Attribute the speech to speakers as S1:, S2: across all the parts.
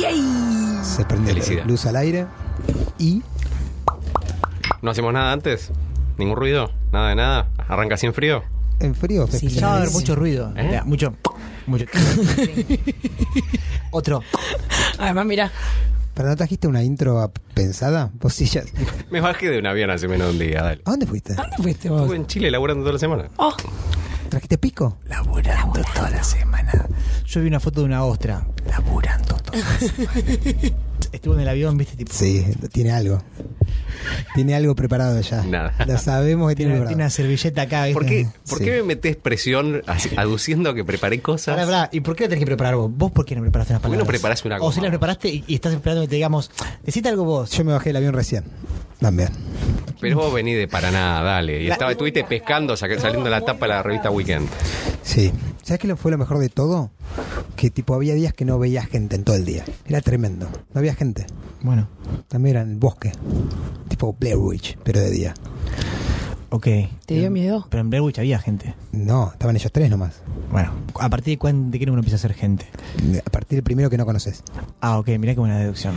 S1: ¡Yay!
S2: Se prende
S3: Felicidad.
S2: la luz al aire y
S3: No hacemos nada antes. Ningún ruido. Nada de nada. Arranca así en frío.
S2: en frío.
S1: Sí,
S2: festejan.
S4: Ya va a haber mucho ruido.
S3: ¿Eh?
S4: Mirá, mucho. Mucho. Otro.
S1: Además, mira,
S2: ¿Pero no trajiste una intro a- pensada? Vos sí ya-
S3: Me bajé de un avión hace menos de un día, dale.
S2: ¿A dónde fuiste?
S1: ¿dónde fuiste vos?
S3: Estuve en Chile laburando toda la semana.
S1: Oh,
S2: ¿Trajiste pico?
S4: Laburando toda la semana. Yo vi una foto de una ostra. Laburando toda la semana. Estuvo en el avión, viste, tipo.
S2: Sí, tiene algo. Tiene algo preparado ya.
S3: Nada.
S2: Lo sabemos que tiene,
S4: Tiene, tiene
S2: preparado.
S4: una servilleta acá. ¿viste?
S3: ¿Por qué, por
S2: Sí.
S3: qué me metes presión así, aduciendo que preparé cosas?
S4: Pará, pará, ¿Y por qué la tenés que preparar vos? ¿Vos por qué no preparaste las
S3: ¿Por qué
S4: palabras?
S3: no preparás una
S4: O
S3: goma?
S4: si las preparaste y, y estás esperando que te digamos, decite algo vos.
S2: Yo me bajé del avión recién. También.
S3: Pero vos venís de Paraná, dale. Y estaba, estuviste pescando, saca- saliendo la tapa de la revista Weekend.
S2: Sí. ¿Sabes qué lo- fue lo mejor de todo? Que tipo había días que no veía gente en todo el día. Era tremendo. No había gente.
S4: Bueno,
S2: También era en el bosque. Tipo Blair Witch, pero de día.
S4: ok.
S1: ¿Te dio miedo?
S4: Pero en Blair Witch había gente.
S2: No, estaban ellos tres nomás.
S4: Bueno, ¿a partir de, cuán, de qué número empieza a ser gente?
S2: A partir del primero que no conoces.
S4: Ah, ok, mirá qué buena deducción.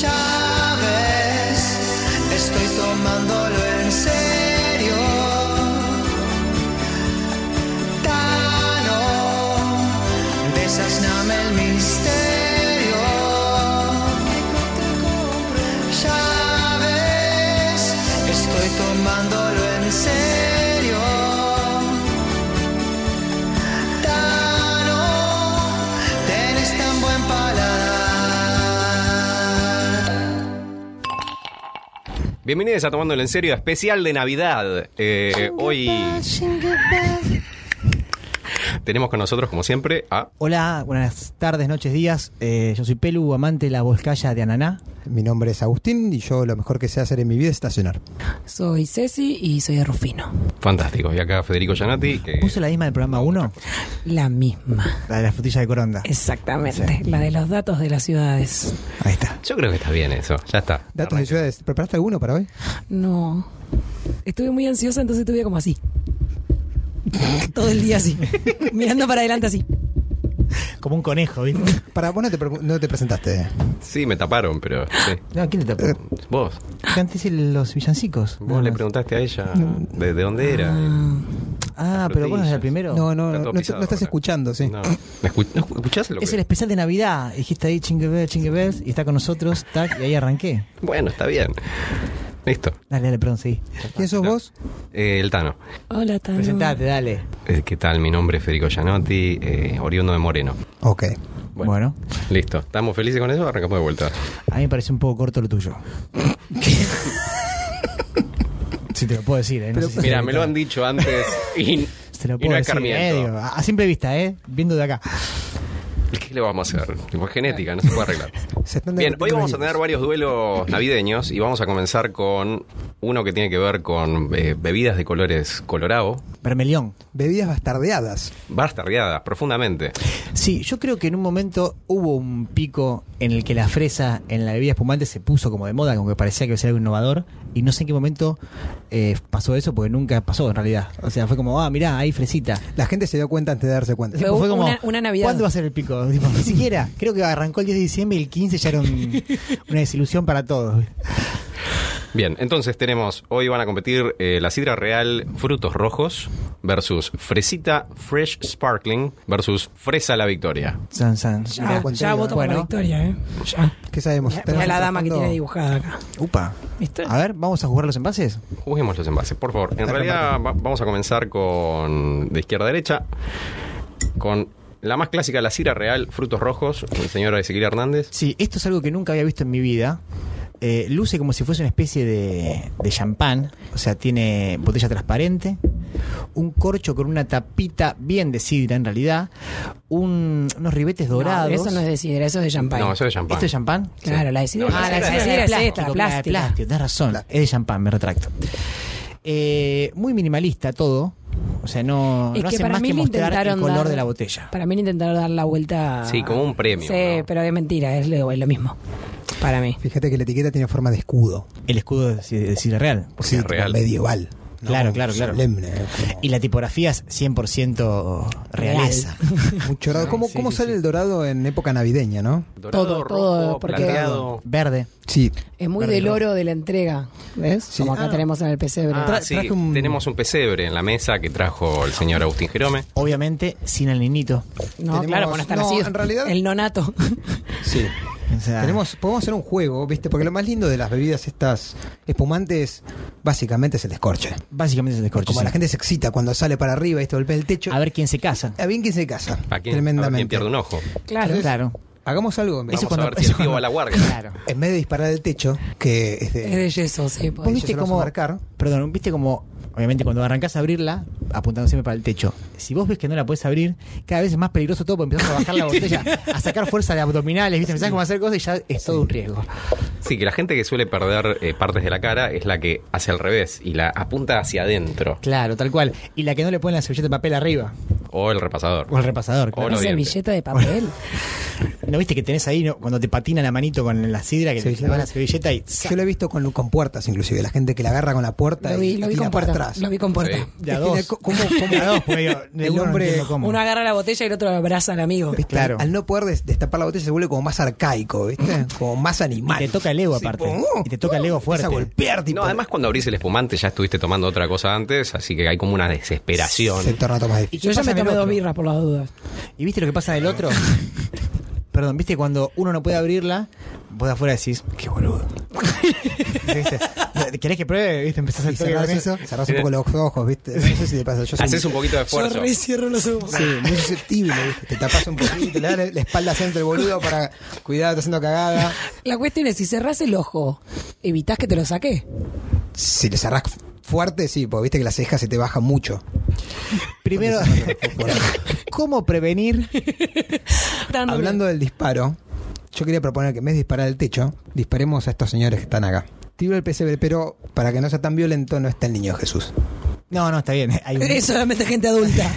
S5: Ya ves, estoy tomándolo en serio. Tano, desasname el misterio. Ya ves, estoy tomándolo en serio. Tano, tenés tan buen paladar.
S3: Bienvenidos a Tomándolo en Serio, especial de Navidad. Eh, hoy tenemos con nosotros, como siempre, a...
S4: Hola, buenas tardes, noches, días. Eh, yo soy Pelu, amante de la volcaya de Ananá.
S2: Mi nombre es Agustín y yo lo mejor que sé hacer en mi vida es estacionar.
S1: Soy Ceci y soy de Rufino.
S3: Fantástico. Y acá Federico Gianatti. eh,
S4: ¿Puso la misma del programa 1?
S1: La misma.
S4: La de la frutilla de coronda.
S1: Exactamente. La de los datos de las ciudades.
S4: Ahí está.
S3: Yo creo que está bien eso. Ya está.
S2: Datos de ciudades. ¿Preparaste alguno para hoy?
S1: No. Estuve muy ansiosa, entonces estuve como así. Todo el día así. Mirando para adelante así.
S4: Como un conejo, ¿viste?
S2: Para vos no te, pre- no te presentaste.
S3: Sí, me taparon, pero... sí.
S4: No, ¿quién te tapó?
S3: Vos.
S4: Antes el- los villancicos. Ah,
S3: Vos
S4: nada
S3: le
S4: más.
S3: preguntaste a ella de, de dónde era.
S4: Ah, pero vos no eres el primero.
S2: No, no,
S3: Está
S2: no,
S3: todo
S2: no
S3: pisado
S2: no estás
S3: ahora.
S2: escuchando, sí.
S3: No. ¿Me escu- no escu- ¿Escuchás lo que-
S4: Es el especial de Navidad. Dijiste ahí chingue chinguebel, y está con nosotros, tac, y ahí arranqué.
S3: Bueno, está bien. Listo.
S4: Dale, dale, perdón, sí.
S2: ¿Quién sos vos?
S3: Eh, el Tano.
S1: Hola, Tano.
S4: Presentate, dale.
S3: Eh, ¿Qué tal? Mi nombre es Federico Gianotti, eh, oriundo de Moreno.
S2: Ok.
S3: Bueno.
S4: Bueno.
S3: Listo. ¿Estamos felices con eso? Arrancamos de vuelta.
S4: a mí me parece un poco corto lo tuyo. si te lo puedo decir, ¿eh? No sé si
S3: Mira,
S4: se
S3: me lo han dicho antes y,
S4: Se lo
S3: y
S4: puedo
S3: no
S4: decir, eh, digo,
S3: escarmiento.
S4: a a simple vista, ¿eh? Viendo de acá.
S3: ¿Qué le vamos a hacer? Tipo, es genética, no se puede arreglar.
S2: Se están
S3: Bien, hoy
S2: debatiendo
S3: vamos
S2: los
S3: a tener
S2: libros.
S3: varios duelos navideños y vamos a comenzar con uno que tiene que ver con eh, bebidas de colores colorado.
S4: Bermelión.
S2: Bebidas bastardeadas.
S3: Bastardeadas, profundamente.
S4: Sí, yo creo que en un momento hubo un pico en el que la fresa en la bebida espumante se puso como de moda, como que parecía que iba a ser algo innovador. Y no sé en qué momento eh, pasó eso, porque nunca pasó en realidad. O sea, fue como, ah, mirá, hay fresita.
S2: La gente se dio cuenta antes de darse cuenta.
S1: Fue
S4: Tipo, fue como,
S1: una- una Navidad.
S4: ¿Cuándo va a ser el pico? Tipo, ni siquiera. Creo que arrancó el 10 de diciembre y el 15 ya era un- una desilusión para todos.
S3: Bien, entonces tenemos, hoy van a competir eh, la sidra real frutos rojos versus fresita fresh sparkling versus fresa la victoria.
S4: San, san.
S1: Ya,
S2: Mira,
S1: ya voto por
S4: bueno.
S1: la victoria, ¿eh? Ya.
S2: ¿Qué sabemos?
S1: Mira,
S2: Tenemos
S1: la
S2: un
S1: dama que
S2: trasfondo-
S1: tiene dibujada acá.
S4: Upa.
S1: ¿Viste?
S4: A ver, vamos a jugar los envases.
S3: Juguemos los envases, por favor. En realidad va- vamos a comenzar con de izquierda a derecha, con la más clásica, la sidra real frutos rojos, el señor Ezequiel Hernández.
S4: Sí, esto es algo que nunca había visto en mi vida. Eh, luce como si fuese una especie de, de champán. O sea, tiene botella transparente, un corcho con una tapita bien de sidra en realidad, un- unos ribetes dorados.
S1: No, eso no es de sidra, eso es de champán.
S3: No, eso es champán.
S4: ¿Esto Este es champán?
S1: Claro, la de sidra.
S3: No,
S1: ah, la de
S4: sidra
S1: sidra
S4: de
S1: es esta,
S4: plástico, claro, de
S1: plástica.
S4: plástico, tenés razón. Es de champán, me retracto. Eh, muy minimalista todo. O sea, no,
S1: Es
S4: no
S1: que
S4: hacen
S1: para
S4: más
S1: mí
S4: que
S1: le
S4: mostrar el
S1: intentaron
S4: color
S1: dar-
S4: de la botella.
S1: Para mí le intentaron dar la vuelta.
S3: Sí, como un premio,
S1: Sí,
S3: ¿no?
S1: pero es mentira, es lo, es lo mismo. Para mí.
S2: Fíjate que la etiqueta tiene forma de escudo.
S4: El escudo de, de sidra real.
S2: Sí, tipo
S3: real.
S2: medieval.
S4: Claro, claro, claro.
S2: Solemne. eh, como
S4: Y la tipografía es 100% realeza.
S2: muy chorado. ¿Cómo,
S4: Sí,
S2: cómo
S4: sí,
S2: sale
S4: sí.
S2: el dorado en época navideña, no?
S3: Dorado,
S1: Todo,
S3: rojo,
S1: todo, porque-
S3: plateado.
S4: Verde.
S2: Sí.
S1: Es muy
S4: Verde y
S1: del
S4: rojo.
S1: oro de la entrega, ¿ves?
S2: Sí.
S1: Como acá
S2: Ah.
S1: tenemos en el pesebre.
S3: Ah,
S2: Tra-
S3: sí,
S2: traje un-
S3: tenemos un pesebre en la mesa que trajo el señor Agustín Jerome.
S4: Obviamente, sin el ninito.
S1: no,
S2: tenemos-
S1: claro, bueno, está
S2: no,
S1: nacido.
S2: en realidad-
S1: El nonato.
S2: Sí.
S4: O sea,
S2: Tenemos, podemos hacer un juego, ¿viste? Porque lo más lindo de las bebidas estas espumantes, básicamente es el descorche.
S4: Básicamente es el descorche.
S2: Como
S4: sí.
S2: la gente se excita cuando sale para arriba y te golpea el techo.
S4: A ver quién se casa.
S2: A bien que se casa.
S3: ¿A quién, a quién
S2: tremendamente.
S3: pierde un ojo?
S1: Claro.
S4: Claro.
S2: Hagamos algo.
S3: Vamos
S2: Eso
S3: a
S2: cuando-
S3: ver si el
S2: eso
S3: tío va a
S2: cuando-
S3: la guardia.
S4: Claro.
S2: En vez de disparar el techo, que es de. pues,
S6: Es de yeso, sí. por
S4: ¿Vos
S6: ahí.
S2: Eso
S4: viste
S2: se lo vas a
S4: cómo-
S2: marcar.
S4: Perdón, viste como, obviamente cuando arrancás a abrirla, apuntando siempre para el techo, si vos ves que no la podés abrir, cada vez es más peligroso todo porque empezás a bajar la botella, a sacar fuerza de abdominales, viste, empezás como a hacer cosas y ya es todo un riesgo.
S3: Sí, que la gente que suele perder eh, partes de la cara es la que hace al revés y la apunta hacia adentro.
S4: Claro, tal cual. Y la que no le ponen la servilleta de papel arriba,
S3: O el repasador.
S4: o el repasador,
S3: O
S4: claro.
S3: los
S1: Una
S3: dientes.
S1: servilleta de papel.
S4: ¿No viste que tenés ahí no? cuando te patina la manito con la sidra, que
S2: Sí,
S4: le
S2: claro.
S4: van la servilleta y...
S2: Yo lo he visto con, con puertas, inclusive. La gente que la agarra con la puerta
S1: Lo vi,
S2: y
S1: lo vi
S2: tira
S1: con
S2: para
S1: puerta.
S2: atrás.
S1: Lo vi con puerta.
S3: Sí.
S4: De a
S2: Es que
S4: dos.
S2: la- ¿cómo- cómo-
S4: De a dos, porque yo- de
S2: El
S4: uno no
S2: hombre-
S4: entiendo cómo.
S6: Uno agarra la botella y el otro abraza al amigo.
S2: ¿Viste?
S4: Claro.
S2: Al no poder des- destapar la botella se vuelve como más arcaico, ¿viste? Como más
S4: Y
S2: animal.
S4: te toca el ego
S2: Sí,
S4: aparte.
S2: ¡pum!
S4: Y te toca el ego fuerte.
S2: Empieza a golpear, tipo.
S3: No, además cuando abrís el espumante ya estuviste tomando otra cosa antes, así que hay como una desesperación.
S2: se torna todo más difícil.
S4: qué
S1: Yo ya
S4: pasa
S1: me
S4: en el
S1: tomé dos
S4: otro?
S1: birras por las dudas.
S4: ¿Y viste lo que pasa del otro? Perdón, ¿viste cuando uno no puede abrirla? Vos de afuera decís, qué boludo. Dices, ¿Querés que pruebe? ¿Viste? Empezás a
S2: Y
S4: hacer
S2: cerrás eso, cerrás un poco los ojos, ¿viste? No sé si te pasa. Yo soy-
S3: Haces un poquito de
S6: Yo
S3: esfuerzo.
S6: re cierro los ojos.
S2: Sí, muy susceptible, ¿viste? Te tapas un poquito, le das la espalda hacia el boludo para cuidar, está haciendo cagada.
S1: La cuestión es, si cerrás el ojo, ¿evitás que te lo saque?
S2: Si le cerrás fuerte, sí, porque viste que las cejas se te bajan mucho.
S4: Primero, ¿cómo prevenir?
S1: Dándole-
S2: Hablando del disparo, yo quería proponer que en vez de disparar al techo, disparemos a estos señores que están acá. Tiro el PCB, pero para que no sea tan violento, no está el niño Jesús.
S4: No, no, está bien. eh, Hay un-
S6: Es solamente gente adulta.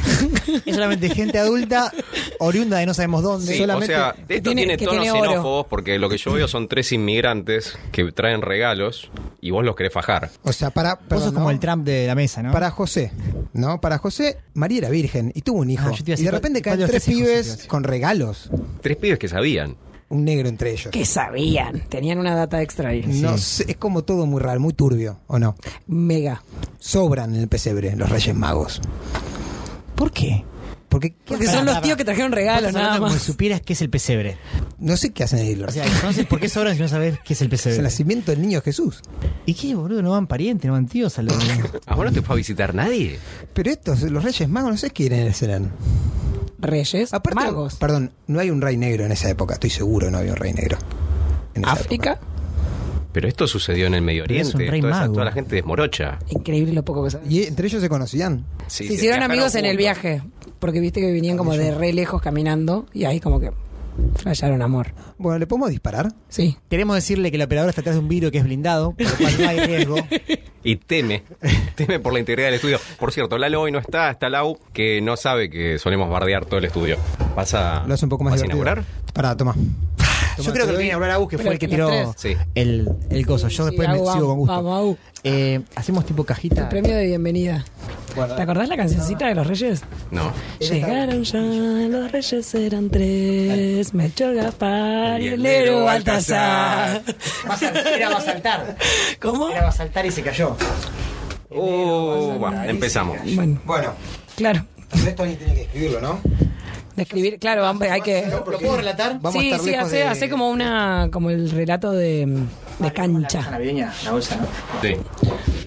S4: es solamente gente adulta, oriunda de no sabemos dónde.
S3: Sí,
S4: solamente
S3: o sea, esto
S6: tiene-
S3: tiene,
S6: que
S3: tonos
S6: tiene oro.
S3: xenófobos porque lo que yo veo son tres inmigrantes que traen regalos y vos los querés fajar.
S2: O sea, para.
S4: vos sos
S2: perdón,
S4: como
S2: ¿no?
S4: el Trump de la mesa, ¿no?
S2: Para José, ¿no? Para José, María era virgen y tuvo un hijo.
S4: Ah, yo te iba a
S2: y
S4: decir,
S2: de repente
S4: ¿cuál-
S2: caen
S4: cuál de los
S2: tres
S4: tres hijos te iba a
S2: pibes
S4: decir?
S2: con regalos.
S3: Tres pibes que sabían.
S2: Un negro entre ellos.
S1: ¿Qué sabían? Tenían una data extra ahí.
S2: No sé, es como todo muy raro, muy turbio, ¿o no?
S1: Mega.
S2: Sobran en el pesebre los Reyes Magos.
S4: ¿Por qué?
S2: Porque ¿qué
S6: Porque
S2: hacen?
S6: son los tíos que trajeron regalos,
S4: Estás hablando
S6: nada
S4: como si
S6: más.
S4: supieras qué es el pesebre.
S2: no sé qué hacen ahí los
S4: O sea, entonces, ¿por qué sobran si no sabés qué es el
S2: Es
S4: pesebre?
S3: eh.
S2: el nacimiento del niño Jesús.
S4: ¿Y qué, boludo? ¿No van parientes? ¿No van tíos? a lo-
S3: ¿A vos no te fue a visitar nadie?
S2: Pero estos, los Reyes Magos, no sé quiénes eran.
S1: Reyes,
S2: Aparte,
S1: magos.
S2: perdón, no hay un rey negro en esa época, estoy seguro no había un rey negro. en esa
S1: África.
S2: época.
S3: Pero esto sucedió en el Medio
S4: Pero es
S3: Oriente.
S4: un rey
S3: toda, esa-
S4: mago.
S3: toda la gente desmorocha.
S1: Increíble lo poco que sabían.
S2: Y entre ellos se conocían.
S3: Sí,
S1: Se
S3: sí,
S1: hicieron
S3: viajaron
S1: amigos en
S3: juntos.
S1: el viaje. Porque viste que
S4: Ah,
S1: venían como de re lejos caminando y ahí como que flayaron amor.
S2: Bueno, ¿le podemos disparar?
S1: Sí.
S4: Queremos decirle que el operador está atrás de un virus que es blindado, por lo cual no hay riesgo.
S3: Y teme, teme por la integridad del estudio. Por cierto, Lalo hoy no está, está Lau, que no sabe que solemos bardear todo el estudio. ¿Vas a,
S2: Lo hace un poco más
S3: vas a
S2: divertido.
S3: inaugurar?
S2: Pará, toma.
S4: Yo creo que lo viene a hablar Agus, que
S1: Pero
S4: fue el que
S1: las
S4: tiró
S1: tres.
S3: Sí.
S4: el, el coso. Yo
S1: Sí,
S4: después me
S1: Agus,
S4: sigo con gusto.
S1: Vamos, Agus.
S4: Eh, hacemos tipo
S1: El
S4: cajita.
S1: premio de bienvenida. ¿Te acordás la cancioncita de los Reyes?
S3: No.
S1: Llegaron ya, los Reyes eran tres: Melchor Gaspar y el héroe Baltasar.
S4: Va a sal- Era va a saltar.
S1: ¿Cómo?
S4: Era va a saltar y se cayó.
S3: Oh, va, empezamos.
S1: Bueno,
S2: Bueno,
S1: claro.
S2: esto alguien tiene que escribirlo, ¿no?
S1: Describir, claro, vamos, hay que.
S4: ¿Lo puedo relatar?
S2: Vamos
S1: sí,
S2: a estar
S1: sí,
S2: lejos
S1: hace,
S2: de-
S1: hace como una como el relato de, de cancha.
S4: navideña, la bolsa, ¿no?
S3: Sí.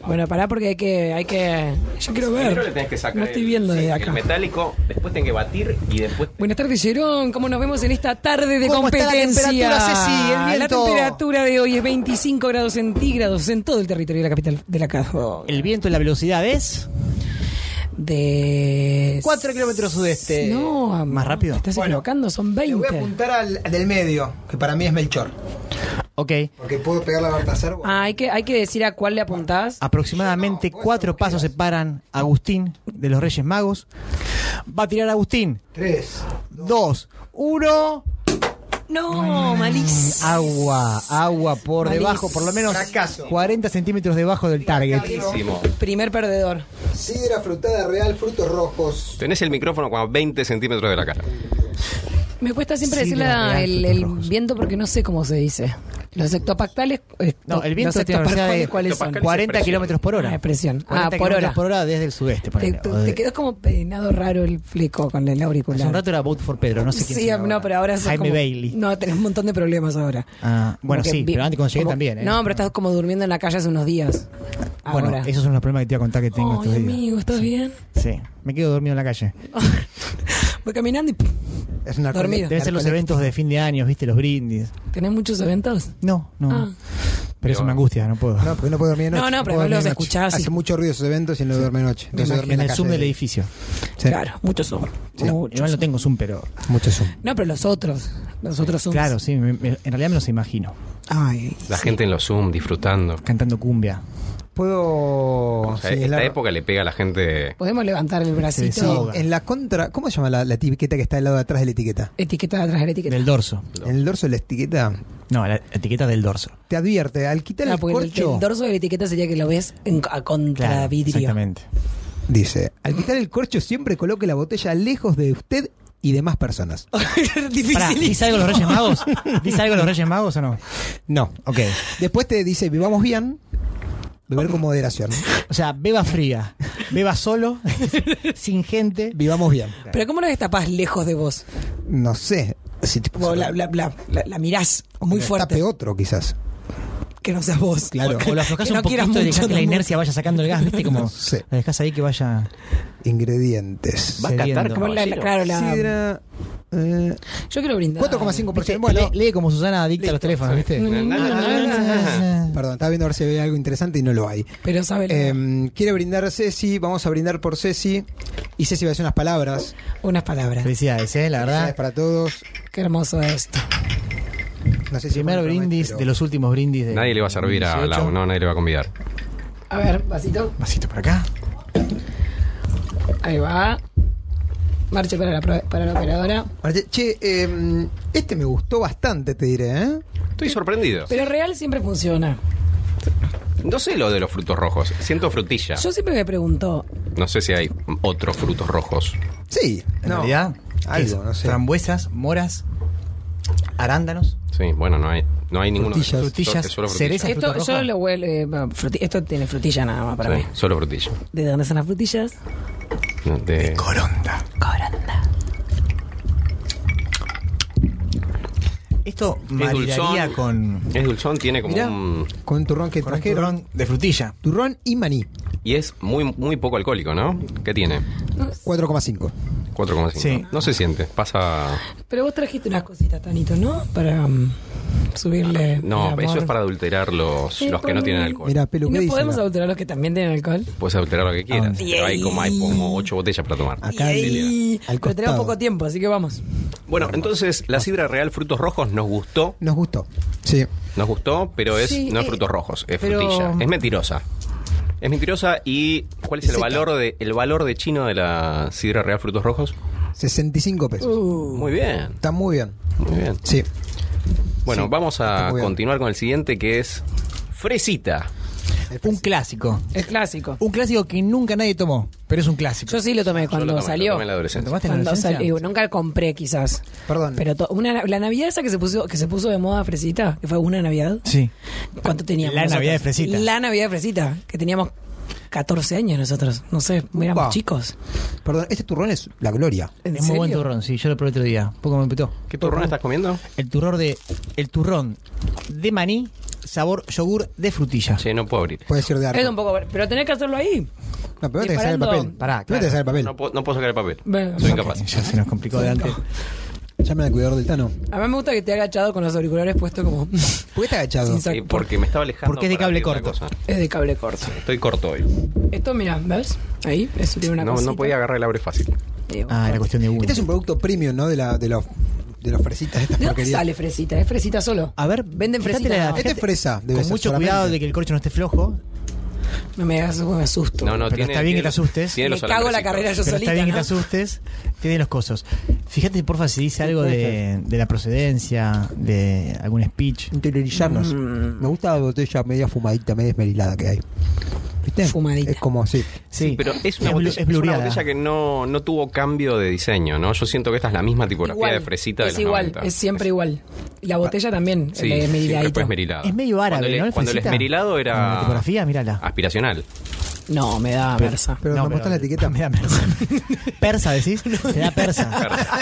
S1: Bueno, pará porque hay que hay que yo quiero
S3: Primero le
S1: ver.
S3: tenés que sacar
S1: No estoy viendo
S3: el,
S1: de
S3: el
S1: acá.
S3: metálico, después tenés que batir y después...
S1: Buenas tardes, Jerón. ¿Cómo nos vemos en esta tarde de
S4: ¿Cómo está la
S1: competencia?
S4: temperatura, Ceci? El
S1: La
S4: viento.
S1: temperatura de hoy es 25 grados centígrados en todo el territorio de la capital de la casa.
S4: El viento y la velocidad es
S1: De
S4: 4 kilómetros sudeste.
S1: No, amor,
S4: ¿Más rápido?
S1: Te estás equivocando, son
S2: Le voy a
S1: 20.
S2: apuntar al, al del medio, que para mí es Melchor.
S4: Ok.
S2: Porque puedo pegarle a Baltasar. bueno.
S1: Ah, hay que hay que decir a cuál le apuntás.
S4: Aproximadamente cuatro pasos separan a Agustín de los Reyes Magos. Va a tirar Agustín.
S2: Tres.
S4: dos, uno.
S1: No, malísimo.
S4: Agua, agua por
S1: Malísimo.
S4: debajo, por lo menos
S2: Fracaso.
S4: 40 centímetros debajo del target.
S3: Malísimo.
S1: Primer perdedor.
S2: Sidra frutada real, frutos rojos.
S3: Tenés el micrófono como a 20 centímetros de la cara.
S1: Me cuesta siempre
S4: Sí,
S1: decir
S4: la
S1: la-
S4: real,
S1: el,
S4: frutos
S1: el
S4: rojos.
S1: viento porque no sé cómo se dice. Los ectopactales.
S4: No, el viento
S1: los
S4: tiene una velocidad
S1: ectopactales,
S4: de
S1: ¿cuáles son?
S4: 40
S3: Presión.
S4: kilómetros por hora.
S1: Ah, presión. Ah,
S4: 40
S1: por
S4: kilómetros
S1: hora.
S4: por hora desde el sudeste.
S1: Te,
S4: ponele,
S1: te-
S4: o de-
S1: te quedó como peinado raro el fleco con el auricular.
S4: eh. Hace un rato era Vote for Pedro, no sé quién
S1: sí,
S4: será
S1: no, pero ahora sos
S4: Jaime
S1: como-
S4: Bailey.
S1: No, tenés un montón de problemas ahora.
S4: Ah, bueno,
S1: Como que
S4: sí,
S1: vi-
S4: pero antes cuando llegué
S1: como-
S4: también. ¿eh?
S1: No, pero estás como durmiendo en la calle hace unos días.
S4: Bueno,
S1: ahora.
S4: esos son los problemas que te iba a contar que tengo
S1: Ay,
S4: estos días.
S1: amigo, ¿estás bien?
S4: Sí, me quedo dormido en la calle.
S1: Voy caminando y
S2: Es una
S1: Dormido.
S4: Deben ser los eventos de fin de año, ¿viste? Los brindis.
S1: ¿Tenés muchos eventos?
S4: No, no.
S1: Ah.
S4: Pero eso me angustia, no puedo.
S2: No, porque no puedo dormir de
S1: No,
S2: noche.
S1: no, pero
S2: puedo
S1: vos
S2: dormir
S1: los
S2: de
S1: escuchás
S2: noche.
S1: y-
S2: Hace mucho ruido esos eventos y no duerme de noche.
S4: Me
S2: Entonces
S4: imagino
S2: duerme
S4: en
S2: en la
S4: el
S2: calle.
S4: Zoom del edificio.
S2: Sí.
S1: Claro, muchos son. Muchos.
S4: Igual no tengo Zoom, pero.
S2: Mucho Zoom.
S1: No, pero los otros. Los otros son.
S4: Claro, sí, me- me- en realidad me los imagino.
S1: Ay,
S3: La gente en los Zoom disfrutando.
S4: Cantando cumbia.
S2: Puedo.
S3: O sea,
S2: sí,
S3: esta
S2: la-
S3: época le pega a la gente.
S1: podemos levantar el bracito.
S4: Sí, sí.
S2: En la contra. ¿Cómo se llama la, la etiqueta que está al lado de atrás de la etiqueta?
S1: Etiqueta atrás de la etiqueta.
S4: Del dorso.
S2: En el dorso de la etiqueta
S4: No, la etiqueta del dorso.
S2: te advierte, al quitar
S1: Ah,
S2: el
S1: porque el,
S2: corcho.
S1: el dorso de la etiqueta sería que lo ves en, a contra vidrio.
S4: Exactamente.
S2: Dice, al quitar el corcho siempre coloque la botella lejos de usted y demás personas.
S4: Pará,
S1: Difícil.
S4: ¿Dice algo los Reyes Magos? ¿Dice algo los Reyes Magos o no?
S2: No.
S4: Ok.
S2: Después te dice, vivamos bien, beber con moderación.
S4: O sea, beba fría, beba solo, sin gente.
S2: Vivamos bien.
S1: Pero ¿cómo lo destapás lejos de vos?
S2: No sé. Si te-
S1: Como la, la, la- la- la mirás muy
S2: que
S1: fuerte.
S2: Tape otro, quizás.
S1: Que no seas vos.
S2: Claro.
S4: O lo aflojás
S1: Que no
S4: un poquito
S1: quieras
S4: y dejás
S1: mucho
S4: que la
S1: del
S4: inercia vaya sacando el gas, ¿viste? Como
S2: Sí.
S4: la dejás ahí que vaya.
S2: Ingredientes.
S3: Va a catar
S4: Cediendo.
S1: Como la- la- claro, la-
S2: Sidra, eh,
S1: yo quiero brindar.
S2: 4,5%.
S4: Bueno,
S2: Eh, Bueno,
S4: lee, como Susana adicta a los teléfonos, ¿viste?
S2: perdón, estaba viendo a ver si había algo interesante y no lo hay.
S1: Pero sabe.
S2: Eh, quiere brindar Ceci, vamos a brindar por Ceci. Y Ceci va a decir unas palabras.
S1: unas palabras.
S4: Felicidades, ¿eh? La
S2: Felicidades
S4: verdad.
S2: para todos.
S1: Qué hermoso esto.
S2: No sé si
S4: Primer
S2: bueno,
S4: brindis
S2: pero-
S4: de los últimos brindis de.
S3: Nadie le va a servir a
S4: 18.
S3: Lau, no, nadie le va a convidar.
S1: A ver, vasito.
S4: Vasito para acá.
S1: Ahí va. Marche para la, pro- para la operadora.
S2: Marche- Che, eh, este me gustó bastante, te diré, ¿eh?
S3: Estoy sorprendido.
S1: Pero real siempre funciona.
S3: No sé lo de los frutos rojos. Siento frutilla.
S1: Yo siempre me pregunto,
S3: No sé si hay otros frutos rojos.
S2: Sí.
S4: En
S2: no.
S4: realidad,
S2: Algo,
S4: es
S2: no sé.
S4: Frambuesas, moras, arándanos.
S3: Sí, bueno, no hay, no hay ninguno. de esos.
S4: Frutillas,
S3: Es solo frutilla.
S4: cerezas. ¿Esa
S1: esto
S4: fruta roja?
S1: yo lo huelo, eh, fruti- esto tiene frutilla nada más para
S3: Sí,
S1: mí.
S3: solo frutilla.
S1: ¿De dónde son las frutillas?
S3: No, de-
S4: Coronda.
S1: Coranda.
S4: Esto
S3: Es
S4: maridaría
S3: dulzón.
S4: con,
S3: Es dulzón, tiene como
S2: Mirá,
S3: un.
S2: con el turrón que
S4: con un
S2: trajeron.
S4: turrón de frutilla.
S2: Turrón y maní,
S3: Y es muy, muy poco alcohólico, ¿no? ¿Qué tiene?
S2: 4,5.
S3: 4,5.
S4: Sí.
S3: No se siente. Pasa.
S1: Pero vos trajiste unas cositas, Tanito, ¿no? Para um, subirle.
S3: Ah, No,
S1: el
S3: eso
S1: amor.
S3: es para adulterar los,
S1: Sí,
S3: los que no
S1: por-
S3: tienen alcohol.
S2: Mira, Pelu,
S1: ¿Y
S2: ¿qué
S1: no
S2: dice
S1: podemos
S2: la-
S1: adulterar a los que también tienen alcohol.
S3: Puedes adulterar lo que quieras.
S4: Ah.
S3: Pero hay como, hay como 8 botellas para tomar.
S2: Acá
S1: Y-
S2: Liliana, al
S1: pero tenemos
S2: costado.
S1: poco tiempo, así que vamos.
S3: Bueno, entonces la sidra real frutos rojos nos gustó.
S2: Nos gustó. Sí.
S3: Nos gustó, pero es
S1: Sí,
S3: no es
S1: eh,
S3: frutos rojos, es
S4: pero-
S3: frutilla. Es mentirosa. Es mentirosa y ¿cuál es el
S2: Seca.
S3: valor de el valor de chino de la sidra real frutos rojos?
S2: 65 pesos.
S1: Uh.
S3: Muy bien,
S2: Está muy bien.
S3: muy bien.
S2: Sí.
S3: Bueno,
S2: Sí,
S3: vamos
S2: está
S3: a
S2: muy bien.
S3: continuar con el siguiente que es fresita.
S4: Un clásico.
S1: Es clásico.
S4: Un clásico que nunca nadie tomó, pero es un clásico.
S1: Yo sí lo tomé
S3: Yo
S1: cuando
S3: lo tomé, lo
S1: salió.
S3: tomé en la
S4: ¿Lo
S3: adolescencia.
S4: tomaste en la
S1: Cuando
S4: adolescencia?
S1: salió. Nunca lo compré, quizás.
S2: Perdón.
S1: Pero to- una, la Navidad esa que se puso que se puso de moda fresita, que fue una Navidad.
S4: Sí.
S1: ¿Cuánto teníamos?
S4: La
S1: nosotros?
S4: Navidad de Fresita.
S1: La Navidad de Fresita, que teníamos 14 años nosotros. No sé, éramos
S2: Upa.
S1: chicos.
S2: Perdón, este turrón es la gloria.
S1: ¿En
S4: Es muy buen
S1: serio?
S4: turrón, sí, yo lo probé otro día. Poco me empetó.
S3: ¿Qué turrón estás comiendo?
S4: El turrón de. El turrón de maní, sabor yogur de frutilla.
S3: Che, no puedo abrir.
S2: Puede ser de arco.
S1: Es un poco, pero tenés que hacerlo ahí.
S2: No, pero tenés que sacar el
S1: disparando-
S2: papel.
S4: Pará,
S2: Primero tenés que sacar el
S3: No,
S2: papel.
S3: puedo- no puedo sacar el papel.
S1: Bueno,
S3: Soy
S1: ok.
S3: incapaz.
S4: Ya se nos complicó de antes.
S2: Llamen al cuidador del Tano.
S1: A mí me gusta que te ha agachado con los auriculares puestos como es
S2: ¿Por qué está agachado?
S1: Sin sac-
S3: Eh, porque me estaba alejando.
S4: Porque es de
S3: para
S4: cable
S3: abrir una
S4: corto.
S3: cosa.
S1: de cable corto.
S3: Estoy corto hoy.
S1: Esto, mira, ¿ves? Ahí, eso tiene una
S3: No,
S1: cosita.
S3: no podía agarrar el abre fácil.
S1: Eh, bueno.
S4: Ah, era cuestión de uno.
S2: Este es un producto premium, ¿no? De, la, de, los, de los fresitas, estas
S1: ¿De dónde
S2: porquerías.
S1: sale fresita? ¿Es fresita solo?
S4: A ver,
S1: venden
S4: fíjate
S1: fresita.
S4: la-
S1: no.
S2: Este es fresa, debe
S4: Con
S2: ser
S4: mucho
S2: solamente.
S4: cuidado de que el corcho no esté flojo.
S1: No me hagas me asusto.
S3: No, no,
S4: Pero
S3: tiene,
S4: está bien que te asustes.
S3: tiene
S1: me
S3: los
S1: cago la
S3: alambrecitos.
S1: carrera yo
S4: Pero
S1: solita.
S4: está bien que te
S1: ¿no?
S4: asustes, tiene los cosos. Fíjate, porfa, si dice algo de, de la procedencia, de algún speech.
S2: Interiorizarnos.
S1: Mm.
S2: Me gusta la botella media fumadita, media esmerilada que hay. ¿Viste?
S1: Fumadita.
S2: Es como, sí.
S4: Sí,
S3: Pero es una,
S4: blu-
S3: botella, es una
S4: blureada.
S3: botella que no, no tuvo cambio de diseño, ¿no? Yo siento que esta es la misma tipografía de fresita de
S1: es
S3: los
S1: igual,
S3: 90.
S1: es siempre igual. Y
S4: Ah.
S1: la botella también,
S3: Sí,
S1: la de
S3: siempre
S1: Meriladito.
S3: fue esmerilada.
S4: Es medio árabe,
S3: cuando el-
S4: ¿no? El
S3: cuando el
S4: fresita.
S3: esmerilado
S4: Con
S3: era
S4: la tipografía, mírala.
S3: aspiracional.
S1: No, me da versa.
S2: Pero nos muestran la etiqueta.
S4: Me da persa. persa, decís. Te da persa.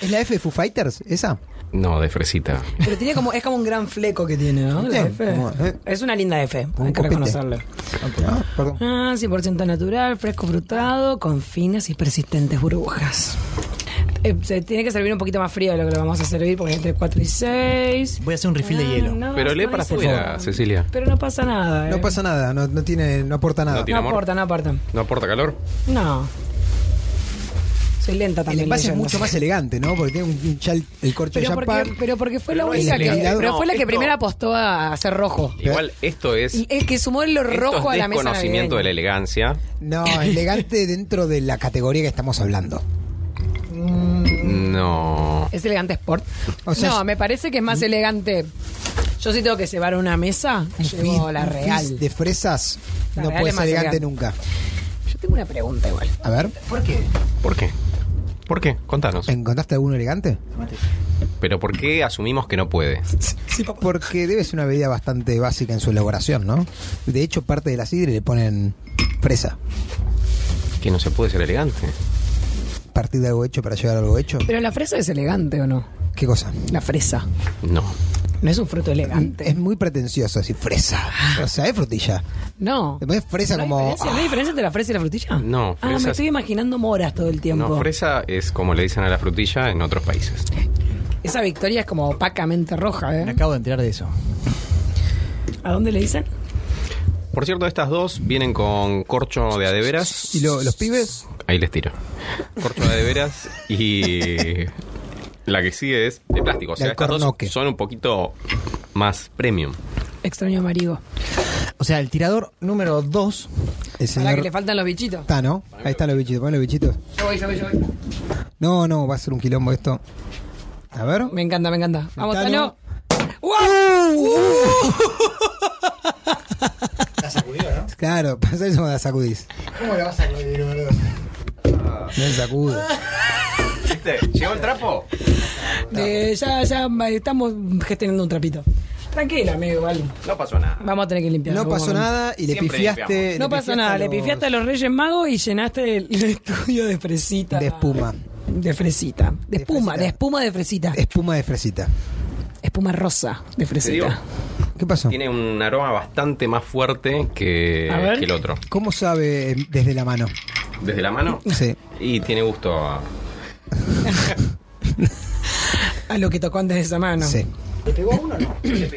S2: ¿Es la F de Foo Fighters? ¿Esa?
S3: No, de fresita.
S1: Pero tiene como, es como un gran fleco que tiene, ¿no? La
S2: Sí,
S1: F.
S2: como, eh.
S1: Es una linda F, hay que
S2: copete.
S1: reconocerle.
S2: Ah, perdón.
S1: Ah, 100% natural, fresco frutado, con finas y persistentes burbujas. Eh, se tiene que servir un poquito más frío de lo que lo vamos a servir, porque entre 4 y Ah, 6.
S4: Voy a hacer un refill de hielo.
S3: Pero lee para afuera, Cecilia.
S1: Pero no pasa nada. eh.
S2: No pasa nada, no, no tiene, no aporta nada.
S3: No tiene
S1: No
S3: amor.
S1: aporta, no aporta.
S3: ¿No aporta calor?
S1: No. Soy lenta
S2: el
S1: también.
S2: envase es
S1: leyendo.
S2: mucho más elegante, ¿no? Porque tiene un, un chal- el corcho de
S1: Pero
S2: champán.
S1: porque, pero porque fue
S3: Pero
S1: la
S3: no es
S1: única que.
S2: elegante.
S1: Pero
S3: No,
S1: fue la que
S3: esto-
S1: primero apostó a hacer rojo.
S4: Eh,
S3: Igual esto es...
S1: Y el que sumó lo
S3: esto
S1: rojo a
S3: es
S1: la mesa.
S3: desconocimiento de la
S1: navideña.
S3: elegancia.
S2: No, elegante dentro de la categoría que estamos hablando.
S3: No.
S1: ¿Es elegante sport?
S2: O sea,
S1: no,
S2: es- Mm.
S1: me parece que es más elegante. Yo sí tengo que cebar una mesa.
S2: Un
S1: Llevo
S2: fizz-
S1: la
S2: un
S1: real.
S2: fizz de fresas
S1: La
S2: no
S1: real
S2: puede
S1: es
S2: ser
S1: más
S2: elegante
S1: elegante.
S2: nunca.
S1: Yo tengo una pregunta igual.
S2: A ver,
S3: ¿Por qué? ¿Por qué? Contanos.
S2: ¿encontraste alguno elegante?
S3: Pero ¿por qué asumimos que no puede?
S2: Porque debe ser una bebida bastante básica en su elaboración, ¿no? De hecho, parte de la sidra le ponen fresa.
S3: Que no se puede ser elegante.
S2: Partir de algo hecho para llegar a algo hecho.
S1: Pero la fresa es elegante o no?
S2: ¿Qué cosa?
S1: La fresa.
S3: No.
S1: No es un fruto elegante.
S2: Es muy pretencioso decir fresa. O sea, es frutilla.
S1: No.
S2: Después fresa
S1: Ah. ¿No hay
S2: como...
S1: diferencia? ¿No hay diferencia entre la fresa y la frutilla?
S3: No,
S1: Ah,
S3: fresa
S1: me
S3: es-
S1: estoy imaginando moras todo el tiempo.
S3: No, fresa es como le dicen a la frutilla en otros países.
S1: Esa victoria es como opacamente roja,
S4: Me
S1: ¿eh?
S4: acabo de enterar de eso.
S1: ¿A dónde le dicen?
S3: Por cierto, estas dos vienen con corcho de adeveras.
S2: ¿Y lo- los pibes?
S3: Ahí les tiro. Corcho de adeveras y la que sigue es de plástico. O sea,
S2: De
S3: estas dos
S2: alcornoque.
S3: son un poquito más premium.
S1: Extraño marigo.
S4: O sea, el tirador número 2.
S2: El
S1: Para que
S2: señor
S1: le faltan los bichitos.
S2: está, ¿no? Ahí están los bichitos, pon los bichitos.
S1: Yo voy, yo voy, yo voy.
S2: No, no, va a ser un quilombo esto. A ver.
S1: Me encanta, me encanta. Vamos,
S2: Tano.
S1: Tano. ¡Wow!
S2: Uh,
S1: Uh.
S2: Claro, pasa eso cuando la sacudís. ¿Cómo la vas a sacudir, boludo? No
S1: Ah.
S2: sacude.
S3: ¿Viste? ¿Llegó el trapo?
S1: Eh, ya, ya estamos gestionando un trapito. Tranquila, amigo, igual.
S3: No pasó nada.
S1: Vamos a tener que limpiar.
S2: No
S1: Vamos
S2: pasó
S1: a-
S2: nada y le
S3: Siempre
S2: pifiaste.
S3: limpiamos.
S1: No pasó nada, le pifiaste a los Reyes Magos y llenaste el, el estudio de fresita.
S2: De espuma.
S1: De fresita.
S2: De
S1: De, espuma,
S2: fresita.
S1: de espuma de fresita.
S2: Espuma de fresita.
S1: Espuma rosa de
S3: Te digo,
S1: fresita.
S2: ¿Qué pasó?
S3: tiene un aroma bastante más fuerte que,
S1: A ver.
S3: que el otro.
S2: ¿Cómo sabe eh, desde la mano?
S3: Desde la mano.
S2: Sí.
S3: Y tiene gusto a...
S1: A lo que tocó antes de esa mano.
S2: Sí. ¿Le pegó a uno o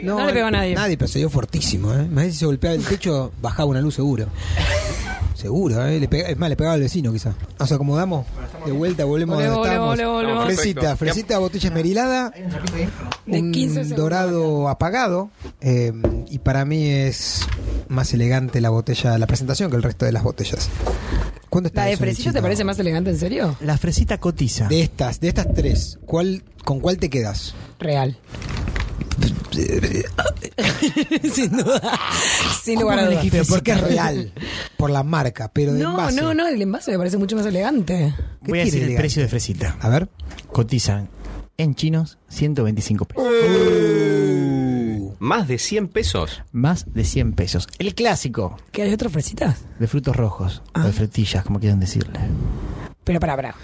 S1: No le pegó a nadie.
S2: Nadie, pero se dio fortísimo, ¿eh? Más si se golpeaba el techo, bajaba una luz seguro. Seguro, ¿eh? Le pega- es más, le pegaba al vecino quizá. Nos acomodamos, de vuelta volvemos a
S1: Volvemos,
S2: donde estábamos.
S1: volvemos, volvemos.
S2: Fresita,
S3: Perfecto.
S2: fresita, botella esmerilada,
S1: De 15
S2: un
S1: segundos.
S2: dorado apagado. eh, y para mí es más elegante la botella, la presentación que el resto de las botellas. ¿Cuándo está
S1: ¿La de
S2: eso,
S1: fresita te
S2: Luchito?
S1: parece más elegante, en serio?
S4: La fresita cotiza.
S2: De estas, de estas tres, ¿cuál, ¿con cuál te quedas?
S1: Real. Sin duda. Sin lugar a dudas.
S2: Pero porque es real, por la marca, pero de
S1: No,
S2: envase.
S1: no, no, el envase me parece mucho más elegante.
S2: ¿Qué
S4: Voy a decir
S2: tiene
S4: el
S2: elegante?
S4: precio de fresita.
S2: A ver.
S4: Cotizan en chinos 125 pesos.
S1: Uh.
S3: Más de 100 pesos.
S4: Más de 100 pesos. El clásico
S1: ¿Que hay otras fresitas?
S4: de frutos rojos.
S1: Ah.
S4: O de frutillas, como quieran decirle.
S1: Pero para, para.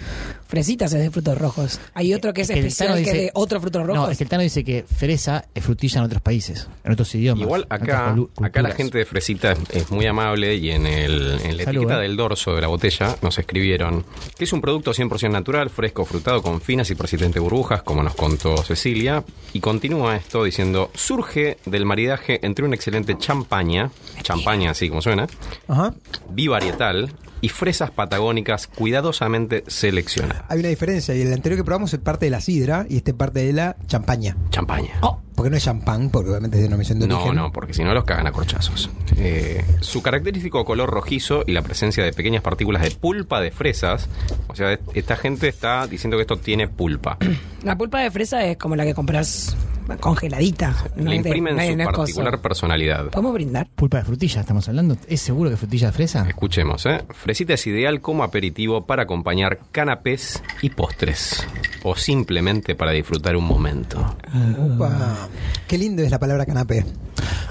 S1: Fresitas es de frutos rojos. Hay otro que es,
S4: el
S1: especial
S4: Tano
S1: que es
S4: dice-
S1: de otro fruto rojo.
S4: No, es que el Tano dice que fresa es frutilla en otros países, en otros idiomas.
S3: Igual
S4: en otras
S3: acá,
S4: colu-
S3: acá la
S4: culturas.
S3: gente de Fresita es, es muy amable y en, el, en la
S4: Salud,
S3: etiqueta
S4: eh.
S3: del dorso de la botella nos escribieron que es un producto 100% natural, fresco, frutado, con finas y persistentes burbujas, como nos contó Cecilia. Y continúa esto diciendo, surge del maridaje entre un excelente champaña, champaña así como suena,
S2: Ajá.
S3: bivarietal y fresas patagónicas cuidadosamente seleccionadas.
S2: Hay una diferencia. Y el anterior que probamos es parte de la sidra y este es parte de la champaña.
S3: Champaña.
S1: Oh,
S2: Porque no es champán, porque obviamente es denominación de
S3: No,
S2: origen.
S3: no, porque si no los cagan a corchazos. Eh, su característico color rojizo y la presencia de pequeñas partículas de pulpa de fresas. O sea, est- esta gente está diciendo que esto tiene pulpa.
S1: La pulpa de fresa es como la que compras congeladita. No
S3: Le
S1: es de-
S3: imprimen
S1: no es-
S3: su
S1: no es coso.
S3: particular personalidad.
S1: ¿Podemos brindar?
S4: Pulpa de frutilla, estamos hablando. ¿Es seguro que frutilla de fresa?
S3: Escuchemos, ¿eh? Fresita es ideal como aperitivo para acompañar canapés y postres. O simplemente para disfrutar un momento.
S2: Ah, Upa. Qué lindo es la palabra canapé.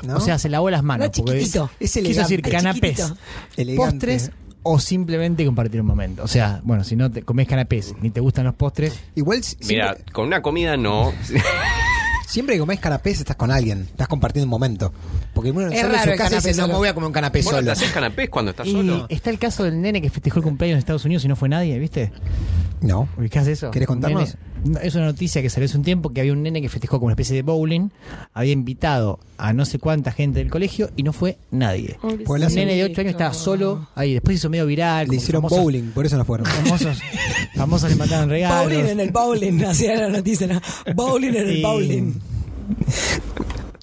S2: ¿no?
S4: O sea, se lavó las manos.
S1: No,
S4: porque es-
S1: chiquitito.
S2: Es
S4: quiso decir
S2: elegante,
S4: canapés,
S1: chiquitito.
S2: Elegante.
S4: postres o simplemente compartir un momento. O sea, bueno, si no te comés canapés ni te gustan los postres,
S2: Igual si- siempre,
S3: Mira, con una comida no.
S2: siempre que comés canapés estás con alguien, estás compartiendo un momento. Porque uno
S1: Es
S2: solo en
S1: raro
S2: su
S1: el
S2: casa
S1: canapé
S2: dice, no
S1: solo".
S2: me voy a comer un canapé
S3: Vos no te
S2: solo.
S3: haces canapés cuando estás
S4: Y
S3: solo.
S4: está el caso del nene que festejó el cumpleaños en Estados Unidos y no fue nadie, ¿viste?
S2: No.
S4: ¿Ubicás eso?
S2: ¿Querés
S4: Un
S2: contarnos?
S4: nene- no, es una noticia que salió hace un tiempo que había un nene que festejó como una especie de bowling, había invitado a no sé cuánta gente del colegio y no fue nadie.
S2: Pues le
S4: Un
S2: hacen-
S4: nene de 8 años estaba solo ahí, después hizo medio viral.
S2: Le
S4: como
S2: hicieron
S4: famosos-
S2: bowling, por eso no fueron.
S4: Famosos, famosos le mandaron
S1: Bowling en
S4: regalos.
S1: el bowling, hacía la noticia. ¿no? Bowling en el
S4: Y-
S1: bowling.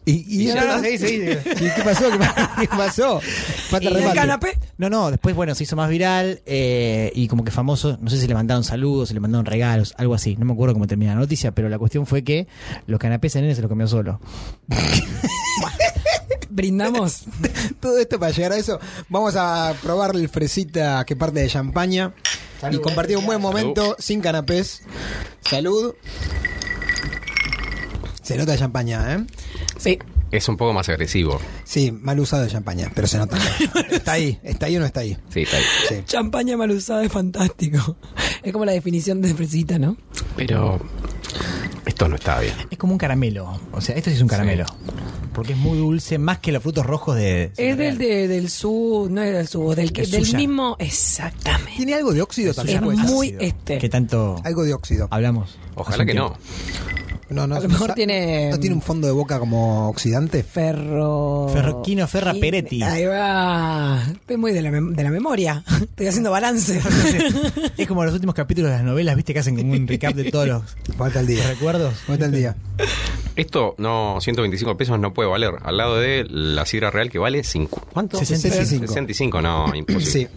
S2: ¿Y,
S4: Y
S2: y,
S4: ya
S2: ahora-
S4: no, sí, sí, sí.
S2: ¿Y qué pasó? ¿Qué pa- ¿Qué pasó? Falta
S1: ¿Y el
S2: remate.
S1: canapé?
S4: No, no, después, bueno, se hizo más viral eh, y como que famoso, no sé si le mandaron saludos, si le mandaron regalos, algo así. No me acuerdo cómo termina la noticia, pero la cuestión fue que los canapés en nene se los comió solo.
S1: Brindamos.
S2: Todo esto para llegar a eso. Vamos a probar el fresita que parte de champaña. Y compartir un buen momento sin canapés. Salud. Se nota de champaña, ¿eh?
S1: Sí.
S3: Es un poco más agresivo.
S2: Sí, mal usado de champaña, pero se nota. está ahí, está ahí o no está ahí.
S3: Sí, está ahí.
S2: Sí.
S1: Champaña mal usada es fantástico. Es como la definición de fresita, ¿no?
S3: Pero esto no está bien.
S4: Es como un caramelo. O sea, esto sí es un caramelo. Porque es muy dulce, más que los frutos rojos de.
S1: Es del, de- del sur, no es del sur, del, que-
S4: Es
S1: del
S4: suya.
S1: mismo. Exactamente.
S2: Tiene algo de óxido
S1: Es
S2: también. puede ser.
S1: muy este.
S4: Que tanto
S2: Algo de óxido.
S4: hablamos.
S3: Ojalá que no.
S2: No, no,
S1: A lo mejor
S2: no-
S1: tiene-
S2: ¿No tiene un fondo de boca como oxidante?
S1: Ferro.
S4: Ferroquino Ferra Peretti.
S1: Ahí va. Estoy muy de la, mem- de la memoria. Estoy haciendo balance.
S4: Es como los últimos capítulos de las novelas, viste, que hacen como un recap de todos los
S2: Falta el día.
S4: recuerdos.
S2: Falta el día.
S3: Esto no, 125 pesos no puede valer. Al lado de la sidra real que vale cincu- ¿cuánto?
S2: 65.
S3: 65, no, imposible.
S2: Sí.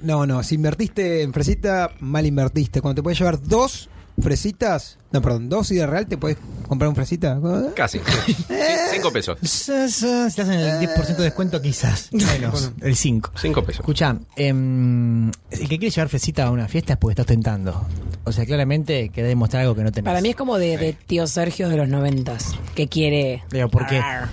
S2: No, no, si invertiste en fresita, mal invertiste. Cuando te puedes llevar dos fresitas, no, perdón, dos y de real te puedes comprar un fresita.
S3: Casi. 5 pesos.
S4: Sa- sa- Si te hacen el 10% de descuento, quizás. Menos. El 5.
S3: 5 pesos.
S4: Escucha, el que quiere llevar fresita a una fiesta es porque está tentando. O sea, claramente querés demostrar algo que no tenés.
S1: Para mí es como de, de tío Sergio de los noventas, que quiere...
S4: Digo, porque
S1: Arr.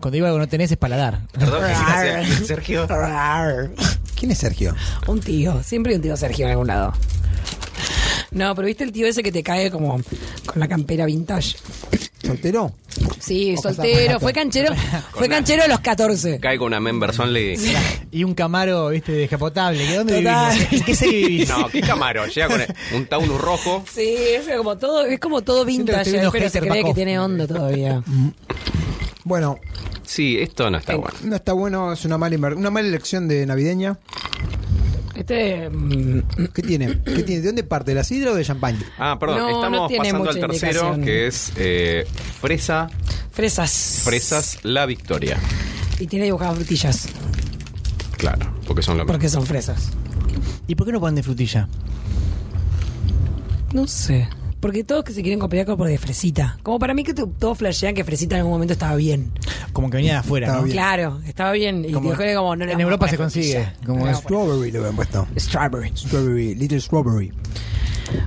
S4: cuando digo algo que no tenés es paladar.
S3: Perdón, que
S1: Ah.
S3: gracias, Sergio.
S1: Arr.
S2: ¿Quién es Sergio?
S1: Un tío, siempre hay un tío Sergio en algún lado. No, pero viste el tío ese que te cae como con la campera vintage.
S2: ¿Soltero?
S1: Sí,
S2: O
S1: soltero,
S2: casado.
S1: fue canchero, fue
S3: la-
S1: canchero a los 14.
S3: Caigo una Members Only.
S4: Y un camaro, viste, descapotable. ¿Que dónde
S1: Total.
S4: vivís? ¿En qué se vivís?
S3: No, qué camaro. Llega con un Taunus rojo.
S1: Sí, es como todo, es como todo
S4: Siento que estoy
S1: vintage,
S4: viendo
S1: pero se
S4: Hater
S1: cree
S4: Back
S1: que
S4: Off.
S1: tiene onda todavía.
S2: Bueno,
S3: Sí, esto no está bueno.
S2: no está bueno, es una mala inver- una mala elección de navideña.
S1: Este mm,
S2: ¿Qué tiene? ¿Qué tiene? ¿De dónde parte? ¿De la sidra o de champaña?
S3: Ah, perdón,
S1: No, no
S3: estamos
S1: tiene
S3: pasando al
S1: mucha
S3: tercero,
S1: indicación.
S3: que es eh, Fresa,
S1: fresas.
S3: Fresas La Victoria.
S1: Y tiene dibujadas frutillas,
S3: Claro, porque son lo mismo.
S1: porque son fresas.
S4: ¿Y por qué no ponen de frutilla?
S1: No sé. Porque todos que se quieren copiar con por de fresita. Como para mí que tu- todos flashean que fresita en algún momento estaba bien.
S4: Como que venía de afuera,
S2: Está
S4: ¿no?
S2: bien.
S1: Claro, estaba bien. Y
S4: Como-
S1: te dijeron como, no, le
S4: en
S1: vamos a
S4: Europa se
S1: poner frutilla.
S4: consigue. Como
S1: No,
S4: es-
S1: por-
S2: Strawberry lo habían puesto.
S1: Strawberry.
S2: Strawberry, Little Strawberry.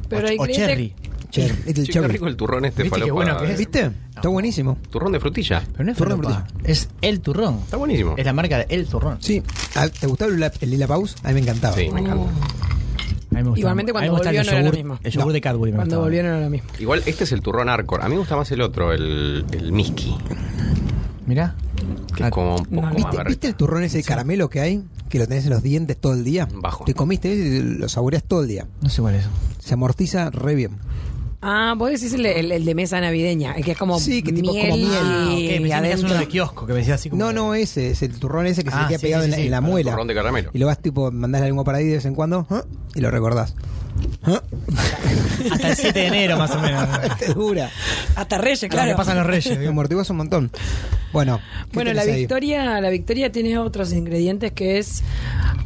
S1: Pero hay
S4: o
S1: clientes-
S4: cherry.
S2: Cher- little
S3: Che, qué
S2: Cherry.
S3: rico el turrón este
S4: ¿Viste qué
S3: falopa.
S4: bueno que es?
S2: ¿Viste? Está buenísimo.
S3: Turrón de frutilla.
S4: Pero no es
S2: Turrón de
S4: falopa, Es el turrón.
S3: Está buenísimo.
S4: Es la marca de El Turrón.
S2: Sí. Ah, ¿Te gustaba el Lila- el Lila Paus? A mí me encantaba.
S3: Sí, me encanta.
S4: A mí me gustaba-
S1: Igualmente
S4: a mí
S1: cuando
S4: me gustaba
S1: volvió
S4: el
S1: no era lo
S4: yogur-
S1: mismo.
S4: El yogur
S2: No.
S4: de Cadbury me
S1: Cuando
S4: gustaba.
S1: volvieron era lo mismo.
S3: Igual este es el turrón Arcor. A mí me gusta más el otro, el, el Miski,
S4: Mirá.
S3: que
S4: Ah,
S3: es como un poco
S1: no,
S3: más
S2: ¿Viste,
S3: verde.
S2: viste el turrón ese de caramelo que hay? Que lo tenés en los dientes todo el día.
S3: Bajo.
S2: Te comiste y lo saboreas todo el día.
S4: No sé cuál es.
S2: Se amortiza re bien.
S1: Ah, vos decís el, el- el de mesa navideña, el que es como
S2: Sí, que tipo
S1: miel,
S2: como miel.
S4: Ah,
S1: y
S4: ok, pensé que eras
S1: adentro.
S4: uno de kiosco que me decía así como.
S2: No, no, ese es el turrón ese que
S4: Ah,
S2: se queda
S4: sí,
S2: pegado
S4: sí,
S2: en la,
S4: sí,
S2: en la
S4: para el
S2: muela.
S3: turrón de caramelo.
S2: Y lo vas tipo, mandás la lengua para ahí de vez en cuando ¿ah? y lo recordás. ¿Ah?
S4: Hasta el 7 de enero, más o menos.
S2: Te dura.
S1: Hasta Reyes,
S4: A lo
S1: claro.
S4: que pasan los reyes.
S2: Me amortiguas un montón. Bueno, ¿qué
S1: Bueno, la
S2: tenés ahí?
S1: victoria, la victoria tiene otros ingredientes que es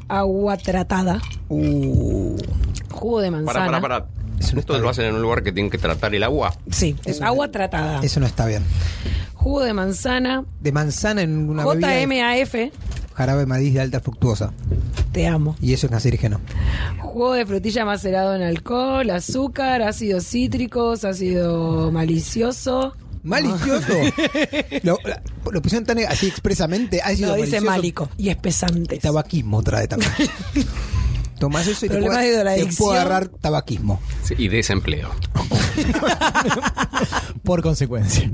S1: agua tratada,
S2: Uh,
S1: jugo de manzana.
S3: Para, para, para.
S2: Eso no
S3: Esto
S2: está
S3: lo
S2: bien.
S3: hacen en un lugar que tienen que tratar el agua.
S1: Sí,
S4: Uh.
S1: agua tratada.
S2: eso no está bien.
S1: Jugo de manzana,
S2: De manzana en una bebida de
S1: JMAF,
S2: jarabe de maíz de alta fructuosa.
S1: te amo.
S2: Y eso es cancerígeno.
S1: Jugo de frutilla macerado en alcohol, azúcar, ácidos cítricos, ácido malicioso.
S2: Malicioso. lo, la- lo pusieron tan así expresamente. ácido
S1: No, dice
S2: malicioso.
S1: málico. Y espesantes.
S2: Tabaquismo trae también. Tomás eso y te puedo,
S1: Problemas de drogadicción.
S2: te puedo agarrar tabaquismo.
S3: Sí, Y desempleo.
S4: Por consecuencia.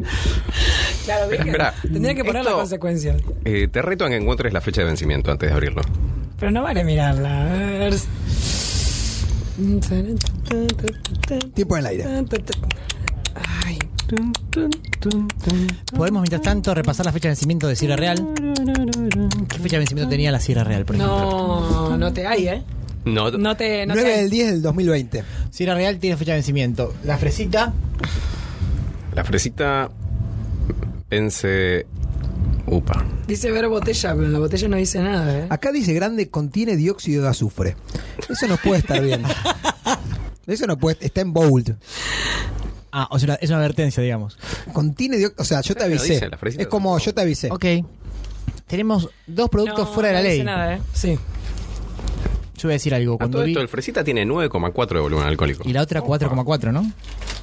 S1: Claro,
S3: Espera,
S1: ¿viste?
S3: espera.
S1: Tendría que poner
S3: Esto-
S1: las consecuencias.
S3: Eh, te reto a que encuentres la fecha de vencimiento antes de abrirlo.
S1: Pero no vale mirarla. A ver.
S2: Tiempo en el aire.
S1: Ay.
S4: Podemos, mientras tanto, repasar la fecha de vencimiento de Sierra Real. ¿Qué fecha de vencimiento tenía la Sierra Real, por ejemplo?
S1: No, no te hay, ¿eh?
S3: No,
S1: No te. No
S2: 9
S1: te hay.
S2: del 10 del 2020.
S4: Sierra Real tiene fecha de vencimiento. La fresita.
S3: La fresita vence. Upa.
S1: Dice ver botella, pero en la botella no dice nada, ¿eh?
S2: Acá dice grande contiene dióxido de azufre. Eso no puede estar bien. Eso no puede, está en bold.
S4: Ah, o sea, una- es una advertencia, digamos.
S2: Contiene dióxido, o sea, yo te
S3: Sí, lo
S2: avisé.
S3: dice, la fresita
S2: Es
S3: lo
S2: como
S3: dice.
S2: yo te avisé.
S4: Ok. Tenemos dos productos
S1: No,
S4: fuera de la
S1: no
S4: ley.
S1: dice nada, ¿eh? Sí.
S4: Yo voy a decir algo.
S3: A
S4: Cuando
S3: todo
S4: vi-
S3: esto, el fresita tiene 9,4 de volumen alcohólico.
S4: Y la otra 4,4, ¿no?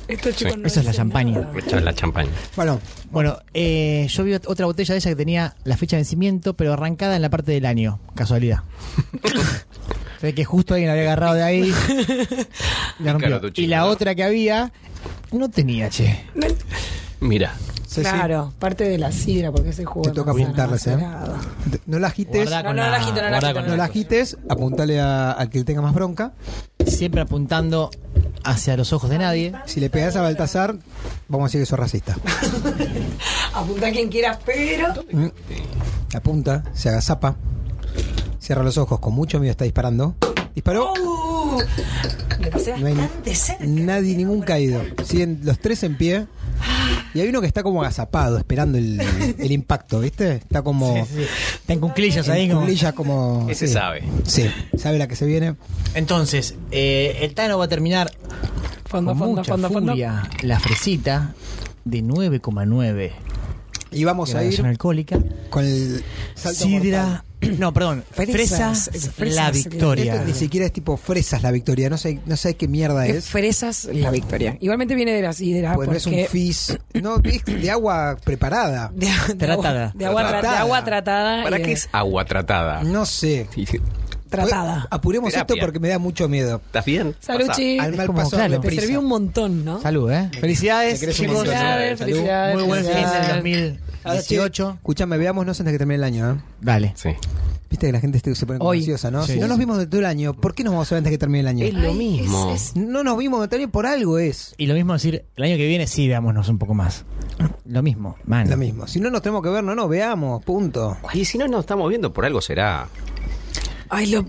S1: Esto, chicos,
S3: Sí.
S1: no
S4: Eso es la
S1: dice
S4: champaña.
S1: nada.
S3: Echa la champaña.
S2: Bueno,
S4: Bueno, eh, yo vi ot- otra botella de esa que tenía la fecha de vencimiento, pero arrancada en la parte del año. Casualidad. Sé que justo alguien la había agarrado de ahí. La rompió.
S3: Pícaro tu chico,
S4: y la
S3: ¿no?
S4: otra que había, no tenía, che.
S3: Mira.
S2: Ceci,
S1: Claro, parte de la sidra, porque ese
S2: te
S1: juego.
S2: toca apuntarlas, ¿eh? No la agites.
S4: Guardá
S1: No,
S4: con
S1: no la agito, no la
S4: guardá
S1: agito,
S4: con
S2: No la agites, apuntale a- al que tenga más bronca.
S4: Siempre apuntando hacia los ojos de nadie.
S2: Si le pegas a Baltasar, vamos a decir que sos racista.
S1: Apunta a quien quieras, pero.
S2: Apunta, se agazapa, cierra los ojos, con mucho miedo está disparando. Disparó.
S1: ¡Uh! Me pasé
S2: No hay
S1: bastante cerca.
S2: nadie, ningún caído. Siguen los tres en pie. Y hay uno que está como agazapado, esperando el, el impacto, ¿viste? Está como.
S4: Está en cunclillas ahí.
S2: en
S4: como-
S2: cuclillas, como
S3: Ese
S2: Oh, sí.
S3: sabe.
S2: Sí, sabe la que se viene.
S4: Entonces, eh, el Tano va a terminar
S1: Fondo,
S4: con
S1: fondo,
S4: mucha
S1: fondo, fondo.
S4: furia la fresita de 9,9
S2: Y vamos a
S4: graduación
S2: ir
S4: alcohólica.
S2: con el salto mortal.
S4: Sidra. No, perdón.
S1: Fresas,
S4: Fresas,
S1: fresas,
S4: la
S2: Esto
S4: victoria.
S2: ni siquiera es tipo fresas la victoria, no sé, no sé qué mierda
S1: Que
S2: es.
S1: Fresas la victoria. Igualmente viene de la sidra.
S2: Pues no es un
S1: Ah, porque-
S2: fizz, no, es de agua preparada.
S1: de, de
S4: Tratada.
S1: Agua, de, agua, tra- de
S2: Tratada.
S1: agua tratada.
S3: ¿Para
S1: Ah, y
S3: qué
S1: de-
S3: es agua tratada?
S2: No sé. Pues,
S1: Tratada.
S2: Apuremos esto
S3: Terapia.
S2: porque me da mucho miedo.
S3: ¿Estás bien?
S1: Salud,
S3: Pasá.
S1: chi.
S2: Al
S4: es
S2: mal
S4: como,
S2: paso,
S4: claro.
S2: dale
S4: Te
S1: Te
S2: prisa.
S1: serví un montón, ¿no?
S4: Salud, ¿eh?
S2: Te
S4: Felicidades,
S2: crees un
S4: chicos.
S2: montón.
S1: Felicidades,
S2: Salud.
S1: felicidades.
S4: Muy buen fin del
S1: felicidades.
S4: 2018.
S2: Escuchame, veámonos antes de que termine el año, ¿eh?
S4: Dale.
S3: Sí.
S2: Viste que la gente se pone
S1: Hoy.
S2: ansiosa, ¿no?
S4: Sí.
S2: si no nos vimos durante todo el año, ¿por qué nos vamos a ver antes de que termine el año?
S3: Es lo
S1: Ay,
S3: mismo.
S1: es- es-
S2: No nos vimos durante el año por algo es.
S4: Y lo mismo decir, el año que viene sí, veámonos un poco más. Lo mismo, man.
S2: Lo mismo. Si no nos tenemos que ver, no nos veamos, punto.
S3: Y si no nos estamos viendo, por algo será.
S1: Ay, lo,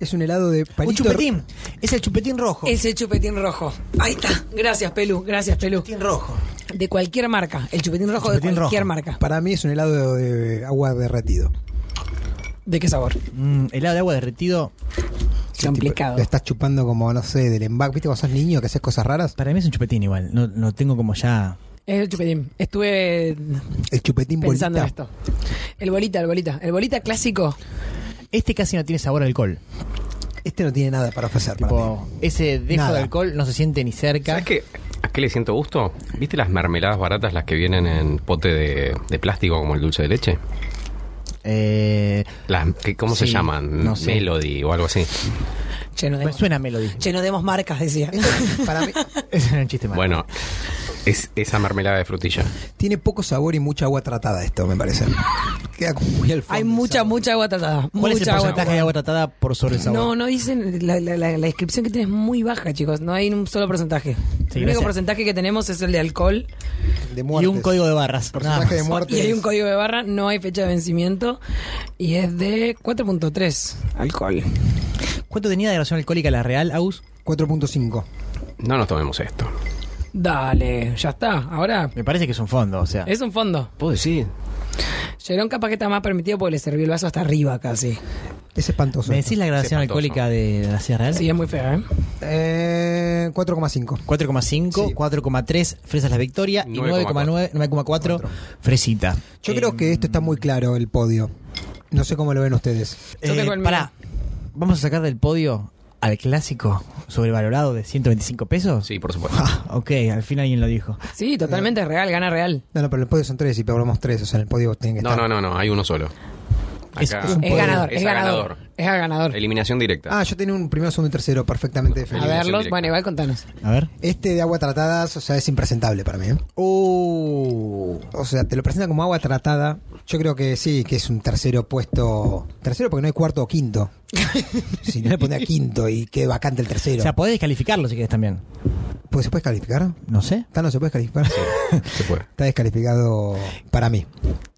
S2: Es un helado de
S4: Un
S2: palito.
S4: chupetín. Es el chupetín rojo.
S1: ese chupetín rojo. Ahí está. Gracias, Pelu. Gracias, Pelu.
S4: chupetín rojo.
S1: De cualquier marca. El chupetín rojo
S4: chupetín
S1: de cualquier
S4: rojo.
S1: marca.
S2: Para mí es un helado de agua derretido.
S1: ¿De qué sabor?
S4: Mm, helado de agua derretido.
S1: Complicado.
S2: Lo estás chupando como, no sé, del embac. ¿Viste cuando sos niño que haces cosas raras?
S4: Para mí es un chupetín igual. No, no tengo como ya.
S1: Es el chupetín. Estuve
S2: El chupetín
S1: pensando en
S2: bolita.
S1: esto. El bolita, el bolita. El bolita clásico.
S4: Este casi no tiene sabor a alcohol.
S2: Este no tiene nada para ofrecer para mí.
S4: Tipo, ese dejo
S2: Nada.
S4: de alcohol no se siente ni cerca.
S3: ¿Sabes qué? ¿A qué le siento gusto? ¿Viste las mermeladas baratas, las que vienen en pote de, de plástico como el dulce de leche?
S4: Eh,
S3: Las, que- ¿Cómo se
S4: Sí,
S3: llaman?
S4: no sé.
S3: Melody o algo así.
S1: Che, no
S4: me
S1: demos,
S4: suena Melody.
S1: che, no demos marcas, decía.
S2: Para mí
S4: Es un chiste malo.
S3: Bueno, es esa mermelada de frutilla.
S2: tiene poco sabor y mucha agua tratada esto, me parece. Queda como muy al fondo.
S1: Hay
S2: el
S1: mucha,
S2: sabor.
S1: mucha agua tratada.
S4: Ah, ¿Cuál es el
S1: mucha agua
S4: porcentaje de agua tratada por sobre el sabor?
S1: No, no dicen, la, la- la- la descripción que tiene es muy baja, chicos, no hay un solo porcentaje. el único
S4: gracias.
S1: porcentaje que tenemos es el de alcohol
S2: De
S4: y
S2: muertes.
S4: un código de barras. Nada
S2: Porcentaje de
S4: más.
S2: muertes.
S1: y hay un código de barra, no hay fecha de vencimiento y es de 4.3 alcohol.
S4: ¿Cuánto tenía de graduación alcohólica la Real, Aus?
S2: 4.5.
S3: No nos tomemos esto.
S1: Dale, ya está. Ahora
S4: Me parece que es un fondo, o sea.
S1: es un fondo.
S3: ¿Puedo decir?
S1: Llerón capaz que está más permitido porque le sirvió el vaso hasta arriba casi.
S2: Es espantoso.
S7: ¿Me decís la grabación
S3: espantoso.
S7: alcohólica de la Sierra Real?
S1: Sí, es muy feo, ¿eh?
S2: Eh, 4,5.
S4: 4,5,
S2: Sí.
S4: 4,3 fresas la victoria y
S3: 9,4.
S4: 9,9, 9,4 fresita.
S2: Yo
S4: Eh,
S2: creo que esto está muy claro, el podio. No sé cómo lo ven ustedes.
S1: Yo tengo el mío.
S4: Eh, pará, vamos a sacar del podio al clásico sobrevalorado de 125 pesos.
S3: Sí, por supuesto.
S4: Ah, ok, al fin alguien lo dijo.
S1: Sí, totalmente es real, gana real.
S2: No, no, pero el podio son tres y probamos tres. O sea, en el podio tienen que
S3: No,
S2: estar.
S3: no, no, no, hay uno solo.
S4: Es-
S3: Acá-
S4: es un
S1: Es ganador,
S3: Es
S1: es,
S3: a
S1: ganador.
S3: ganador.
S1: Es a ganador.
S3: Eliminación directa.
S2: Ah, yo tenía un primero, segundo y tercero perfectamente
S1: A
S2: definido.
S3: ver.
S1: verlos,
S3: directa.
S1: bueno, igual contanos.
S4: A ver.
S2: Este de agua tratadas, o sea, es impresentable para mí. ¿eh?
S4: Uh,
S2: O sea, te lo presenta como agua tratada. Yo creo que sí, que es un tercero puesto. Tercero porque no hay cuarto o quinto. si no le ponía quinto y quede vacante el tercero.
S4: o sea, podés descalificarlo si querés también.
S2: pues se puede calificar.
S4: No sé.
S2: Está, no se puede calificar.
S3: Se fue.
S2: Está descalificado para mí.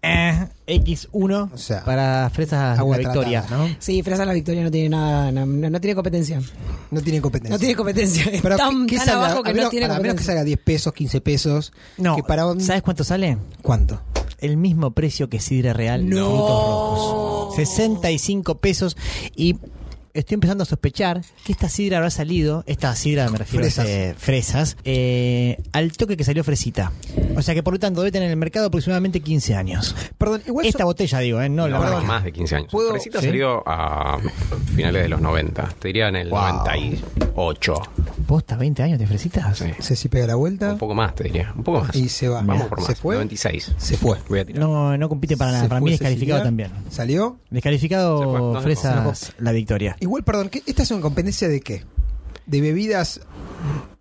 S4: Eh, X1
S2: O sea,
S4: para fresas
S2: Agua
S4: la victoria.
S2: tratada, ¿no?
S1: Sí, Fresa la Victoria no tiene nada, no, no tiene competencia.
S2: No tiene competencia.
S1: No tiene competencia. Es
S2: Pero
S1: tan,
S2: ¿qué
S1: tan
S2: salga?
S1: abajo
S2: A
S1: que
S2: menos-
S1: no tiene
S2: para- A menos que
S1: competencia.
S2: salga 10 pesos, 15 pesos.
S4: No,
S2: que para un-
S4: ¿sabes cuánto sale?
S2: ¿Cuánto?
S4: El mismo precio que Sidra Real no. Frutos Rojos. 65 pesos y estoy empezando a sospechar que esta sidra habrá salido, esta sidra me refiero
S2: Fresas.
S4: a eh, fresas, eh, al toque que salió fresita. O sea que por lo tanto debe tener en el mercado aproximadamente 15 años.
S2: Perdón, igual
S4: Esta
S2: yo-
S4: botella digo, ¿eh? No,
S3: No,
S4: la
S3: perdón,
S4: marca.
S3: más de 15 años.
S2: ¿Puedo-
S3: Fresita
S4: sí?
S3: salió a finales de los 90. Te diría en el 98.
S4: ¿Posta 20 años de fresitas?
S3: Sí.
S2: No sé si pega la vuelta
S3: Un poco más, te diría. Un poco más.
S2: y se va.
S3: Vamos por más.
S2: ¿Se fue?
S3: 96.
S2: Se fue.
S3: Voy a tirar.
S4: No, no compite Este para nada.
S2: Se
S4: Para mí
S2: fue
S4: descalificado
S2: Cecilia.
S4: también.
S2: ¿Salió?
S4: Descalificado
S3: Se fue. No,
S4: fresas
S3: no,
S4: la victoria.
S2: Igual, perdón, ¿qué- ¿esta es una competencia de qué? De bebidas,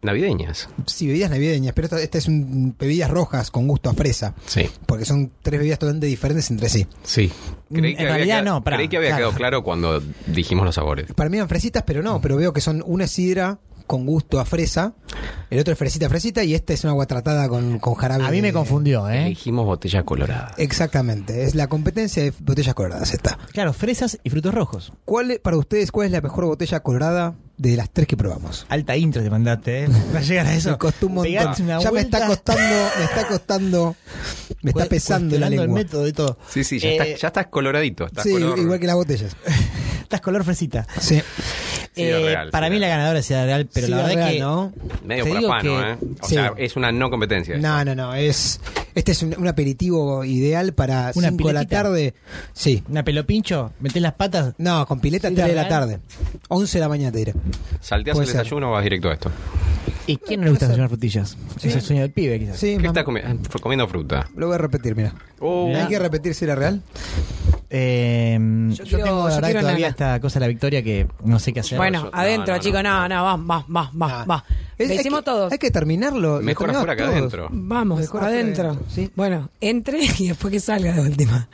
S3: Navideñas.
S2: sí, bebidas navideñas, pero esta, esta es un, bebidas rojas con gusto a fresa.
S3: Sí.
S2: Porque son tres bebidas totalmente diferentes entre sí.
S3: Sí. Creí
S4: Mm,
S3: que
S4: en
S3: había
S4: realidad
S3: quedado-
S4: no, pará,
S3: creí que había
S4: claro.
S3: quedado claro cuando dijimos los sabores.
S2: Para mí eran fresitas, pero no, pero veo que son una es sidra con gusto a fresa, el otro es fresita fresita y esta es una agua tratada con, con jarabe.
S4: A mí me
S2: de-
S4: confundió, ¿eh?
S3: Dijimos botella colorada.
S2: Exactamente, es la competencia de botellas coloradas esta.
S4: Claro, fresas y frutos rojos.
S2: ¿Cuál, es- para ustedes, cuál es la mejor botella colorada de las tres que probamos?
S4: Alta intro te mandaste, ¿eh? Para llegar a eso.
S2: Me costó un montón.
S4: Pegate una
S2: ya me
S4: vuelta,
S2: está costando, me está costando, me está
S4: cue-
S2: pesando la lengua.
S4: cuestionando el método y todo.
S3: Sí, sí, ya,
S4: Eh,
S3: estás, ya estás coloradito. Estás
S2: Sí,
S3: color-
S2: igual que las botellas.
S4: Estás color fresita.
S2: Sí.
S3: Ciudad
S4: Eh,
S3: Real,
S4: para
S3: Ciudad
S4: mí la
S3: Real.
S4: ganadora es Ciudad Real, pero
S2: Sí,
S4: la verdad
S2: real,
S4: que...
S2: ¿no?
S3: Medio
S4: Te
S3: por
S4: digo
S3: afano,
S4: que-
S3: ¿eh? O
S2: sí.
S3: sea, es una no competencia.
S2: No,
S3: esa.
S2: no, no. Es, este es un, un aperitivo ideal para
S4: Una
S2: 5 de la
S4: piletita.
S2: tarde. Sí.
S4: Una pelopincho, metés las patas.
S2: No, con pileta
S4: Sí,
S2: 3 de la
S4: real.
S2: tarde. 11 de la mañana te diré.
S3: Salteas el
S2: Puede ser.
S3: desayuno o vas directo a esto.
S4: ¿Y quién no le gusta desayunar frutillas? Es el sueño del pibe, quizás.
S2: Sí,
S3: ¿Qué
S2: mamá.
S3: estás comiendo? Ah, comiendo fruta.
S2: Lo voy a repetir, mira.
S3: Oh,
S4: Mirá.
S2: Hay que repetir si era real.
S4: Eh, yo,
S1: quiero-
S4: tengo, la
S1: yo
S4: verdad,
S1: quiero
S4: todavía
S1: nana.
S4: esta cosa de la victoria que no sé qué hacer.
S1: Bueno,
S3: yo- no,
S1: adentro,
S3: no,
S1: chicos,
S3: no,
S1: no, no, vamos, va, va, va,
S2: Ah.
S1: va.
S2: Es-
S1: Lo
S2: hay
S1: hicimos
S2: que-
S1: todos.
S2: Hay que terminarlo. lo
S3: Mejor
S2: terminamos
S3: afuera que
S2: todos.
S3: adentro.
S1: Vamos,
S2: Mejor afuera
S1: adentro.
S2: que adentro, sí.
S1: Bueno, entre y después que salga de última.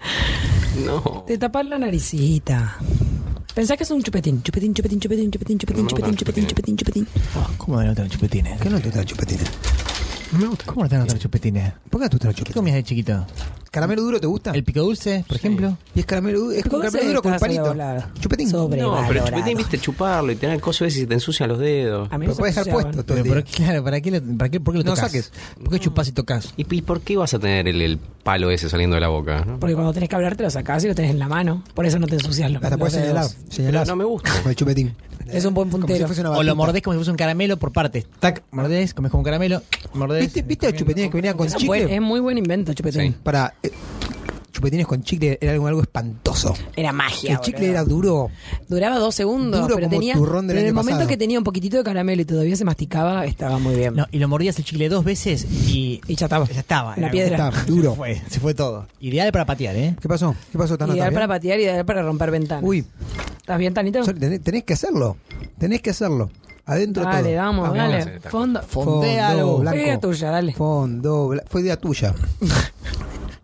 S3: no.
S1: Te tapas la naricita. Pensá que es un chupetín. Chupetín, chupetín, chupetín, chupetín, chupetín,
S3: No me gustan
S1: chupetín,
S3: los
S1: chupetín, chupetín, chupetín.
S4: Ah, ¿Cómo no tengo chupetines?
S2: ¿Qué no te gusta el chupetín?
S4: ¿Cómo no tengo chupetines?
S2: ¿Por qué no te gusta el
S4: ¿Qué
S2: chupetín?
S4: comías de chiquito?
S2: ¿Caramelo duro te gusta?
S4: ¿El pico dulce, por ejemplo?
S2: Y es caramelo, du- es con
S1: ¿Cómo
S2: caramelo
S1: se
S2: duro con
S1: está
S2: palito.
S1: sobrevalorado?
S2: Chupetín.
S1: Sobre-
S3: No, pero
S1: Valorado. Ah.
S3: chupetín, viste, chuparlo y tener el coso ese y se te ensucian los dedos.
S1: A mí
S2: Lo
S1: me
S2: puedes dejar
S1: ensuciaban.
S2: puesto todo el
S4: Pero,
S2: día.
S4: pero claro, ¿para qué lo, para qué, por qué lo
S2: No
S4: tocas?
S2: saques.
S4: ¿Por qué chupás y tocas?
S3: ¿Y, y por qué vas a tener el, el palo ese saliendo de la boca? no?
S1: Porque cuando tenés que hablar te lo sacás y lo tenés en la mano. Por eso no te ensucias los,
S2: Hasta
S1: los
S2: puedes señalar.
S1: dedos.
S2: señalás
S3: Pero no me gusta.
S2: Con el chupetín.
S1: Es un buen
S2: Como si
S1: puntero.
S2: fuese una
S4: O lo
S2: batita.
S4: mordés como si fuese un caramelo por partes. Tac, mordés, comes como un caramelo, mordés.
S2: ¿Viste, viste los chupetines que venían con
S1: Es, un buen-
S2: chicle?
S1: es muy buen invento, chupetín.
S3: Sí.
S2: Para. eh, chupetines con chicle era algo, algo espantoso.
S1: Era
S2: Que
S1: magia.
S2: el chicle
S1: boludo.
S2: era duro.
S1: Duraba dos segundos,
S2: Duro
S1: pero
S2: como
S1: tenía.
S2: turrón del
S1: pero en el
S2: año
S1: momento
S2: pasado.
S1: que tenía un poquitito de caramelo y todavía se masticaba, estaba muy bien.
S4: No, y lo mordías el chicle dos veces y.
S1: Y ya estaba.
S4: Ya estaba.
S1: Una
S4: era-
S1: piedra.
S2: Estaba duro.
S4: Se fue, se fue todo. Ideal para patear, ¿eh?
S2: ¿Qué pasó? ¿Qué pasó, Tano?
S1: ideal
S2: ¿Estás
S1: para
S2: bien?
S1: patear, ideal para romper ventanas.
S2: ¿eh? Uy,
S1: ¿Estás bien, Tanito?
S2: Sol, tenés, tenés que hacerlo. Tenés que hacerlo. Adentro
S1: Dale,
S2: todo.
S1: vamos,
S3: Vamos, vamos a hacer
S1: dale.
S3: esta
S1: Fondo.
S2: Fondo,
S4: Fondealo.
S2: blanco.
S1: Fue idea tuya, dale.
S2: Fondo, bla- fue idea tuya.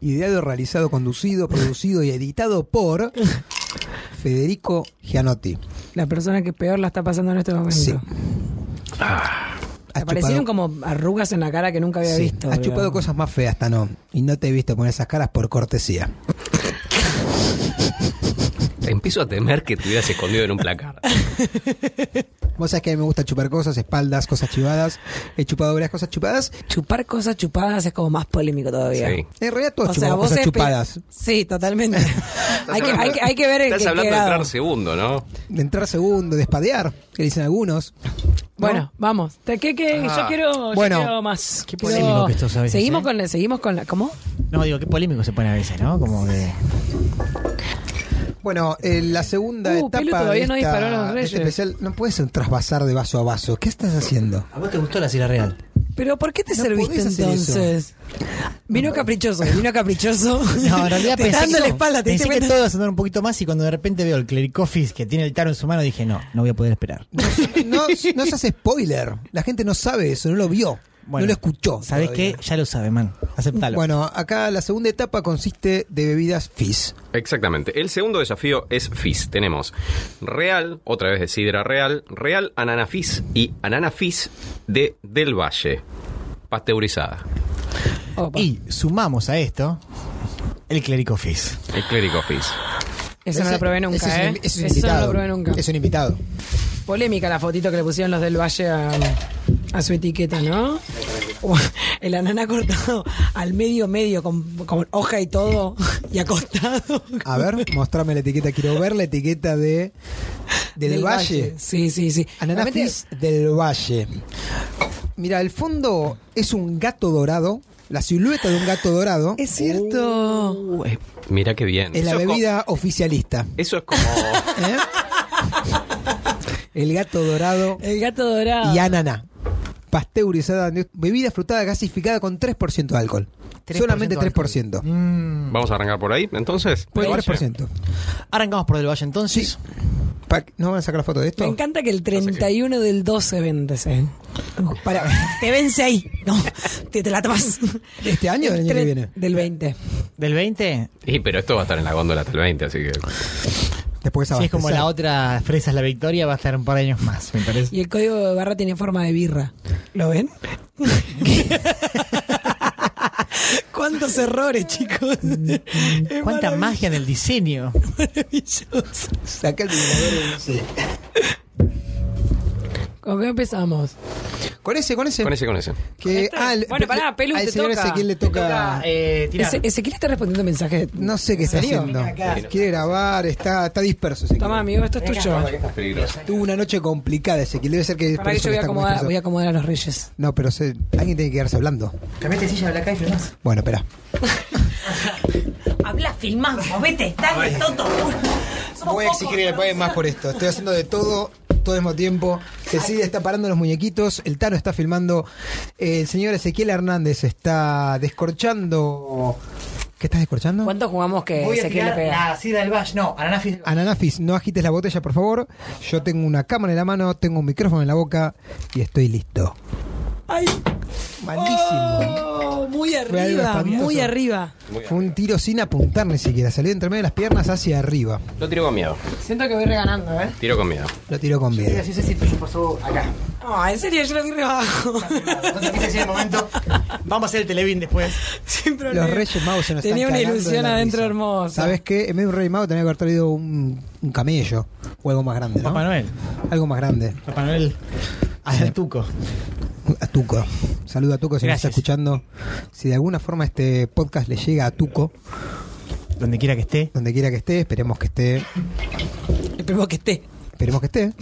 S2: Ideado, realizado, conducido, producido y editado por Federico Gianotti.
S1: La persona que peor la está pasando en este momento.
S2: Sí.
S1: Te
S2: Has
S1: aparecieron
S2: chupado-
S1: como arrugas en la cara que nunca había
S2: sí,
S1: visto.
S2: Has
S1: boludo.
S2: chupado cosas más feas, Tano. Y no te he visto poner esas caras por cortesía.
S3: Empiezo a temer que te hubieras escondido en un placar.
S2: Vos sabés que a mí me gusta chupar cosas, espaldas, cosas chupadas. He chupado varias cosas chupadas.
S1: Chupar cosas chupadas es como más polémico todavía.
S3: Sí.
S2: En realidad todos
S1: O sea,
S2: chupamos
S1: vos
S2: cosas
S1: espe-
S2: chupadas.
S1: Sí, totalmente. hay, que, hay, que, hay que ver en
S3: Estás
S1: qué
S3: hablando de
S1: grado.
S3: entrar segundo, ¿no?
S2: De entrar segundo, de espadear, que dicen algunos.
S1: Bueno, vamos. Te- ¿Qué, qué?
S3: Ah.
S1: Yo quiero, yo
S2: Bueno.
S1: quiero más.
S4: Qué
S1: Quiero-
S4: polémico que esto es a veces,
S1: Seguimos
S4: ¿eh?
S1: con la, seguimos con la. ¿Cómo?
S4: No, digo, qué polémico se pone a veces, ¿no? Como que.
S2: Bueno, eh, la segunda
S1: Uh,
S2: etapa
S1: Pelu todavía
S2: de
S1: no
S2: esta-
S1: disparó a los
S2: de este
S1: reyes.
S2: especial, no puedes trasvasar de vaso a vaso. ¿Qué estás haciendo?
S7: ¿A vos te gustó la Sierra Real?
S1: ¿Pero por qué te
S2: No
S1: serviste
S2: podés hacer
S1: entonces? Vino caprichoso, vino caprichoso.
S4: No, en realidad
S1: te está dando la espalda, te
S4: pensé
S1: diste
S4: que
S1: cuenta.
S4: todo iba a sonar un poquito más y cuando de repente veo el clericofis que tiene el taro en su mano dije, no, no voy a poder esperar.
S2: No, no se hace spoiler. La gente no sabe eso, no lo vio, no lo escuchó.
S4: ¿Sabés
S2: todavía.
S4: qué? Ya lo sabe, man. Aceptalo.
S2: Bueno, acá la segunda etapa consiste de bebidas fizz.
S3: Exactamente. El segundo desafío es FIS. Tenemos Real, otra vez de Sidra Real, Real Anana Fizz y Anana Fizz de Del Valle. Pasteurizada.
S1: Opa,
S4: y sumamos a esto el clericofis.
S3: El clérigo Fizz.
S1: eso no lo probé nunca,
S2: ese es
S1: ¿eh?
S2: un- ese es un
S1: eso no
S2: invitado.
S1: lo probé nunca.
S2: Es un invitado.
S1: Polémica la fotito que le pusieron los del Valle a, a su etiqueta, ¿no? El anana cortado al medio, medio, con, con hoja y todo, y acostado.
S2: A ver, mostrame la etiqueta. Quiero ver la etiqueta de del, Valle.
S1: Sí, sí, sí.
S2: Ananá
S1: Realmente-
S2: Fizz del Valle. Mira, el fondo es un gato dorado. La silueta de un gato dorado
S1: Es cierto.
S2: Uh.
S3: Mira Eh, qué bien.
S2: es la
S3: Eso co-
S2: bebida oficialista.
S3: Eso es como.
S2: ¿eh? El gato dorado
S1: El gato dorado.
S2: y ananá. Pasteurizada, bebida frutada gasificada con 3% de alcohol.
S4: 3%
S2: Solamente
S4: de alcohol.
S2: 3%.
S1: Mm,
S3: Vamos a arrancar por ahí, entonces.
S2: Pero
S3: Del
S2: 3%.
S4: Arrancamos por Del Valle entonces.
S2: Pa- ¿No van a sacar la foto de
S1: Me
S2: esto?
S1: encanta que el 31 del 12 vence.
S2: Oh,
S1: Para, te vence ahí. No, te, te la tomas.
S2: ¿De este año o del año que
S1: Tre-
S2: viene?
S1: Del 20.
S4: Del 20,
S3: Valle. Y pero esto va a estar en la góndola hasta el 20, así que.
S2: Después
S4: si es como
S2: abastecer.
S4: la otra Fresas la Victoria, va a estar un par de años más, me parece.
S1: Y el código de barra tiene forma de birra. ¿Lo ven? ¿Cuántos errores, chicos? Es
S4: ¿Cuánta magia en el diseño?
S1: maravilloso.
S2: Saca el vibrador, sí.
S1: ¿Con qué empezamos?
S2: Con ese, con ese.
S3: Con ese, con ese.
S2: Que,
S1: Este-
S2: ah, el-
S1: Bueno, pará, Pelu,
S2: al
S1: te
S2: señor
S1: toca.
S2: Ezequiel le
S1: Te
S2: toca.
S4: Eh, tirá.
S1: Ese, Ezequiel está respondiendo mensajes.
S2: No sé qué está
S1: serio?
S2: haciendo. Quiere grabar, está, está disperso. Ezequiel.
S1: Toma, amigo, esto es tuyo.
S3: Peligroso.
S2: Tuvo una noche complicada, Ezequiel. Debe ser que. por
S1: Para que
S2: eso
S1: yo voy a,
S2: está como
S1: acomodar,
S2: disperso.
S1: voy a acomodar a los reyes.
S2: No, pero se- alguien tiene que quedarse hablando.
S7: Cambiaste silla de la calle más.
S2: Bueno, espera.
S8: Habla, filmando, movete, dale, Toto.
S2: Voy a exigir que le paguen más por esto. Estoy haciendo de todo, todo el mismo tiempo. Cecilia está parando los muñequitos. El Tano está filmando. El señor Ezequiel Hernández está descorchando. ¿Qué estás descorchando?
S1: ¿Cuánto jugamos que
S7: Voy a
S1: Ezequiel le
S7: tirar
S1: pega?
S7: la Sierra del Valle. No, Ananafis
S4: Ah.
S7: del Valle.
S2: Ananafis, no agites la botella, por favor. Yo tengo una cámara en la mano, tengo un micrófono en la boca y estoy listo.
S1: ¡Ay!
S2: Malísimo.
S1: Oh, muy
S2: Fue algo
S1: arriba,
S2: espantoso.
S1: muy arriba.
S2: Fue un tiro sin apuntar ni siquiera. Salió entre medio de las piernas hacia arriba.
S3: Lo tiro con miedo.
S1: Siento que voy reganando, ¿eh?
S3: Tiro con miedo.
S2: Lo tiró con miedo.
S7: Así se siente, yo pasó acá.
S1: Ah, en serio, yo lo vi rebajo.
S7: No te quise decir el momento.
S4: Vamos a hacer el Televín después.
S1: Sin problema.
S2: Los Reyes Magos se nos están
S1: Tenía una
S2: cagando de
S1: ilusión
S2: la
S1: adentro
S2: risa.
S1: hermosa.
S2: ¿Sabes qué? En vez de un Rey Mago tenía que haber traído un, un camello o algo más grande, ¿no?
S4: Papá Noel.
S2: Algo más grande.
S4: Papá Noel. Al tuco.
S2: A Tuco. Saludo a Tuco si
S4: Gracias.
S2: nos está escuchando. Si de alguna forma este podcast le llega a Tuco,
S4: Donde quiera que esté.
S2: donde quiera que esté, esperemos que esté.
S1: Esperemos que esté.
S2: Esperemos que esté.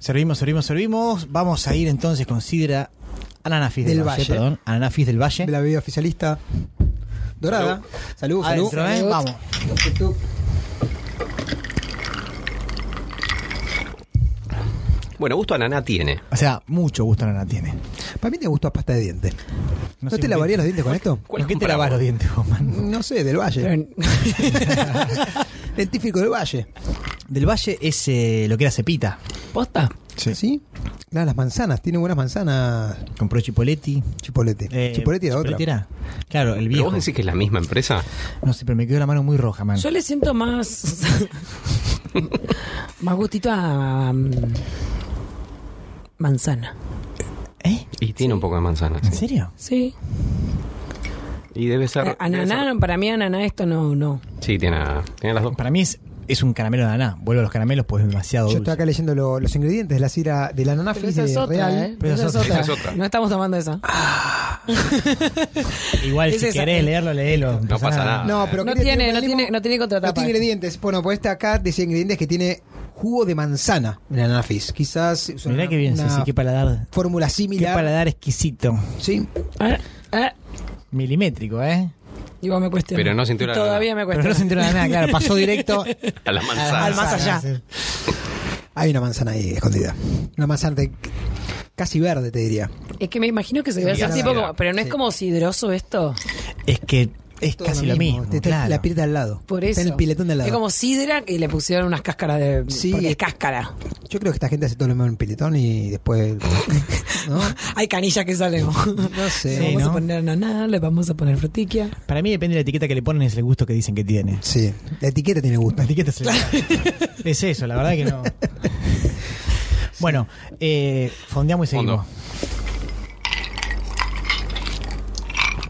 S4: Servimos, servimos, servimos. Vamos a ir entonces con Sidra Ananafis del,
S2: Del
S4: Valle.
S2: Valle.
S4: Perdón, Ananafis del Valle.
S2: de la bebida oficialista dorada. Salud, salud.
S4: Adentro, ¿eh?
S1: Salud.
S4: Vamos.
S3: Bueno, gusto a Naná tiene.
S4: O sea, mucho gusto Nana tiene.
S2: Para mí te gustó a pasta de dientes. ¿No,
S4: sé
S2: te
S4: con
S2: lavarías
S4: qué-
S2: los dientes con esto?
S3: ¿Cuál
S4: ¿Con qué te
S3: compramos?
S4: lavas los dientes, vos, man?
S2: No sé, del Valle.
S1: Pero-
S2: Dentífico del Valle.
S4: Del Valle es eh, lo que era cepita.
S1: ¿Posta?
S2: Sí. Claro, las manzanas. Tiene buenas manzanas.
S4: Compró Chipoletti.
S2: Chipolete.
S4: Eh,
S2: Chipolete era otra.
S4: Chipoletti era- Claro, el
S3: ¿Pero
S4: viejo.
S3: vos decís que es la misma empresa?
S4: No sé, pero me quedó la mano muy roja, man.
S1: Yo le siento más. más gustito a. um, manzana.
S4: ¿Eh?
S3: Y tiene un poco de manzana.
S4: ¿En
S3: sí.
S4: serio?
S1: Sí.
S3: Y debe ser.
S1: Eh,
S3: debe
S1: Ananá,
S3: ser-
S1: para mí, ananá, esto no, no.
S3: Sí, tiene, tiene las dos.
S4: Para mí es es un caramelo de ananá. Vuelvo a los caramelos, pues es demasiado
S2: Yo
S4: dulce.
S2: estoy acá leyendo lo- los ingredientes de la cira de la ananá
S1: Pero
S2: fizz
S1: esa es
S2: de
S1: otra,
S2: real.
S1: ¿eh?
S4: Pero
S1: esa es
S3: Esa
S1: otra.
S3: es otra.
S1: No estamos tomando esa.
S4: Igual,
S1: Es
S4: si
S1: esa.
S2: eh.
S4: querés leerlo, leelo.
S3: No pasa nada.
S2: No, pero
S1: No
S2: quería
S1: tiene,
S2: tirar
S1: no
S2: un
S1: tiene,
S2: limón.
S1: no tiene
S2: No
S1: contratapa.
S2: tiene ingredientes. Bueno, pues esta acá dice ingredientes que tiene jugo de manzana en la ananá fizz. Quizás es
S4: Mirá
S2: una-
S4: que bien,
S2: una
S4: Ceci, qué paladar.
S2: fórmula
S4: Qué
S2: similar.
S4: paladar exquisito.
S2: Sí.
S1: Ah, ah,
S4: Milimétrico, ¿eh?
S1: y vos me cuestionas.
S3: Pero no sintió la-
S1: Todavía me
S4: Pero no
S1: cuestionas.
S4: sintió la nada, claro. Pasó directo
S3: A la manzana.
S4: al más allá.
S2: sí. Hay una manzana ahí escondida. Una manzana de- casi verde, te diría.
S1: Es que me imagino que se debe
S3: Sí,
S1: hacer
S3: la
S1: tipo
S3: verdad.
S1: como. Pero no es
S2: Sí.
S1: como sidroso esto.
S4: Es que es
S2: Todo
S4: casi lo mismo.
S2: Te- te-
S4: claro.
S2: La piel de al lado.
S1: Por
S2: Está
S1: eso.
S2: en el piletón de al lado.
S1: Es como sidra y le pusieron unas cáscaras de.
S2: Sí.
S1: Porque es cáscara.
S2: Yo creo que esta gente hace todo lo mismo en piletón y después. ¿No?
S1: Hay canillas que salen.
S2: No sé.
S1: Le vamos
S4: ¿no?
S1: a poner ananá, le vamos a poner frutiquia.
S4: Para mí depende de la etiqueta que le ponen, es el gusto que dicen que tiene.
S2: Sí. La etiqueta tiene gusto.
S4: La etiqueta es, el- es eso, la verdad que no. Bueno, eh, fondeamos y
S3: Fondo.
S4: seguimos.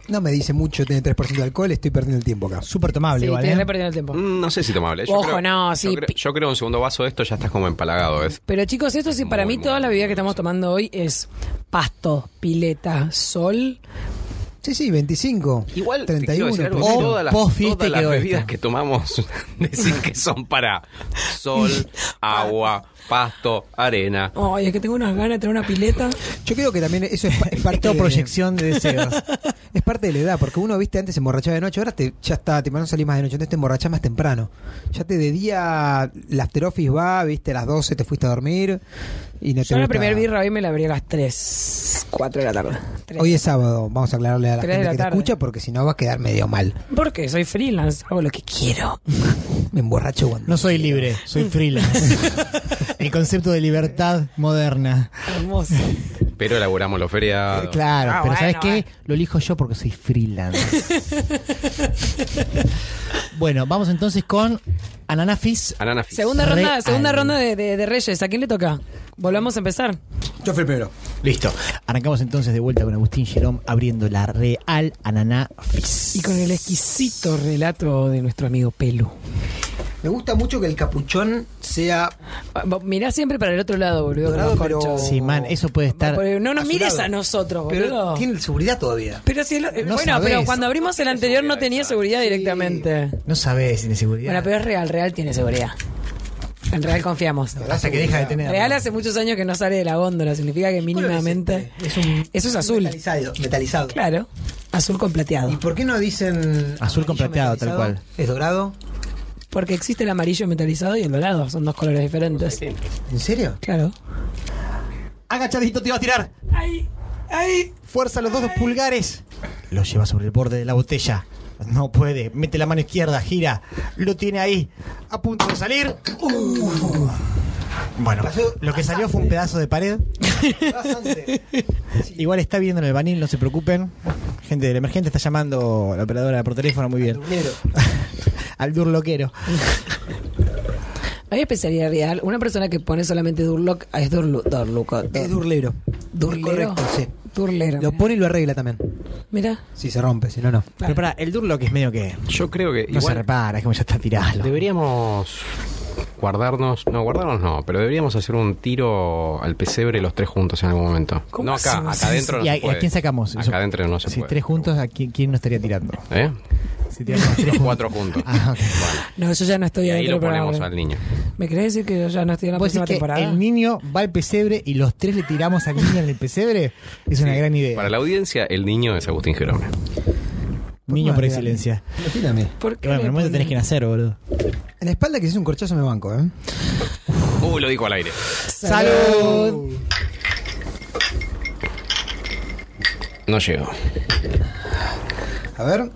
S2: No me dice mucho, tiene 3% de alcohol, estoy perdiendo el tiempo acá.
S4: Súper tomable,
S1: Sí,
S4: igual.
S1: te
S4: ¿eh?
S1: re perdiendo el tiempo.
S3: Mm, No sé si tomable. Yo
S1: Ojo,
S3: creo-
S1: no,
S3: yo
S1: sí.
S3: creo- Yo creo que un segundo vaso de esto ya estás como empalagado, ¿ves?
S1: Pero chicos, esto sí, para
S3: Muy,
S1: mí
S3: muy,
S1: toda la bebida
S3: muy
S1: que estamos tomando hoy es pasto, pileta, sol.
S2: Sí, sí, 25.
S3: Igual, te quiero
S2: 31.
S3: decir algo, Oh.
S2: por
S4: o
S2: ahí.
S3: todas las,
S4: post fiesta
S3: todas las
S4: quedó
S3: bebidas
S4: esto.
S3: que tomamos, decir que son para sol, agua, pasto, arena.
S1: Ay, es que tengo unas ganas de tener una pileta.
S2: Yo creo que también eso es pa- es parte
S4: Esto
S2: de-
S4: proyección de deseos.
S2: Es parte de la edad, porque uno, viste, antes se emborrachaba de noche, ahora te, ya está, te no salir más de noche, entonces te emborrachás más temprano. Ya te de día, la after office va, viste, a las 12 te fuiste a dormir y no te
S1: Yo la
S2: gusta-
S1: primera birra hoy me la abrí a las 3, 4 de la tarde. Tres.
S2: Hoy es sábado, vamos a aclararle a la
S1: Tres de
S2: gente
S1: la
S2: que te
S1: tarde.
S2: escucha, porque si no va a quedar medio mal.
S1: ¿Por qué? Soy freelance, hago lo que quiero.
S2: Me emborracho cuando.
S4: No soy libre, soy freelance. El concepto de libertad moderna.
S1: Hermoso.
S3: Pero elaboramos los feriados.
S4: Claro,
S1: Ah,
S4: pero
S1: bueno,
S4: ¿sabes qué?
S1: eh.
S4: Lo elijo yo porque soy freelance. bueno, vamos entonces con Ananafis.
S3: Ananá fizz.
S1: Segunda
S4: Real.
S1: ronda, segunda ronda de, de- de Reyes. ¿A quién le toca? Volvamos a empezar.
S2: Yo fui el primero.
S4: Listo. Arrancamos entonces de vuelta con Agustín Jerón abriendo la Real Ananafis.
S1: Y con el exquisito relato de nuestro amigo Pelu.
S2: Me gusta mucho que el capuchón sea
S1: Ah, vos Mirá siempre para el otro lado, boludo.
S2: dorado,
S1: con los
S2: pero.
S1: corchos.
S4: Sí, man, eso puede estar.
S1: Porque No nos
S2: azulado.
S1: mires a nosotros, boludo.
S2: Pero tiene seguridad todavía.
S1: Pero si el- eh,
S4: No
S1: bueno,
S4: sabés.
S1: pero cuando abrimos el anterior no tenía seguridad directamente.
S4: No sabes, inseguridad.
S1: Bueno, pero es real, real tiene seguridad. En real confiamos.
S4: Pasa que deja de tener.
S1: Real hace muchos años que no sale de la góndola, significa que mínimamente
S2: es este?
S1: eso es azul.
S2: Metalizado. metalizado.
S1: Claro, azul con
S2: ¿Y
S1: plateado.
S2: por qué no dicen.
S4: Azul con
S2: amarillo
S4: plateado, Ah, tal
S2: metalizado?
S4: cual.
S2: ¿Es dorado?
S1: Porque existe el amarillo metalizado y el dorado, son dos colores diferentes.
S2: ¿En serio?
S1: Claro.
S4: Agachadito te iba a tirar.
S1: Ay, ay.
S4: Fuerza los dos pulgares. Lo lleva sobre el borde de la botella. No puede. Mete la mano izquierda, gira. Lo tiene ahí. A punto de salir. Uh. Bueno, lo que salió fue un pedazo de pared.
S2: Bastante.
S4: Igual está viendo en el banil, no se preocupen. Gente del emergente está llamando la operadora por teléfono muy bien.
S2: Negro.
S4: Al durloquero.
S1: Hay especialidad real. Una persona que pone solamente Durlock ah, es Durlu, Durluco. Dur-
S2: Es durlero.
S1: Durlero.
S2: Correcto, sí.
S1: Durlero.
S2: Lo pone y lo arregla también.
S1: Mira.
S2: Si se rompe, si no, no.
S4: Pero pará, el durloque es medio que.
S3: Yo creo que
S4: No se
S3: igual
S4: repara, es como ya está tirado.
S3: deberíamos guardarnos, no, guardarnos no, pero deberíamos hacer un tiro al pesebre los tres juntos en algún momento.
S1: ¿Cómo
S3: no acá,
S1: hacemos
S3: acá adentro no
S4: ¿Y a,
S3: se puede.
S4: a quién sacamos?
S3: Acá
S4: Eso-
S3: adentro no se
S4: si
S3: puede.
S4: tres juntos, ¿a quién, quién nos estaría tirando?
S3: ¿Eh?
S4: Si tiramos tres
S3: Los
S4: juntos.
S3: cuatro juntos.
S4: Ah, ok.
S1: No, yo ya no estoy
S3: Y ahí
S1: adentro
S3: lo
S1: del programa.
S3: ponemos al niño.
S1: ¿Me querés decir que yo ya no estoy en la
S4: ¿Vos
S1: próxima
S4: decís Pues que
S1: temporada?
S4: el niño va al pesebre y los tres le tiramos al niño en el pesebre? Es una gran idea.
S3: Para la audiencia, el niño es Agustín Jerome.
S4: Niño por
S2: Madre,
S4: excelencia.
S2: Imagíname.
S1: ¿Por qué
S4: Que bueno,
S1: le
S4: en el momento tenés que nacer, boludo.
S2: En la espalda que si es un corchazo me banco, ¿eh?
S3: Uh, lo dijo al aire.
S4: ¡Salud!
S3: No llego.
S2: A ver.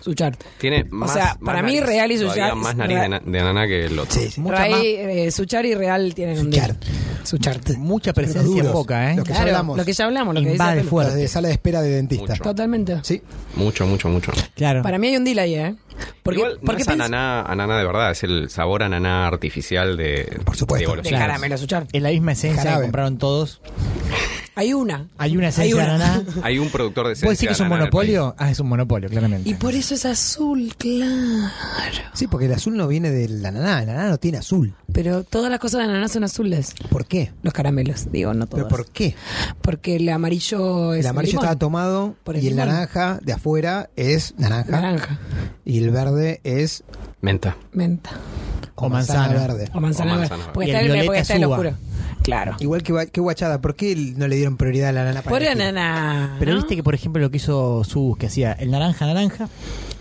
S1: Suchar.
S3: Tiene
S1: O
S3: más.
S1: sea,
S3: más
S1: para mí
S3: nariz.
S1: real y
S3: Todavía
S1: Suchar.
S3: más nariz de, na- de ananá que el otro.
S2: Sí, sí.
S4: Mucha,
S1: Ray, eh, Suchar y Real tienen un
S2: Suchar.
S1: deal. Suchar.
S4: más- mucha presencia
S2: duros,
S4: poca, ¿eh?
S2: los que ya
S1: Claro,
S2: hablamos.
S1: lo que ya hablamos, lo que dice
S4: Invade
S1: Pelu.
S4: fuerte.
S2: Los de sala de espera de dentista.
S3: Mucho.
S1: Totalmente.
S2: Sí.
S3: Mucho, mucho, mucho.
S4: Claro.
S1: Para mí hay un deal ahí, ¿eh? Porque,
S3: Igual, no
S1: porque
S3: es
S1: pens-
S3: ananá, ananá de verdad, es el sabor ananá artificial de,
S2: Por supuesto.
S3: de
S1: De
S3: golosinas.
S1: caramelo, Suchar.
S4: Es la misma esencia
S2: Jarabe.
S4: que compraron todos.
S1: Hay una.
S4: Hay una esencia de ananá.
S3: Hay un productor de
S4: ¿Vos decís que es un
S3: ananá en el país.
S4: monopolio? Ah, es un monopolio, claramente.
S1: Y por eso es azul, claro.
S2: Sí, porque el azul no viene del ananá, el ananá no tiene azul.
S1: Pero todas las cosas de ananá son azules.
S2: ¿Por qué?
S1: Los caramelos, digo, no todos.
S2: ¿Pero por qué?
S1: Porque el amarillo es
S2: El amarillo
S1: Pues, limón.
S2: estaba tomado
S1: Por el
S2: y el
S1: limón.
S2: naranja de afuera es naranja.
S1: Naranja,
S2: Y el verde es
S3: Menta.
S1: menta
S2: o,
S4: O
S2: manzana,
S4: manzana.
S2: verde.
S1: o manzana.
S3: O
S1: verde.
S3: manzana.
S1: Porque
S4: Y
S1: está
S4: el
S1: en el,
S4: violeta
S1: porque está en el
S4: suba.
S1: oscuro. Claro.
S2: Igual que, gua- que guachada, ¿por qué no le dieron prioridad al ananá? para
S1: Por
S2: elegir?
S1: ananá.
S4: Pero
S1: ¿no?
S4: viste que, por ejemplo, lo que hizo Sus, que hacía el naranja naranja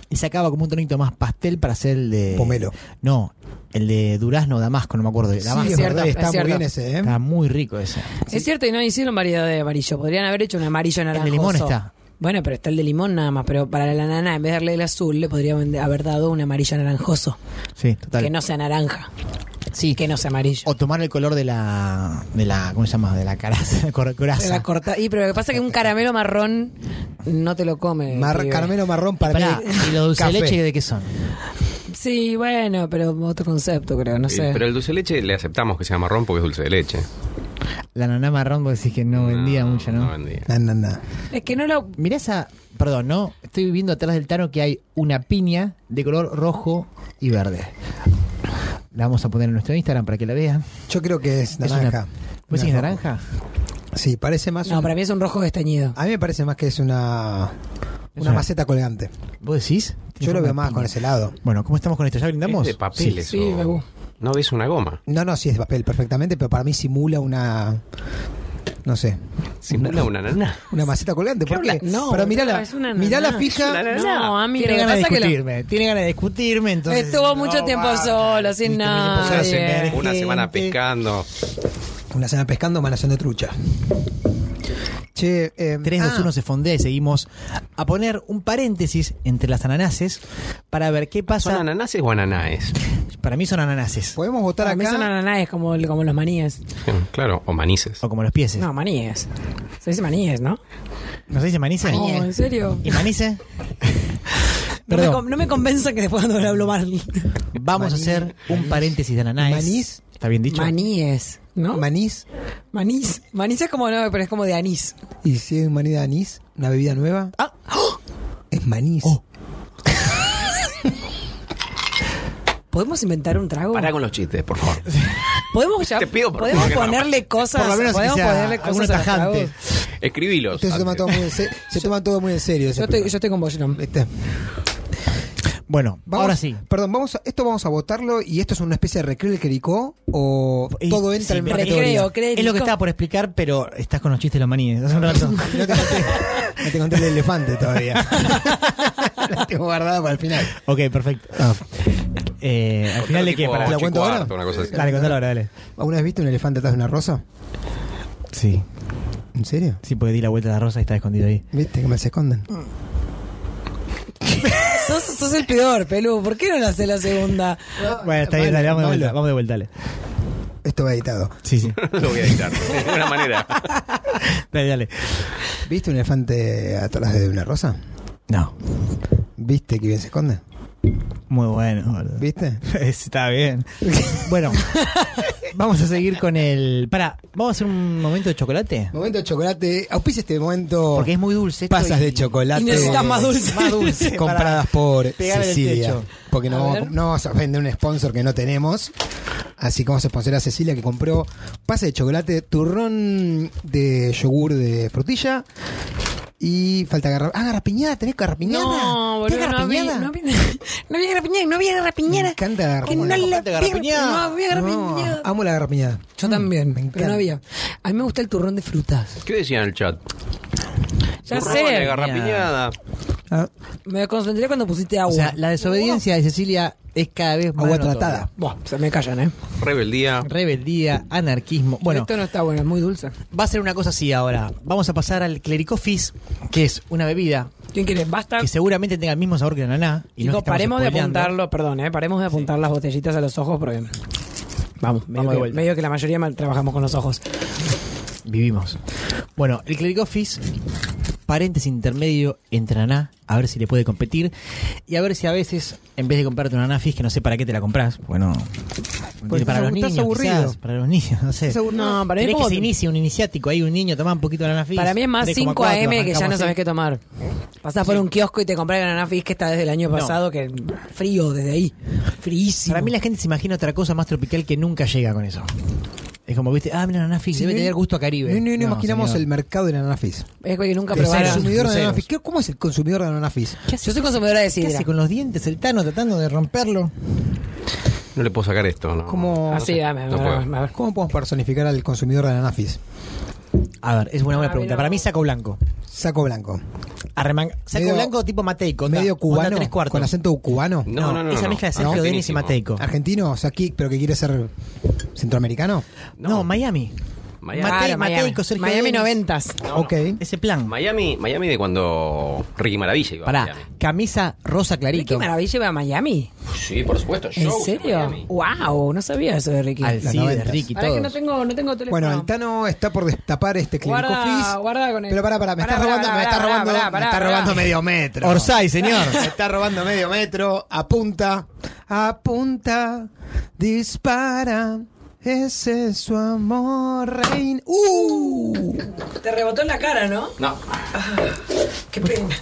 S4: y sacaba como un tonito más pastel para hacer el de.
S2: Pomelo.
S4: No, el de durazno damasco, no me acuerdo.
S2: Sí,
S4: Damasco.
S2: es
S1: cierto,
S2: verdad,
S1: es
S2: está
S1: cierto.
S2: muy bien ese, ¿eh?
S4: Está muy rico ese.
S1: Es cierto, y no hicieron variedad de amarillo. Podrían haber hecho un amarillo
S4: de
S1: naranjoso.
S4: limón está.
S1: Bueno, pero está el de limón nada más. Pero para la ananá, en vez de darle el azul, le podrían haber dado un amarillo naranjoso.
S4: Sí, total.
S1: Que no sea naranja.
S4: Sí.
S1: Que no sea amarillo.
S4: O tomar el color de la. de la ¿Cómo se llama? De la caraza. de la coraza.
S1: Te la corta. Y pero lo que pasa es que un caramelo marrón no te lo come.
S2: Mar-
S1: pibe.
S2: Carmelo marrón para
S4: Pará,
S2: mí.
S4: ¿y los dulce de
S2: café.
S4: leche de qué son?
S1: Sí, bueno, pero otro concepto creo, no
S3: Eh,
S1: sé.
S3: Pero el dulce de leche le aceptamos que sea marrón porque es dulce de leche.
S4: La naná marrón, vos decís que no vendía mucho, ¿no?
S3: No vendía.
S2: Na, na, na.
S1: Es que no lo...
S4: Mirá esa. Perdón, ¿no? Estoy viendo atrás del tano que hay una piña de color rojo y verde. La vamos a poner en nuestro Instagram para que la vean.
S2: Yo creo que es
S4: Es una-
S2: naranja.
S4: ¿Vos decís
S2: Una-
S4: naranja?
S2: Sí, parece más.
S1: No,
S2: un-
S1: para mí es un rojo desteñido.
S4: Ah,
S2: A mí me parece más que es una,
S4: Es
S2: una
S4: una-
S2: maceta colgante.
S4: ¿Vos decís?
S2: Yo lo veo más con ese lado.
S4: Bueno, ¿cómo estamos con esto? ¿Ya brindamos?
S3: Es de papeles.
S1: Sí, sí,
S3: o-
S1: Bebu.
S3: No ves una goma.
S2: No, no, sí es de papel perfectamente, pero para mí simula una. No sé.
S3: Simula una nana.
S2: Una maceta colgante. ¿Por qué?
S1: No,
S2: pero mirala,
S1: es una
S2: mirala
S1: ananá.
S2: fija.
S3: Es una
S1: No,
S3: ananá.
S1: a mí lo
S4: Tiene
S1: que
S4: ganas de
S1: pasa es que lo-
S4: discutirme. Tiene ganas de discutirme, entonces.
S1: estuvo mucho tiempo solo, sin
S4: Estuviste mucho
S3: Una,
S4: tiempo solo,
S3: pues,
S1: nadie.
S3: se- una
S4: gente.
S3: semana pescando.
S2: Una cena pescando, manación de trucha. Che, eh,
S4: 3, 2,
S2: ah,
S4: 1 se fondea y seguimos a poner un paréntesis entre las ananases para ver qué
S3: ¿Son
S4: pasa.
S3: ananases o ananáes?
S4: Para mí son ananases.
S2: Podemos votar
S1: Para mí son
S2: acá.
S1: ananáes como, como los maníes.
S3: claro, o manices.
S4: O como los pieses.
S1: No, maníes. Se dice maníes, ¿no?
S4: ¿No se dice manice?
S1: No, en serio.
S4: ¿Y manice?
S1: No me,
S4: Perdón.
S1: con- no me convence que después no lo hablo mal.
S4: Vamos a hacer un paréntesis de ananaes.
S2: Manís.
S4: ¿Está bien dicho?
S1: Maníes, ¿no?
S2: Manís.
S1: manís. Manís es como, no, pero es como de anís.
S2: ¿Y si es maní de anís? ¿Una bebida nueva?
S4: Ah.
S2: Es manís.
S4: Oh,
S1: ¿Podemos inventar un trago?
S3: Pará con los chistes, por favor.
S1: ¿Podemos, ya-
S3: Te pido por
S1: podemos
S3: favor que no.
S1: ponerle cosas,
S4: Por lo menos que
S1: podemos
S4: sea
S1: ponerle
S4: alguno
S1: cosas a los
S4: tajante.
S1: tragos.
S3: Escribilos.
S2: Ustedes Este se toman todo muy en serio. Se toman todo muy en serio. ese
S1: Yo estoy,
S2: programa.
S1: yo estoy con vos, Jerome.
S2: Este,
S4: Bueno,
S2: vamos-
S4: ahora sí.
S2: Perdón, vamos a- esto vamos a votarlo y esto es una especie de recreo del Quericó o
S4: Y-
S2: todo entra
S4: sí,
S2: en
S4: pero-
S2: la
S1: Recreo,
S2: categoría.
S1: creo.
S4: Es lo que estaba por explicar, pero estás con los chistes de los maníes hace un rato.
S2: No te, conté, no te conté el elefante todavía. La tengo guardada para el final.
S4: ok, perfecto. Eh, ¿Al final de qué? Para...
S2: Ah. ¿La cuento ahora?
S3: Una cosa así.
S4: Dale, contalo ahora, dale.
S2: ¿Alguna vez viste un elefante atrás de una rosa?
S4: Sí,
S2: ¿En serio?
S4: sí, porque di la vuelta a la rosa y está escondido ahí.
S2: ¿Viste que me se esconden?
S1: Sos, sos el peor, Pelú. ¿Por qué no lo haces la segunda?
S2: Ah,
S4: Bueno, está bien,
S2: Malo,
S4: dale, vamos de
S2: malo.
S4: vuelta, vamos de vuelta, dale.
S2: Esto va editado.
S4: Sí, sí.
S3: Lo voy a editar. De alguna manera.
S4: Dale, dale.
S2: ¿Viste un elefante atrás de una rosa?
S4: No.
S2: ¿Viste que bien se esconde?
S4: Muy bueno, boludo.
S2: ¿Viste?
S4: Está bien. Bueno, vamos a seguir con el. Pará, vamos a hacer un momento de chocolate.
S2: Momento de chocolate. Auspicia este momento.
S4: Porque es muy dulce. esto
S2: pasas
S4: y-
S2: de chocolate.
S1: Y necesitas más dulce.
S4: Más dulce.
S2: Compradas por
S4: pegar en el
S2: Cecilia.
S4: techo.
S2: Porque no
S1: A
S2: vamos, a,
S1: ver.
S2: no vamos a vender un sponsor que no tenemos. Así que vamos a sponsorar a Cecilia que compró pase de chocolate, turrón de yogur de frutilla. Y falta agarrar. Ah, garrapiñada, tenés garrapiñada.
S1: No,
S2: ¿Tenés
S1: boludo, no había,
S2: garrapiñada?
S1: no había, no había garrapiñada, no había
S2: Me
S1: garrapiñada.
S2: encanta la
S1: Que no
S2: garrapiñada.
S1: la
S4: compraste garrapiñada?
S1: pierdo, No había
S2: No,
S1: garrapiñada.
S4: Ah,
S2: amo la garrapiñada.
S1: Yo también,
S2: me
S1: pero
S2: encanta.
S1: no había. A mí me gusta el turrón de frutas.
S3: ¿Qué decía en el chat?
S1: Ya
S3: Turrones,
S1: sé.
S3: garrapiñada.
S2: Ah,
S1: Me concentré cuando pusiste agua.
S4: O sea, la desobediencia de Cecilia es cada vez más.
S2: agua
S4: notoria.
S2: tratada.
S1: Buah, se me callan, ¿eh?
S3: Rebeldía.
S4: Rebeldía, anarquismo. Bueno,
S1: Esto no está bueno, es muy dulce.
S4: va a ser una cosa así ahora. Vamos a pasar al clericofis, que es una bebida
S1: ¿Quién quiere? Basta.
S4: que seguramente tenga el mismo sabor que la naná. Y no es
S1: Chicos,
S4: que estamos
S1: paremos de
S4: spoileando.
S1: apuntarlo, perdón, ¿eh? Paremos de apuntar las botellitas a los ojos porque... Vamos, medio,
S4: Vamos de
S1: que,
S4: vuelta.
S1: medio que la mayoría mal trabajamos con los ojos.
S4: Vivimos. Bueno, el clericofis, paréntesis intermedio entre naná, a ver si le puede competir. Y a ver si a veces, en vez de comprarte una naná fis, que no sé para qué te la compras, bueno,
S1: Pues
S2: Porque
S4: para los
S2: estás
S4: niños,
S2: aburrido.
S4: quizás, para los niños, no sé.
S2: Estás aburrido.
S1: No, para mí, es
S4: ¿Querés que
S1: como-
S4: se inicie un iniciático ahí, un niño, toma un poquito de banana fizz?
S1: para mí es más 5
S4: 3,4,
S1: AM que ya no
S4: arrancamos
S1: sabes
S4: así.
S1: qué tomar. Pasás por un kiosco y te compras banana fizz que está desde el año pasado, que frío desde ahí. Fríísimo.
S4: Para mí la gente se imagina otra cosa más tropical que nunca llega con eso. Es como, viste, ah, mira, banana fizz, debe tener gusto a Caribe.
S2: No, no, no imaginamos el mercado de la nanafis.
S1: Es que nunca
S2: El
S1: probaron.
S2: consumidor de
S4: Cruceros.
S2: banana fizz. ¿Qué- ¿Cómo es el consumidor de nanafis?
S1: Yo soy consumidora de
S4: ¿Qué
S1: sidra.
S4: hace con los dientes el Tano tratando de romperlo?
S3: No le puedo sacar esto, ¿no?
S2: ¿Cómo,
S1: Así, Ah, dame,
S3: No
S1: dame,
S3: puedo.
S1: a ver.
S2: ¿Cómo podemos personificar al consumidor de nanafis?
S4: A ver, es una buena
S1: Ah,
S4: pregunta.
S1: mirá.
S4: Para mí saco blanco.
S2: Saco blanco.
S4: Arreman- Saco
S2: Medio-
S4: blanco tipo mateico. onda-
S2: medio
S4: onda
S2: cubano.
S4: tres cuartos.
S2: Con acento cubano.
S3: No, no, no, no,
S4: Esa
S3: no.
S4: mezcla de Sergio
S3: Ah,
S4: Denis y
S3: finísimo.
S4: mateico.
S2: Argentino, o sea, aquí, pero que quiere ser centroamericano.
S4: No,
S3: No.
S4: Miami.
S3: Miami.
S4: Mate-
S1: Claro, Miami,
S4: Mateico, Sergio
S1: Miami
S4: Denis.
S1: 90
S2: ok.
S4: Ese plan.
S3: Miami, Miami de cuando Ricky Maravilla iba a
S4: Pará,
S3: Miami.
S4: camisa rosa
S1: Ricky
S4: clarito.
S1: Maravilla iba a Miami.
S3: Sí, por supuesto.
S1: ¿En
S3: shows en
S1: serio?
S3: Miami.
S1: Wow, no sabía eso de Ricky.
S4: Al
S2: Los
S4: Cid,
S2: 90s.
S4: Ricky,
S1: Ahora que no
S4: todos.
S1: tengo, no tengo teléfono.
S2: Bueno, el Tano está por destapar este clínico
S1: Guarda-
S2: fizz.
S1: guarda con el-
S2: Pero pará, pará, me
S1: pará,
S2: está
S1: pará,
S2: robando, me
S1: pará,
S2: está
S1: pará,
S2: robando,
S1: pará,
S2: me
S1: pará,
S2: está robando
S1: pará.
S2: medio metro.
S4: Orsay, señor.
S2: Me está robando medio metro. Apunta. Apunta. Dispara. Ese es su amor, reina. ¡Uh!
S1: Te rebotó en la cara, ¿no? Ah,
S3: No,
S1: Qué pena.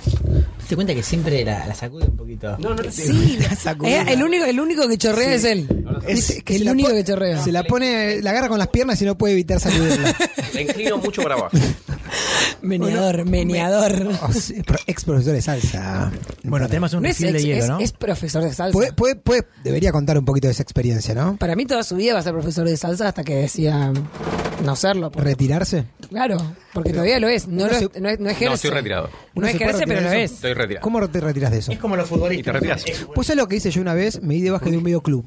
S4: ¿Te das cuenta que siempre la, la sacude un poquito?
S3: no, no. no.
S1: Sí,
S2: La sacudí.
S1: eh, el, único, el único que chorrea es él.
S2: Es,
S1: Es
S2: que se
S1: el
S2: la
S1: único
S2: pone-
S1: que chorrea.
S2: Se la pone, la agarra con las piernas y no puede evitar sacudirla.
S3: La inclino mucho para abajo.
S1: Meneador, meneador.
S2: O sea, Oh, pro- ex profesor de salsa.
S4: Bueno, tenemos un
S1: No es,
S4: perfil de
S1: ex,
S4: hielo,
S1: es-
S4: ¿no?
S1: es profesor de salsa.
S2: Puede- puede- puede- debería contar un poquito de esa experiencia, ¿no?
S1: Para mí toda su vida va a ser profesor de salsa hasta que decía no serlo. porque-
S2: Retirarse.
S1: claro, porque todavía lo es. No,
S2: Uno
S1: lo,
S2: se-
S1: no, es- no ejerce.
S3: No, estoy retirado.
S1: No
S2: Uno se puede
S1: ejerce, pero
S2: retirar
S1: lo
S2: de
S1: es.
S2: eso.
S3: Estoy retirado.
S2: ¿Cómo Eh, te retiras de eso?
S4: como los
S3: Y te
S4: futbolistas.
S3: retiras.
S2: ¿Vos sabés lo que hice yo una vez? Me di de baja de un videoclub.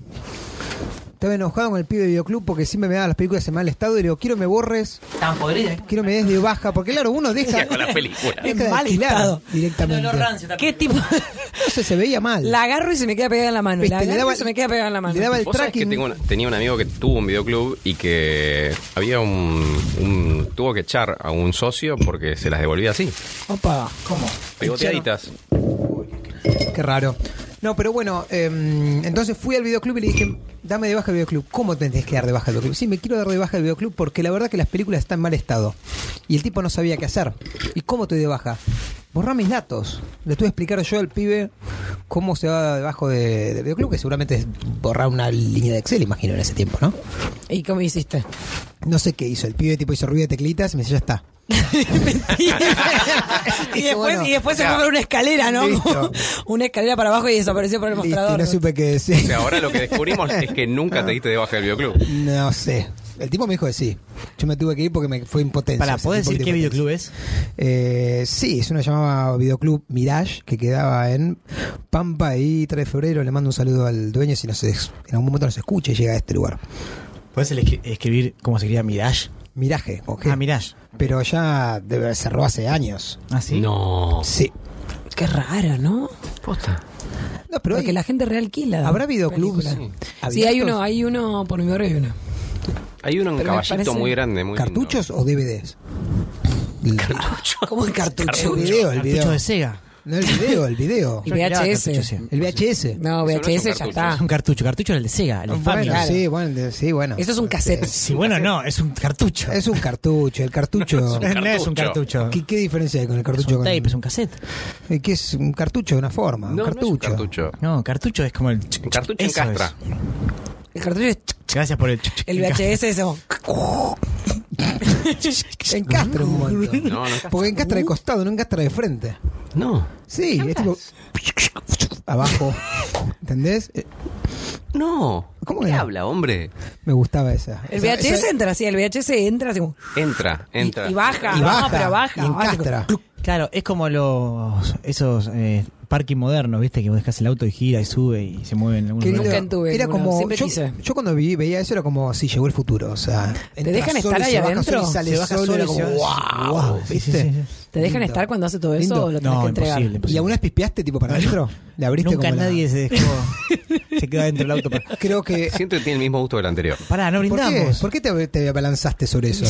S2: Estaba enojado con el pibe de videoclub porque siempre me daba las películas en mal estado y le digo, quiero me borres,
S7: Tan podrida. ¿eh?
S2: quiero me des de baja, porque claro, uno deja,
S3: Con la película.
S2: deja de
S1: mal
S2: alquilar
S1: estado.
S2: directamente.
S7: Olor rancio está
S1: ¿Qué tipo?
S2: Entonces se veía mal.
S1: la agarro y se me queda pegada en la mano.
S2: Viste,
S1: La agarro
S2: le daba-
S1: y se me queda pegada en la mano.
S2: le daba el
S3: Vos sabés que
S2: tracking.
S3: tengo una- tenía un amigo que tuvo un videoclub y que había un, un- tuvo que echar a un socio porque se las devolvía así,
S1: Opa.
S3: pegoteaditas.
S2: Qué raro. No, pero bueno, em, entonces fui al videoclub y le dije, dame de baja el videoclub. ¿Cómo te tenés que dar de baja el videoclub? Sí, me quiero dar de baja el videoclub porque la verdad que las películas están en mal estado. Y el tipo no sabía qué hacer. ¿Y cómo te doy de baja? Borrá mis datos. Le tuve que explicar yo al pibe cómo se va debajo de, del videoclub, que seguramente es borrar una línea de Excel, imagino, en ese tiempo, ¿no?
S1: ¿Y cómo hiciste?
S2: No sé qué hizo. El pibe tipo hizo ruido de teclitas y me dice, ya está.
S1: y después,
S2: Bueno,
S1: y después se fue por una escalera, ¿no?
S2: Listo.
S1: una escalera para abajo y desapareció por el
S2: Listo,
S1: mostrador.
S2: no supe qué decir.
S3: O sea, ahora lo que descubrimos es que nunca te diste de baja del videoclub.
S2: No sé. El tipo me dijo que sí. Yo me tuve que ir porque me fue impotencia.
S4: Para,
S2: Ese
S4: ¿puedes
S2: tipo
S4: decir
S2: que
S4: qué
S2: tiene
S4: videoclub es?
S2: impotencia. Eh, sí, es uno que llamaba Videoclub Mirage, que quedaba en Pampa y 3 de febrero. Le mando un saludo al dueño si nos es- en algún momento nos escucha y llega a este lugar.
S4: ¿Puedes escri- escribir cómo se escribía Mirage?
S2: Miraje, ¿ok?
S4: Ah, Mirage.
S2: Pero ya debe- cerró hace años.
S4: Ah, sí.
S3: No.
S2: Sí.
S1: Qué raro, ¿no?
S2: No, pero
S1: Porque
S2: hay-
S1: la gente realquila.
S2: ¿Habrá videoclubs?
S1: películas.
S3: Mm.
S2: abiertos?
S1: Sí, hay uno, hay uno, por mi barrio hay uno.
S3: Hay uno en
S1: Pero me
S3: caballito
S1: parece-
S3: muy grande, muy lindo.
S2: ¿Cartuchos o DVDs?
S1: ¿Cómo en cartucho?
S2: El video, el
S4: Cartucho
S2: video.
S4: de Sega.
S2: No, el video, el video.
S1: Y
S4: Yo miraba
S1: VHS.
S4: cartucho, sí.
S2: El VHS.
S3: Eso
S1: No,
S3: no es un
S1: VHS ya
S3: cartucho.
S1: está.
S4: Es un cartucho. Cartucho era el de Sega, el de
S2: Bueno,
S4: Family.
S2: sí, bueno, de- sí, bueno.
S1: Eso es un cassette.
S4: Sí, bueno, no, es un cartucho.
S2: Es un cartucho, el cartucho.
S4: No es un
S3: cartucho.
S4: cartucho.
S2: ¿Qué, qué diferencia hay con el
S4: Es
S2: cartucho?
S4: un
S2: con-
S4: tape, es un cassette.
S2: Eh, ¿Qué es un cartucho? Una forma.
S3: No,
S2: un
S3: no es un
S2: cartucho.
S3: cartucho.
S4: No, cartucho es como el.
S3: Un cartucho
S4: Eso
S3: en castra.
S4: es.
S1: El cartucho es ch-
S4: Gracias por el.
S1: el VHS es como-
S2: En Castro un montón.
S3: No, no es
S2: Porque en
S4: Uh.
S2: Castro de costado, no en Castro de frente.
S3: No.
S2: Sí, es tipo. Abajo. ¿Entendés? Eh,
S3: No.
S2: ¿Cómo
S3: ¿Cómo ¿Qué
S2: era?
S3: habla, hombre?
S2: Me gustaba esa.
S1: El
S2: Esa-
S1: VHS
S2: esa-
S1: entra así, el VHS entra así como-
S3: Entra,
S1: y,
S3: entra.
S1: y baja,
S2: y
S1: baja,
S2: baja,
S1: pero baja.
S2: y en
S1: baja,
S2: Castra.
S1: tipo,
S4: Claro, es como los. Esos eh, parking modernos, ¿viste? Que vos dejás el auto y gira y sube y se mueve en algún
S2: Qué
S4: lugar.
S2: lindo.
S1: nunca tuve
S2: era
S1: ninguno,
S2: como
S1: siempre
S2: yo,
S1: quise.
S2: yo cuando vi- veía eso era como si llegó el futuro o sea entra
S1: dejan
S2: solo
S1: estar
S2: y
S1: ahí
S2: se baja
S1: adentro?
S2: solo y sale
S4: Se baja
S2: solo,
S4: solo
S2: era
S4: y
S2: como,
S4: se va-
S2: wow,
S4: sí, sí,
S2: viste
S4: sí, sí.
S1: ¿Te dejan
S2: Lindo.
S1: estar cuando hace todo eso
S2: Lindo.
S1: o lo tenés
S4: No,
S1: que entregar?
S4: imposible.
S2: y alguna vez pispeaste tipo para adentro le abriste
S4: Nunca
S2: como la-
S4: nadie se dejó. se quedó dentro del auto. Para...
S2: creo que
S3: Siento que tiene el mismo gusto que el anterior.
S4: Pará, no
S2: ¿Por qué?
S4: brindamos.
S2: ¿Por qué te, te abalanzaste sobre eso?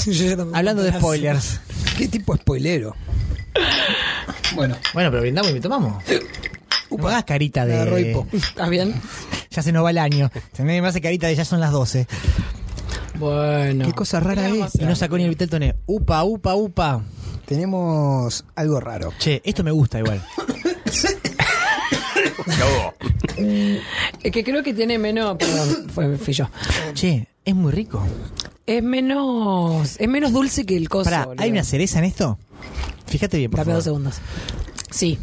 S4: Hablando de spoilers.
S2: ¿Qué tipo de spoilero? Bueno, Uh,
S4: Bueno, pero brindamos y me tomamos. No hagas carita
S2: Me agarró
S4: de.
S2: hipo.
S1: ¿Estás bien?
S4: Ya ya se nos va el año. ¿Entendés? Me hace carita de ya son las 12.
S1: Bueno.
S2: Qué cosa rara es.
S4: Y no sacó ni el Vitel Toné. Upa, upa, upa.
S2: Tenemos algo raro.
S4: Che, esto me gusta igual.
S1: Es que creo que tiene menos. Perdón, fue, fui yo.
S4: Che, es muy rico.
S1: Es menos. Es menos dulce que el coso.
S4: Pará,
S1: boludo.
S4: ¿hay una cereza en esto? Fíjate bien, por
S1: Dame dos
S4: favor.
S1: segundos. Sí.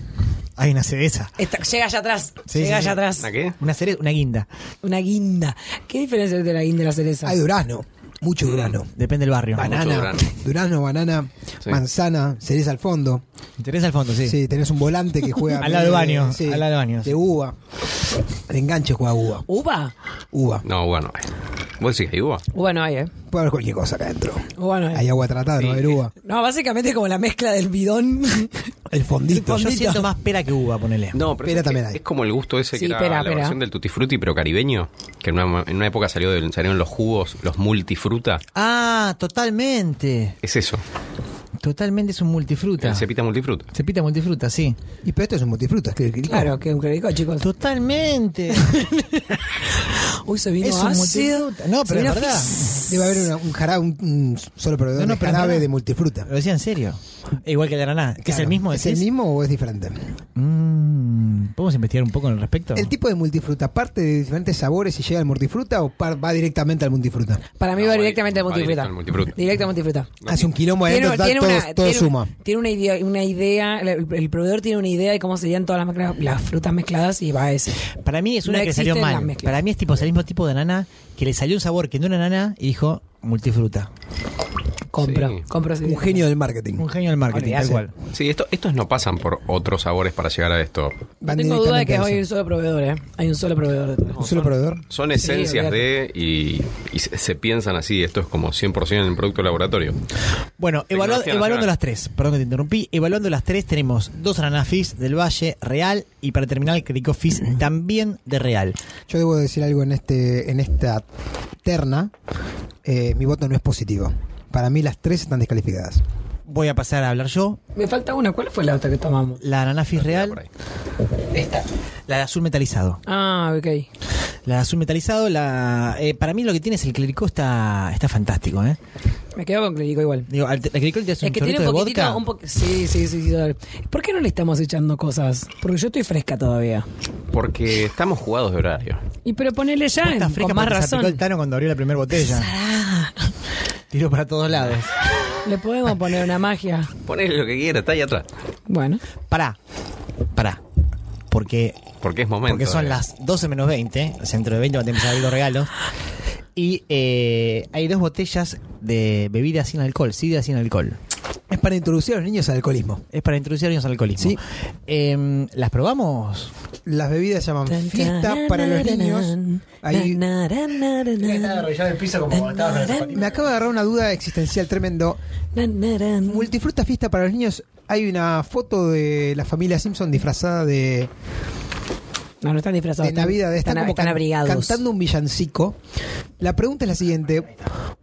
S4: Hay una cereza.
S1: Está- llega allá atrás.
S4: Sí,
S1: llega
S4: sí,
S1: allá
S4: sí.
S1: atrás.
S3: ¿A qué?
S4: Una cereza, una guinda.
S1: Una guinda. ¿Qué diferencia hay entre la guinda y la
S4: Ah.
S1: cereza?
S2: Hay durazno, mucho durazno.
S4: Depende del barrio.
S2: Banana,
S3: Mm. durazno.
S2: durazno, banana,
S3: Sí.
S2: manzana, cereza al fondo.
S4: Interesa al fondo, sí.
S2: Sí. tenés un volante que juega.
S4: Al lado del baño,
S2: Sí,
S4: al lado del baño, sí.
S2: De uva. De enganche juega uva.
S1: ¿Uva?
S2: Uva.
S3: No, bueno. ¿Vos decís que hay uva?
S1: Uva no hay, ¿eh?
S2: Puede haber cualquier cosa acá adentro.
S1: Uva no hay.
S2: Hay agua tratada, no va a haber uva.
S1: No, básicamente es como la mezcla del bidón.
S2: El fondito.
S4: Yo siento más pera que uva, ponele.
S3: No, pero
S2: Pera
S3: es, que-
S2: también hay.
S3: es como el gusto ese
S1: Sí,
S3: que era
S1: pera,
S3: la
S1: pera.
S3: versión del Tutti Frutti, pero caribeño. Que en una, en una época salió del- salieron los jugos, los multifruta.
S4: Ah, totalmente.
S3: Es eso,
S4: Totalmente es un multifruta.
S3: el cepita multifruta.
S4: Cepita multifruta, sí.
S2: Y pero esto es un multifruta, es que- que-
S1: claro, que un clérigo, chicos.
S4: Totalmente.
S1: Uy, se vino
S4: Es un
S1: ácido.
S4: multifruta. No,
S1: Se
S4: pero
S1: vino
S4: es verdad.
S1: fis-
S2: Debe haber una- un jarabe, un, un solo proveedor
S4: No, no,
S2: de
S4: pero
S2: jarabe
S4: pará.
S2: de multifruta.
S4: Lo decía en serio. Eh, igual que el ananá. ¿Que es
S2: Claro.
S4: el mismo?
S2: ¿Es el
S4: decís?
S2: mismo o es diferente?
S4: Mm, ¿Podemos investigar un poco al respecto?
S2: ¿El tipo de multifruta parte de diferentes sabores y llega al multifruta o par- va directamente al multifruta?
S1: Para mí
S3: No,
S1: va
S3: va
S1: directamente al
S3: directo
S1: multifruta.
S3: al multifruta.
S1: Directo al multifruta.
S2: Hace un quilombo adentro,
S1: Tiene,
S2: está
S1: tiene
S2: todo,
S1: una,
S2: todo
S1: tiene-
S2: suma.
S1: tiene una idea, una idea el, el proveedor tiene una idea de cómo serían todas las, mezclas- las frutas mezcladas y va a ese.
S4: Para mí es una
S1: No
S4: que le salió
S1: existen las
S4: mal.
S1: mezclas.
S4: Para mí es tipo es el mismo tipo de ananá que le salió un sabor que no era ananá y dijo multifruta.
S1: Compro,
S3: Sí.
S1: compro ese
S2: Un
S1: video.
S2: genio del marketing.
S4: Un genio del marketing,
S1: Olvidate.
S4: tal cual.
S3: Sí, esto, estos no pasan por otros sabores para llegar a esto.
S1: No
S2: Van
S1: tengo duda de
S2: directamente
S1: que
S2: a
S1: hoy hay un
S2: eso.
S1: solo proveedor, ¿eh? Hay un solo proveedor.
S2: ¿Un solo proveedor?
S3: Son esencias de y, y se, se piensan así. Esto es como 100% en el producto de laboratorio.
S4: Bueno,
S3: Tecnología
S4: evaluado-
S3: nacional.
S4: evaluando las tres, perdón que te interrumpí, evaluando las tres tenemos dos ananafis del Valle Real y para terminar el Cricofis también de Real.
S2: Yo debo decir algo en este en esta terna. Eh, mi voto no es positivo. Para mí las tres están descalificadas.
S4: Voy a pasar a hablar yo.
S1: Me falta una. ¿Cuál fue la otra que tomamos?
S4: La ananafis
S3: Por
S4: real,
S3: ahí.
S4: la de azul metalizado.
S1: Ah, ok.
S4: La de azul metalizado, la eh, para mí lo que tiene es el clericó está, está fantástico, ¿eh?
S1: Me quedo con Clérico igual.
S4: Digo, al- el clericó le hace un
S1: Es que tiene
S4: chorrito
S1: un
S4: de
S1: poquitito,
S4: vodka.
S1: un po- Sí, sí, sí, sí. dale. ¿Por qué no le estamos echando cosas? Porque yo estoy fresca todavía.
S3: Porque estamos jugados de horario.
S1: Y pero ponele ya,
S4: Está
S1: en-
S4: fresca
S1: con más
S4: porque se aplicó el
S1: razón.
S4: Tano cuando abrió la primera botella.
S1: Ah,
S4: Tiro para todos lados.
S1: le podemos poner una magia.
S3: Ponele lo que quiera, está ahí atrás.
S1: Bueno.
S4: Pará, pará. Porque
S3: Porque es momento.
S4: Porque son
S3: de-
S4: las 12 menos 20, o sea, dentro de 20 van a empezar a abrir los regalos. Y eh, hay dos botellas de bebida sin alcohol, sidra sin alcohol.
S2: Es para introducir a los niños al alcoholismo.
S4: Es para introducirnos al alcoholismo.
S2: Sí.
S4: Em, ¿Las probamos?
S2: Las bebidas se llaman fiesta para los niños. Ahí
S7: arrodillado en el piso como estaba con el zapatito.
S2: me acaba de agarrar una duda existencial tremendo. Multifruta fiesta para los niños. Hay una foto de la familia Simpson disfrazada de,
S1: No, no están disfrazados.
S2: de
S1: están-
S2: Navidad. Están,
S1: están,
S2: como
S1: están
S2: can-
S1: abrigados.
S2: cantando un villancico. La pregunta es la siguiente.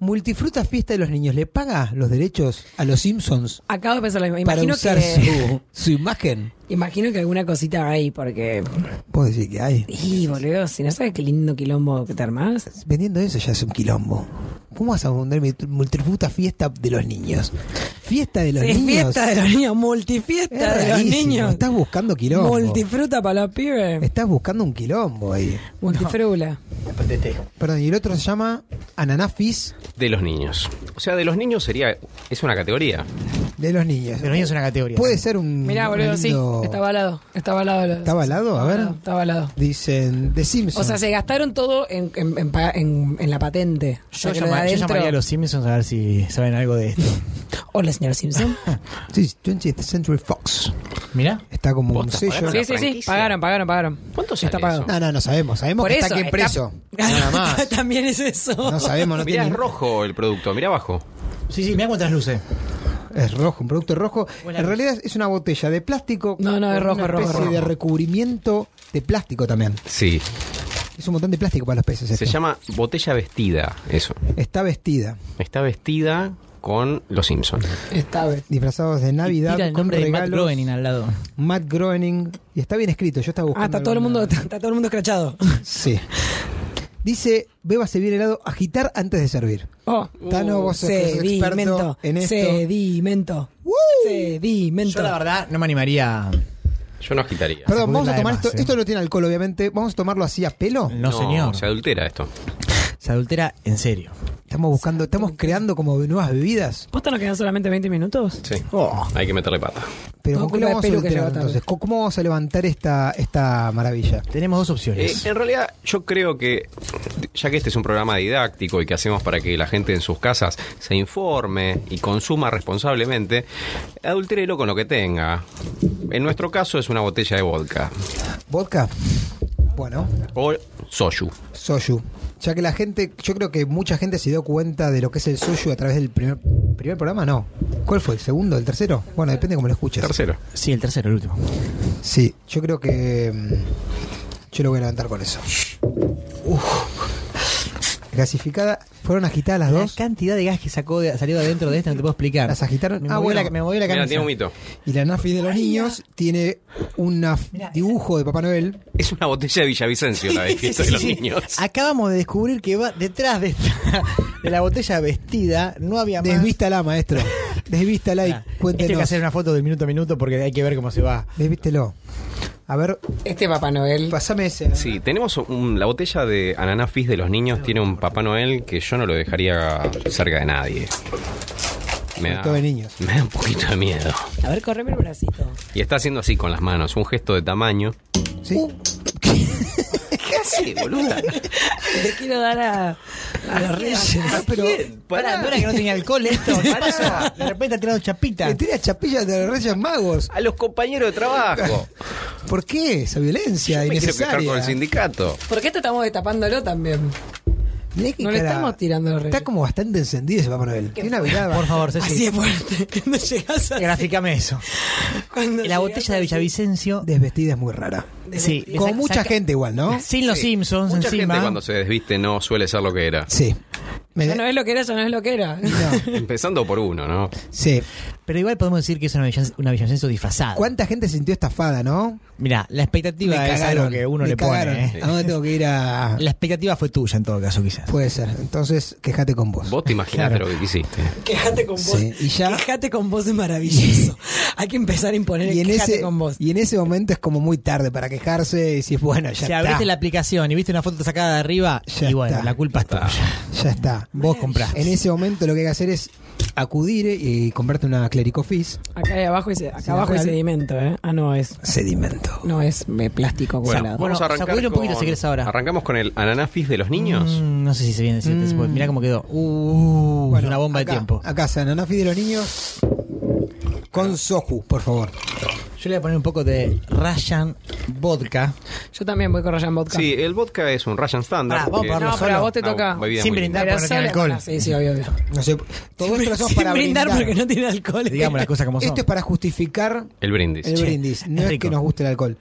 S2: ¿Multifruta fiesta de los niños le paga los derechos a los Simpsons
S1: Acabo de pensar lo mismo.
S2: para
S1: Imagino
S2: usar
S1: que,
S2: su, su imagen?
S1: imagino que alguna cosita hay, porque.
S2: Puedo decir que hay.
S1: Y boludo, si no sabes qué lindo quilombo que te armás.
S2: Vendiendo eso ya es un quilombo. ¿Cómo vas a vender mi multiputa fiesta de los niños? Fiesta de los
S1: Sí,
S2: niños.
S1: fiesta de los niños,
S2: Es
S1: multifiesta de los
S2: rarísimo,
S1: niños.
S2: Estás buscando quilombo. Eh,
S1: Multifruta para los pibes.
S2: Estás buscando un quilombo ahí.
S1: Multifrula.
S2: Perdón, y el otro se llama Ananafis
S3: De los niños. O sea, de los niños sería. Es una categoría.
S2: de los niños.
S4: Pero niños es una categoría.
S2: Puede ser un.
S1: Mirá, boludo,
S2: un
S1: sí.
S2: lindo-
S1: Está balado. Está balado. lo-
S2: ¿Está balado? A ver.
S1: Está balado.
S2: Dicen The Simpsons.
S1: O sea, se gastaron todo en, en- en pa- en- en la patente.
S4: Yo,
S1: O sea, que
S4: llama-
S1: lo de
S4: yo
S1: adentro-
S4: llamaría a los Simpsons a ver si saben algo de esto.
S1: Hola, señor Simpson.
S2: Sí, 20th Century Fox.
S4: Mirá.
S2: Está como un
S3: Posta,
S2: sello.
S3: pagamos
S1: sí,
S3: la
S1: sí, sí.
S3: franquicia.
S1: Pagaron, pagaron, pagaron.
S3: ¿Cuánto
S1: Está
S3: sale
S1: pagado.
S3: eso?
S2: No, no, no sabemos. Sabemos
S1: Por
S2: que
S1: eso.
S2: está aquí
S1: está-
S2: preso. Nada más.
S1: También es eso.
S2: No sabemos, no
S3: Mirá,
S2: tiene-
S3: es rojo el producto, mirá abajo.
S4: Sí, sí, mirá cuántas luces.
S2: Es rojo, un producto rojo. en realidad es una botella de plástico.
S1: No, no, es
S2: con
S1: rojo,
S2: una
S1: es rojo,
S2: especie
S1: rojo.
S2: de recubrimiento de plástico también.
S3: Sí,
S2: Es un montón de plástico para los peces.
S3: se
S2: esto.
S3: llama botella vestida, eso.
S2: Está vestida.
S3: Está vestida con Los Simpsons.
S1: Esta vez.
S2: Disfrazados de Navidad
S4: Tira el
S2: con
S4: nombre de Matt
S2: regalos.
S4: Groening al lado.
S2: Matt Groening. Y está bien escrito, yo estaba buscando.
S1: Ah, está todo el
S2: alguna-
S1: mundo, está, está todo el mundo escrachado.
S2: Sí. Dice, bébase bien helado, agitar antes de servir.
S1: Oh.
S2: Tano, vos sos experto
S1: sedimento,
S2: en esto.
S1: sedimento, sedimento.
S4: Yo la verdad no me animaría.
S3: Yo no agitaría.
S2: Perdón, vamos
S4: Sacudirla
S2: a
S4: de
S2: tomar
S4: más,
S2: esto.
S4: eh.
S2: Esto no tiene alcohol, obviamente. Vamos a tomarlo así a pelo.
S4: No, señor.
S3: Se adultera esto.
S4: Se adultera en serio.
S2: Estamos buscando, estamos creando como nuevas bebidas.
S1: ¿Posta nos quedan solamente 20 minutos?
S3: Sí.
S4: Oh.
S3: Hay que meterle pata.
S2: Pero
S1: Todo
S2: ¿con qué lo
S1: culpa de
S2: vamos a
S1: Pelu que
S2: adulterar,
S1: llegó tarde.
S2: entonces? ¿Cómo- ¿Cómo vamos a levantar esta, esta maravilla?
S4: Tenemos dos
S3: Eh,
S4: opciones.
S3: en realidad, yo creo que, ya que este es un programa didáctico y que hacemos para que la gente en sus casas se informe y consuma responsablemente, adultérelo con lo que tenga. En nuestro caso es una botella de vodka
S2: ¿Vodka? Bueno,
S3: o soju.
S2: soju. Ya que la gente, yo creo que mucha gente se dio cuenta de lo que es el soju a través del primer, primer programa, ¿no? ¿Cuál fue? ¿El segundo? ¿El tercero? Bueno, depende cómo lo escuches.
S3: Tercero.
S4: Sí, el tercero, el último.
S2: Sí, yo creo que. mm, Yo lo voy a levantar con eso. Uf. Gasificada, fueron agitadas las
S4: La
S2: dos.
S4: cantidad de gas que sacó de- salió de adentro de esta no te puedo explicar.
S2: Las agitaron.
S4: Me
S2: Ah,
S4: movió
S2: bueno.
S4: la- me movió la
S3: Mira,
S4: camisa.
S3: tiene un mito.
S2: Y la nafi de los niños tiene un dibujo de Papá Noel.
S3: Es una botella de Villavicencio la de fiesta
S4: Sí,
S3: de los
S4: sí, sí.
S3: niños.
S4: Acabamos de descubrir que va detrás de, esta- de la botella vestida no había más.
S2: Desvístala, maestro. Desvístala y
S4: Ah, esto hay que
S2: cuéntenos.
S4: hacer una foto del minuto a minuto porque hay que ver cómo se va.
S2: Desvístelo. A ver,
S1: Este Papá Noel.
S2: pasame ese.
S3: Sí, tenemos un- la botella de ananá fizz de los niños. Tiene un Papá Noel que yo no lo dejaría cerca de nadie. Me
S2: Sobre todo de niños.
S3: Me da un poquito de miedo.
S1: A ver, correme el bracito.
S3: Y está haciendo así con las manos, un gesto de tamaño.
S2: ¿Sí?
S3: ¿Qué hace, boluda?
S1: Le quiero dar a, a los reyes.
S2: pero
S4: Pará, ¿no era que no tenía alcohol esto? ¿Qué pasó? De repente ha tirado chapita.
S2: le tira chapillas de los Reyes Magos.
S3: A los compañeros de trabajo.
S2: ¿Por qué esa violencia
S3: Me quiero quejar con el
S2: innecesaria?
S3: sindicato.
S1: ¿Por qué te estamos destapándolo también?
S2: Mirá qué
S1: No le
S2: cara-
S1: estamos tirando los reyes.
S2: Está como bastante encendido ese Papá Noel. Tiene una mirada.
S4: Por favor,
S1: Así
S4: Ceci.
S1: de fuerte. Cuando llegas a...
S4: Graficame eso.
S1: cuando
S4: La
S1: llegas a-
S4: botella de Villavicencio.
S2: Desvestida es muy rara.
S4: Sí, le
S2: Con
S4: saca-
S2: mucha
S4: saca-
S2: gente igual, ¿no?
S4: Sin los
S3: Sí.
S4: Simpsons
S3: Mucha
S4: encima.
S3: gente cuando se desviste no suele ser lo que era.
S2: Sí. Me-
S1: Ya no es lo que era, ya no es lo que era.
S2: no.
S3: Empezando por uno, ¿no?
S2: Sí.
S4: Pero igual podemos decir que es una, villan- una Villavicencio disfrazada.
S2: ¿Cuánta gente se sintió estafada, no?
S4: Mirá, la expectativa
S2: Me
S4: es algo que uno
S2: me
S4: le
S2: cagaron. Ah.
S4: pone. ¿eh?
S2: ¿A dónde tengo que ir a...?
S4: La expectativa fue tuya en todo caso, quizás.
S2: Puede ser. Entonces, quejate con vos.
S3: Vos te imaginaste
S4: Claro.
S3: lo que quisiste.
S1: Quejate con vos.
S2: Sí, y ya-
S1: Quejate con vos es maravilloso. Hay que empezar a imponer el
S2: Y en,
S1: Eh, quejate
S2: ese,
S1: con vos.
S2: y en ese momento es como muy tarde para quejarse y decís, bueno, ya
S4: si
S2: está.
S4: abriste la aplicación y viste una foto sacada de arriba,
S2: Ya
S4: y bueno,
S2: está.
S4: la culpa es tuya.
S2: Ya está.
S4: Vos compraste.
S2: En ese momento lo que hay que hacer es acudir eh, y comprarte una clericofis.
S1: Acá hay abajo y se, acá
S2: Sí,
S1: abajo hay
S2: real.
S1: sedimento, ¿eh? Ah, no es.
S2: Sedimento.
S1: No es eh, plástico
S3: Bueno,
S1: salado.
S3: vamos a
S4: Bueno,
S3: arrancar
S4: sacudile un poquito
S3: con-
S4: si querés ahora.
S3: Arrancamos con el ananá fizz de los niños.
S4: Mm, no sé si se viene decirte. se puede- Mirá cómo quedó. Uh, es una bomba
S2: acá-
S4: de tiempo.
S2: Acá, Sananafi de los niños. Con Soju, por favor.
S4: Yo le voy a poner un poco de Ryan Vodka.
S1: Yo también voy con Rayan Vodka.
S3: Sí, el vodka es un Ryan
S4: Pará,
S3: Standard.
S4: vamos a
S3: que-
S4: probarlo
S1: No, pero a
S4: solo.
S1: vos te
S3: No,
S1: toca.
S3: bebida
S4: Sin
S3: muy
S4: brindar.
S1: Pero
S4: porque no tiene
S1: solo-
S4: alcohol.
S1: bueno, Sí, sí, obvio, obvio.
S2: No sé, todo esto lo hacemos para
S1: brindar, porque no tiene alcohol.
S4: Digamos las cosas como son.
S2: Esto es para justificar
S3: El brindis.
S2: el
S4: Che,
S2: brindis.
S4: es
S2: No es,
S4: rico.
S2: que nos guste el alcohol.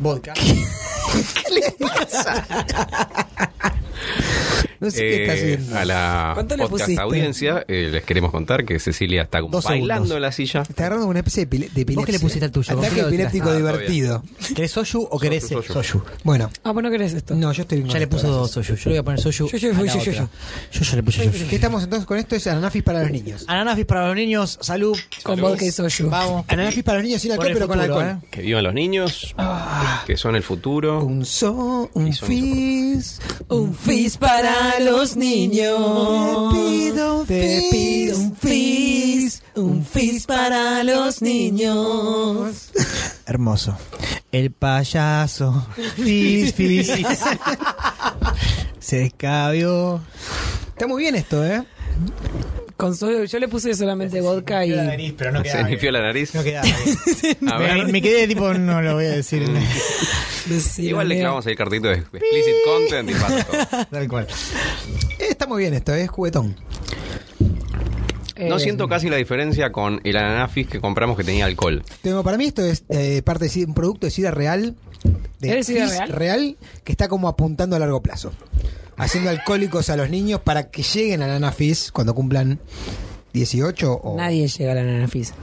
S4: vodka.
S2: No sé qué está
S3: Eh,
S2: haciendo.
S3: a la
S1: ¿Cuánto le
S3: podcast
S1: pusiste?
S3: audiencia eh, les queremos contar que Cecilia está como
S4: Dos segundos.
S3: bailando en la silla.
S2: Está agarrando una especie de, pile- de epilepsia.
S4: ¿Vos qué le pusiste al tuyo? ¿Vos qué
S2: Ataque
S4: le
S2: epiléptico
S3: tiraste? Ah,
S2: divertido.
S4: ¿Querés soju o querés
S3: Soju, soju.
S4: soju?
S2: Bueno,
S1: Ah, vos no querés esto.
S2: no, yo estoy bien con
S4: Ya le
S2: esto,
S4: puso
S2: gracias.
S4: soju. Yo le voy a poner soju.
S1: Yo, yo,
S4: a la
S1: yo, yo,
S4: otra.
S1: yo.
S4: Yo ya le puse soju.
S2: ¿Qué estamos entonces con esto? Es ananafis para los niños.
S4: Ananafis para los niños. Salud.
S1: Con
S3: Salud.
S1: vodka y soju.
S4: Vamos.
S2: Ananafis para los niños sin
S4: Por
S2: alcohol,
S4: el
S2: pero
S4: futuro, ¿eh?
S2: con alcohol.
S3: Que vivan los niños,
S4: Ah.
S3: que son el futuro.
S2: Un so, un
S3: Y son
S2: fizz.
S1: Un fizz para los niños.
S2: Te pido un
S1: Te
S2: fizz.
S1: pido un fizz. Un fizz para los niños.
S4: Hermoso. El payaso. Fis, fis, fis. Se descabió.
S2: Está muy bien esto, ¿eh?
S1: Con soju, yo le puse solamente vodka y.
S4: pero no
S3: Se limpió la nariz.
S4: No quedaba bien.
S3: A ver,
S4: Me, me quedé tipo, no lo voy a decir.
S1: Decirle-
S3: igual le clavamos ahí el cartito de explicit content y pasa
S4: Tal cual.
S2: Eh, Está muy bien esto, ¿eh? es juguetón.
S3: todo. No
S1: Eh,
S3: siento casi la diferencia con el ananafis que compramos que tenía alcohol.
S2: Tengo- para mí esto es eh, parte de si- un producto de sidra real. De
S1: ¿Eres sidra
S2: fizz
S1: real?
S2: que está como apuntando a largo plazo. Haciendo alcohólicos a los niños para que lleguen a la anafis cuando cumplan 18 o
S1: Nadie llega a la nanafis.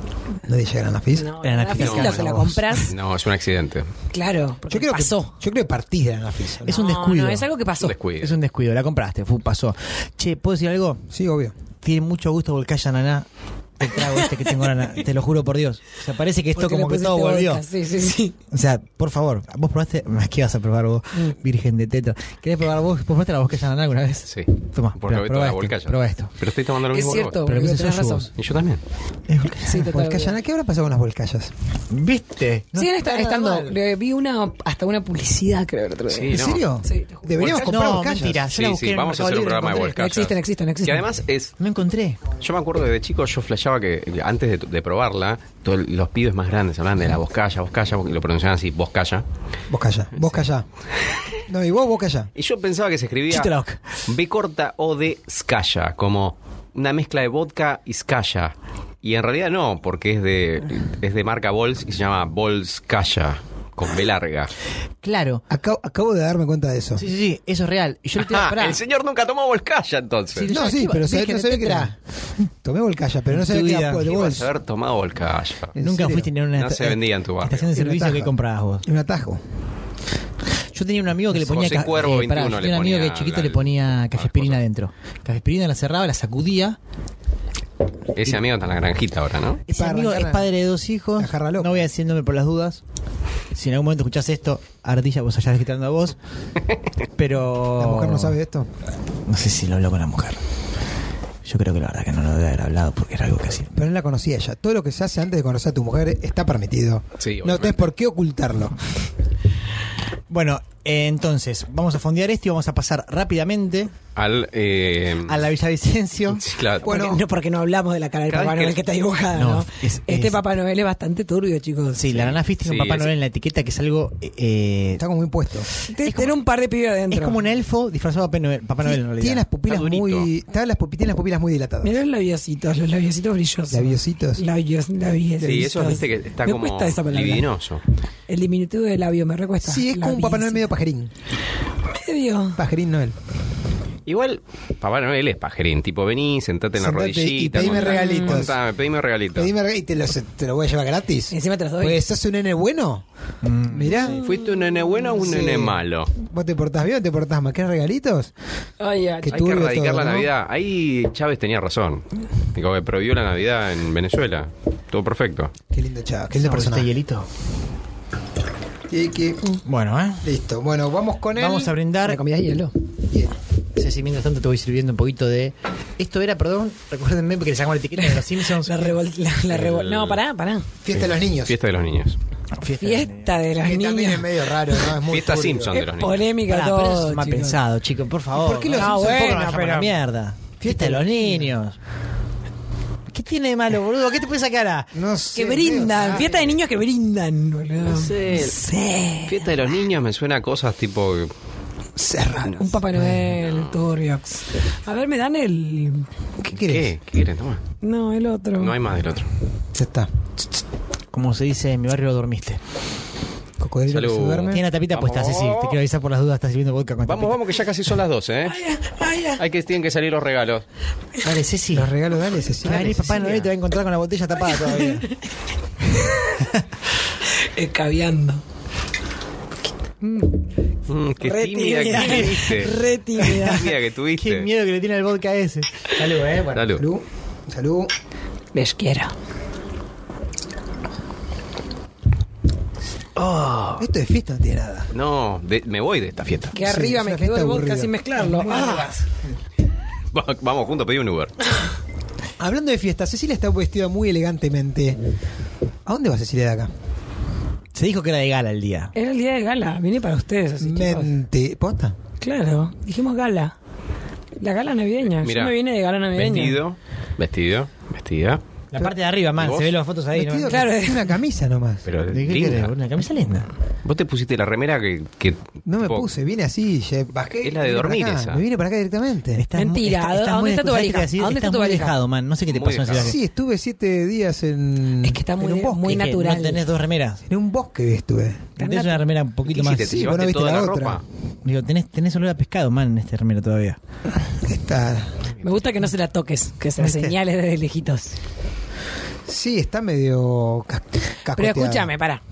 S2: nadie llega a la NAFIS?
S1: No,
S4: La
S1: la
S4: nanafis
S1: nanafis
S4: no,
S1: lo que la
S4: vos.
S1: compras,
S3: No, es un accidente.
S1: claro, porque
S2: yo creo
S1: pasó.
S2: Que, yo creo que partís de la NAFIS. ¿no?
S4: Es un
S1: No,
S4: descuido.
S1: No, es algo que pasó.
S3: Descuido.
S4: Es un descuido, la compraste, fu, pasó. Che, ¿puedo decir algo?
S2: Sí, obvio.
S4: Tiene mucho gusto porque haya naná el trago este que tengo ahora, na- te lo juro por Dios. O sea, parece que esto
S1: Porque le
S4: como que
S1: pusiste
S4: todo volvió.
S1: vodka, Sí, sí, sí.
S4: O sea, por favor, vos probaste, ¿qué vas a probar vos, virgen de tetra? ¿Querés probar vos? ¿Vos probaste la vodka naná alguna vez?
S3: Sí.
S4: Toma,
S3: Porque
S4: proba,
S3: ve toda la
S4: esto,
S3: volcaya.
S4: proba esto.
S3: Pero estoy tomando lo
S1: Es
S3: mismo que
S1: cierto,
S3: vos.
S4: Pero
S1: boludo,
S4: me
S1: tenés
S4: sos
S1: razón.
S4: vos.
S3: Y yo también.
S4: Es volcaya.
S1: Sí, total,
S2: Volcayana,
S1: boludo.
S2: ¿qué habrá pasado con las volcayas?
S4: ¿Viste? No
S1: Siguen
S4: está
S1: esta- estando.
S4: normal.
S1: le Vi una hasta una publicidad, creo, el otro día.
S3: Sí,
S2: ¿En
S3: no.
S2: serio?
S1: Sí, te juro.
S2: Deberíamos
S3: Volcayas-
S2: comprar
S4: No,
S2: volcayas.
S4: mentira. Ya
S3: Sí,
S4: la busqué
S3: sí,
S4: en
S3: vamos a
S4: Mercado
S3: hacer un
S4: Libre,
S3: programa de
S1: No
S4: encontré.
S3: volcayas.
S1: existen, existen,
S3: Que
S1: existen.
S3: además es
S4: No encontré.
S3: Yo me acuerdo desde chico, yo flasheaba que antes de, de probarla, todos los pibes más grandes hablaban de la boscaya, boscaya, porque lo pronunciaban así, boscaya.
S2: Volcaya, Volcaya. No, y vos Volcaya.
S3: Y yo pensaba que se escribía
S4: Chiste la boca.
S3: B corta o de skaya, como una mezcla de vodka y skaya. Y en realidad no, porque es de, es de marca Bols y se llama Bolskaya, con B larga.
S4: Claro.
S2: Acabo, acabo de darme cuenta de eso.
S4: Sí, sí, sí, eso es real. Y yo le tengo
S3: Ah,
S4: pará.
S3: el señor nunca tomó Bolskaya entonces.
S4: Sí,
S2: No,
S4: Ya,
S2: sí,
S4: ¿qué
S2: pero
S4: va-
S2: sabés-
S4: virgen
S2: no
S4: de
S2: sabía que
S4: tetra.
S2: era. Tomé Volcaya, pero no sabía
S4: Tu
S2: que
S4: vida.
S2: era por
S3: ¿Qué ibas
S2: bols.
S3: a haber tomado Bolskaya?
S2: ¿En
S4: Nunca
S2: serio?
S4: fuiste ni a una
S3: No se vendía en tu barrio.
S4: estación de
S2: Era
S4: servicio que
S2: taja.
S4: comprabas vos.
S2: Un atajo.
S4: Yo tenía un amigo que le
S3: José
S4: ponía ca- eh,
S3: Cuervo, 21
S4: yo
S3: le
S4: tenía un amigo
S3: ponía
S4: que chiquito
S3: la-
S4: le ponía cafespirina
S3: cosas.
S4: adentro. Cafespirina la cerraba, la sacudía. Eh,
S3: Ese amigo está en la granjita ahora, ¿no?
S4: Ese
S2: Para
S4: amigo es
S2: arrancar la-
S4: padre de dos hijos.
S2: la jarra loca.
S4: No voy a decir el nombre por las dudas. Si en algún momento escuchás esto, Ardilla, vos allá gritando a vos. Pero.
S2: La mujer no
S3: Oh.
S2: sabe esto.
S4: No sé si lo habló con la mujer. Yo creo que la verdad que no lo debe haber hablado porque era algo que así.
S2: Pero no la conocía ella. Todo lo que se hace antes de conocer a tu mujer está permitido.
S3: Sí,
S2: no
S3: obviamente.
S2: tenés por qué ocultarlo.
S4: Bueno, eh, entonces, vamos a fondear esto y vamos a pasar rápidamente
S3: Al... eh,
S4: a la Villavicencio.
S3: Sí, claro.
S1: Bueno,
S2: Bueno.
S1: no porque no hablamos de la cara del
S3: Cada
S1: Papá
S3: vez que-
S1: Noel que está dibujada,
S4: No,
S1: ¿no?
S4: es-
S1: este
S4: es-
S1: Papá Noel es bastante turbio, chicos.
S4: Sí, la nana fística
S3: Sí,
S4: con Papá
S3: es-
S4: Noel en la etiqueta, que es algo. eh,
S2: Está como impuesto.
S1: Te- Tener un par de pibes adentro.
S4: es como un elfo disfrazado de Papá Noel, Papá Noel en realidad.
S2: Tiene las pupilas
S3: Está durito.
S2: muy. está las pupi- tiene las pupilas muy dilatadas.
S1: Mirá los labiositos, los labiositos brillosos.
S2: Labiositos.
S1: Labios, labios.
S3: Sí, eso viste que está
S1: me
S3: como
S1: cuesta esa palabra.
S3: libidinoso.
S1: El diminutivo de labio me recuesta.
S2: Sí, es como un Papá Noel medio pajerín.
S1: medio.
S2: Pajerín Noel.
S3: Igual, Papá Noel es pajerín. Tipo, vení, sentate en la
S2: Sentate y
S3: rodillita.
S2: pedime
S3: contá-
S2: regalitos.
S3: contame, pedime regalitos.
S2: Pedime regalo y te, los- te lo voy a llevar gratis.
S1: Encima te los doy.
S2: Pues sos un nene bueno.
S3: Mm,
S2: Mirá.
S3: ¿Fuiste un nene bueno o un
S2: Sí.
S3: nene malo?
S2: ¿Vos te portás bien o te portás mal? ¿Qué regalitos?
S1: Ay, ay.
S2: Que
S3: Hay que
S2: turbio
S3: erradicar
S2: todo,
S3: la
S2: ¿no?
S3: Navidad. Ahí Chávez tenía razón. Digo, que prohibió la Navidad en Venezuela. Todo perfecto.
S2: Qué lindo chavo, qué lindo
S4: persona.
S2: personaje.
S4: hielito?
S3: este
S2: Y que-
S4: Bueno, ¿eh?
S2: Listo, bueno, vamos con él.
S4: Vamos a brindar.
S1: La comida de hielo.
S2: Bien.
S4: Ceci, mientras tanto te voy sirviendo un poquito de. Esto era, perdón, recuérdenme porque le sacamos la etiqueta de los Simpsons.
S1: La revol... La, la revol-
S3: El-
S1: No, pará, pará.
S2: Fiesta de los niños.
S3: Fiesta de los niños.
S4: Fiesta.
S1: Fiesta de los
S2: que también es
S1: niños.
S2: medio raro, ¿no? Es muy Eh,
S3: Fiesta
S2: turbio.
S3: Simpson de
S1: Es
S3: los niños.
S1: polémica
S4: Pará, pero eso
S1: todo.
S4: es mal
S1: chicos.
S4: pensado, chicos, por favor.
S2: por qué los
S4: no,
S1: Simpsons
S4: bueno,
S1: tampoco nos
S4: pero...
S1: llaman a
S4: mierda? Fiesta de los niños. ¿Qué tiene de malo, boludo? ¿Qué te puede sacar a.?
S2: No sé.
S1: Que brindan.
S2: medio
S1: Fiesta de niños que brindan, boludo. No
S3: sé.
S1: sé.
S3: Fiesta de los niños me suena a cosas tipo.
S2: Serrano.
S1: Un Papá Noel, Turbiox. A ver, ¿me dan el...?
S2: ¿Qué querés?
S3: ¿Qué? ¿Qué quieren? Toma.
S1: No, el otro.
S3: No hay más del otro.
S2: Ya está.
S4: Como se dice en mi barrio, dormiste.
S2: Cocodrilo que se
S3: Salud.
S4: Tiene
S2: duerme.
S4: la tapita
S3: Vamos.
S4: puesta, Ceci. Te quiero avisar por las dudas, estás sirviendo vodka con
S3: Vamos,
S4: tapita.
S3: vamos, que ya casi son las 12, ¿eh?
S1: Ay, ay, ay.
S3: Hay que, tienen que salir los regalos.
S4: Dale, Ceci.
S2: Los regalos, dale, Cecilia.
S4: Va a venir papá Noel y te va a encontrar con la botella tapada todavía.
S1: Escabeando.
S3: Mm, qué
S1: Re
S3: tímida que
S1: tímida.
S3: tuviste.
S1: Re tímida.
S3: Qué tímida que tuviste.
S4: Qué miedo que le tiene al vodka ese. Salud, eh. Bueno.
S3: Salud.
S2: Salud. Salud.
S1: Les quiero.
S3: Ah.
S2: Esto de fiesta no tiene nada.
S3: No, de- me voy de esta fiesta.
S1: Que
S2: Sí,
S1: arriba
S2: es
S1: me
S2: una
S1: quedó
S2: fiesta
S1: el vodka
S2: aburrida.
S1: sin mezclarlo. Ah,
S3: Va- Vamos juntos, pedí un Uber.
S2: Hablando de fiesta, Cecilia está vestida muy elegantemente. ¿A dónde va Cecilia de acá?
S4: Se dijo que era de gala el día.
S1: era el día de gala. Vine para ustedes así, chicos.
S2: Mente. ¿Posta?
S1: Claro. Dijimos gala. La gala navideña.
S3: Mirá,
S1: Yo me vine de gala navideña.
S3: Vestido, vestido, vestida.
S4: La parte de arriba,
S3: ¿Y
S4: man.
S3: vos?
S4: Se ven las fotos ahí. ¿no?
S2: Vestido
S1: Claro.
S2: con una camisa nomás.
S3: Pero
S4: ¿De qué
S3: linda.
S4: querés? Una camisa linda.
S3: Vos te pusiste la remera que. que
S2: No me
S3: tipo,
S2: puse, vine así, ye- bajé.
S3: Es la de
S2: vine para
S3: dormir
S2: acá,
S3: esa.
S2: Me vine para acá directamente.
S4: Estás mu-
S1: Mentira,
S4: está-
S1: ¿a
S4: estás
S1: dónde
S4: muy
S1: está tu
S4: descu- ¿sabes
S1: valija?
S4: qué te iba a decir?
S1: ¿A dónde está
S4: Estás
S1: tu
S4: muy
S1: valija?
S4: dejado, man. No sé qué te
S3: Muy
S4: pasó en ese
S3: dejado.
S4: viaje.
S2: Sí, estuve siete días en.
S1: Es que está
S2: en
S1: muy,
S2: un bosque.
S1: muy
S4: Es que
S1: natural.
S4: No tenés dos remeras.
S2: En un bosque estuve.
S4: Tenés una remera un
S3: ¿Qué
S4: poquito más.
S3: hiciste? ¿Te
S2: Sí, vos
S3: llevaste
S2: no viste
S3: toda la,
S2: la otra.
S3: ropa?
S4: Digo, tenés, tenés olor a pescado, man, en este remero todavía.
S2: Está.
S1: Me gusta que no se la toques, que se la
S2: ¿Viste?
S1: señales desde lejitos.
S2: Sí, está medio ca-
S1: Pero
S2: cacoteada.
S1: escúchame, pará.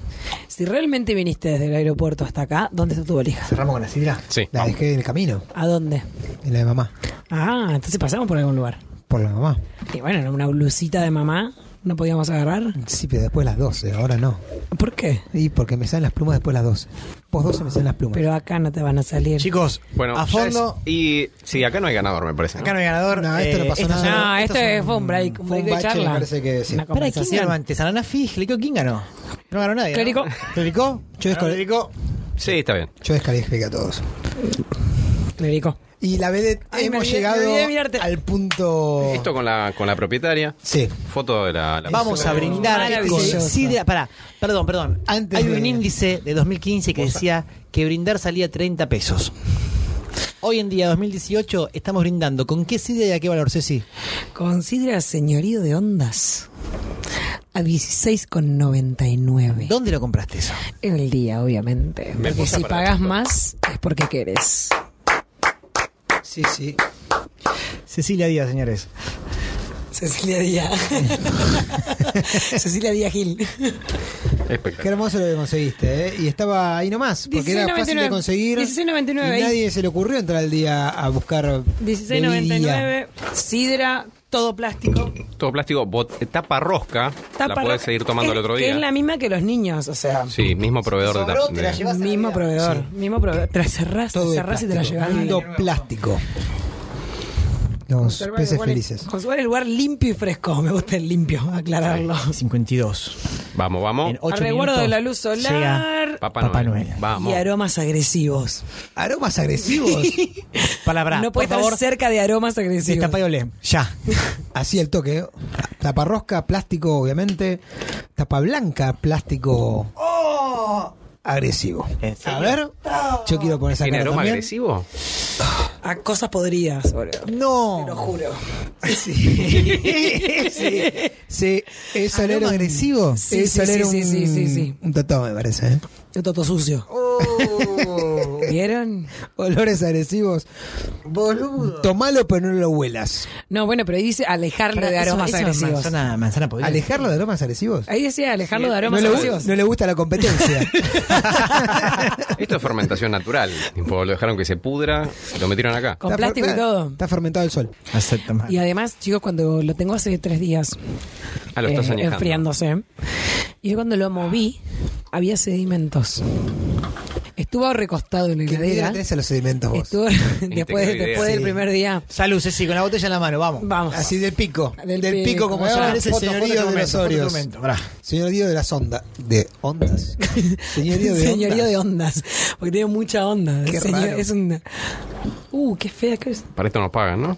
S1: Si realmente viniste desde el aeropuerto hasta acá, ¿dónde está tu valija?
S2: ¿Cerramos con la sidra?
S3: Sí,
S2: La
S3: vamos.
S2: dejé en el camino,
S1: ¿A dónde?
S2: en la de mamá.
S1: Ah, entonces pasamos por algún lugar.
S2: Por la mamá.
S1: Y bueno, una blusita de mamá no podíamos agarrar.
S2: Sí, pero después de las 12, ahora no.
S1: ¿Por qué?
S2: Y porque me salen las plumas después de las 12. Vos 12 me salen las plumas.
S1: Pero acá no te van a salir.
S4: Chicos,
S3: Bueno,
S4: a
S3: ya
S4: fondo.
S3: es- y sí, acá no hay ganador, me parece. ¿no?
S4: Acá no hay ganador. Eh,
S2: No, esto no pasó nada.
S4: es una-
S1: no,
S2: esto
S1: esto
S2: es un-
S1: fue un break, un
S2: eh, fue un
S1: break de
S2: bache,
S1: charla.
S2: me parece que sí.
S1: Una
S4: Pará, ¿quién ganó
S1: conversación.
S4: antes? ¿Ananá Fis? Le digo, ¿Quién ganó? No ganó nadie. ¿no?
S1: Clérigo.
S4: ¿Clérigo?
S2: Yo
S4: Ganó
S2: descone-
S4: Clérigo.
S3: Sí, está bien.
S2: Yo descalifiqué a todos.
S1: Clérigo.
S2: Y la vedette,
S1: Ay, me
S2: hemos
S1: olvidé-
S2: llegado
S1: me olvidé de mirarte.
S2: al punto.
S3: Esto con la, con la propietaria.
S2: Sí.
S3: Foto de la. la
S4: Vamos a brindar con
S1: Maravilloso.
S4: sidra. Pará, perdón, perdón.
S2: Antes
S4: Hay
S2: de-
S4: un índice de 2015 que decía que brindar salía 30 pesos. Hoy en día, 2018, estamos brindando. ¿Con qué sidra y a qué valor, Ceci?
S1: Considera señorío de ondas a 16,99.
S4: ¿Dónde lo compraste eso?
S1: En el día, obviamente.
S3: Me
S1: Porque
S3: puse
S1: si
S3: para
S1: pagas
S3: tanto.
S1: más, es porque querés.
S2: Sí, sí.
S4: Cecilia Díaz, señores.
S1: Cecilia Díaz. Cecilia Díaz Gil.
S2: Qué
S3: Espectacular.
S2: hermoso lo que conseguiste, ¿eh? Y estaba ahí nomás, porque era fácil de
S1: 16.99.
S2: conseguir.
S1: 16.99,
S2: Y
S1: ahí.
S2: nadie se le ocurrió entrar al día a buscar. 16.99.
S1: 16.99. Sidra, todo plástico.
S3: Todo plástico, bot- tapa rosca. la
S1: Tapa
S3: puedes
S1: roca,
S3: seguir tomando
S1: que-
S3: el otro
S1: Que
S3: día.
S1: es la misma que los niños, o sea.
S3: Sí, mismo proveedor de
S4: sobró,
S3: tapa-
S4: te la
S3: de-
S4: llevas. Vas a
S1: Mismo
S4: Navidad.
S1: proveedor, mismo proveedor. Te la cerrás, te
S2: Todo de
S1: cerrás y te la
S2: plástico.
S1: llevas.
S2: Mundo plástico. Los
S1: Conservar el
S2: peces
S1: lugar-
S2: felices.
S1: Conservar el lugar limpio y fresco. Me gusta el limpio, aclararlo.
S4: 52.
S3: Vamos, vamos.
S4: En 8
S1: A resguardo Oh, de la luz solar.
S4: Llega
S3: Papá,
S4: Papá
S3: Noel.
S4: Noel.
S3: Vamos.
S1: Y aromas agresivos.
S2: Aromas agresivos.
S4: Palabra.
S1: no
S4: por
S1: puede estar
S4: favor,
S1: cerca de aromas agresivos.
S4: destapá y olé. Ya.
S2: Así el toque. ¿eh? Taparrosca, plástico, obviamente. Tapa blanca, plástico.
S1: Oh.
S2: Agresivo.
S4: ¿En
S2: A
S4: serio?
S2: ver, yo quiero poner esa
S3: ¿Tiene
S2: cara
S3: aroma
S2: también.
S3: agresivo?
S1: A cosas podridas, boludo.
S2: No.
S1: Te lo juro.
S2: sí, sí, es oler
S4: ¿Aroma
S2: un-
S4: agresivo?
S1: Sí,
S2: es
S1: sí,
S2: oler
S1: sí,
S2: un,
S1: sí, sí, sí.
S2: un totó, me parece. ¿eh?
S1: Yo toto sucio. Uh. ¿Vieron?
S2: Olores agresivos. Tomalo, pero no lo huelas.
S1: No, bueno, pero ahí dice alejarlo
S4: Pará,
S1: de
S4: eso-
S1: aromas
S4: eso es
S1: agresivos.
S4: Manzana, manzana podrida.
S2: ¿Alejarlo de aromas agresivos?
S1: Ahí decía alejarlo de
S2: No
S1: aromas
S2: le, gu-
S1: agresivos.
S2: no le gusta la competencia.
S3: Esto es fermentación natural. Tipo, lo dejaron que se pudra, lo metieron acá.
S1: Con
S2: Está
S1: plástico y
S2: fer-
S1: todo.
S2: Está fermentado el sol.
S4: Acepta más.
S1: Y además, chicos, cuando lo tengo hace tres días
S3: Ah, lo estás
S1: eh,
S3: añejando.
S1: enfriándose, y yo cuando lo moví, había sedimentos. Estuvo recostado en la
S2: ¿Qué miedo
S1: heladera.
S2: le tenés a los sedimentos vos?
S1: Estuvo después,
S3: quedó idea.
S1: después del
S2: Sí.
S1: primer día.
S4: Salud, Ceci, con la botella en la mano, vamos.
S1: Vamos.
S2: Así del pico. Del,
S1: Del
S2: pico,
S1: pico,
S2: como
S1: ah,
S2: llaman ese
S4: foto, foto
S2: señorío
S4: en
S2: de
S4: momento,
S2: los
S4: foto en
S2: orios.
S4: momento, pará.
S2: Señorío de las ondas. ¿De ondas? Señorío de
S1: Señorío
S2: ondas.
S1: de ondas. Porque tiene mucha onda.
S2: Qué
S1: Señor-
S2: raro.
S1: Es un. Uh, qué fea que es.
S3: Para esto nos pagan, ¿no?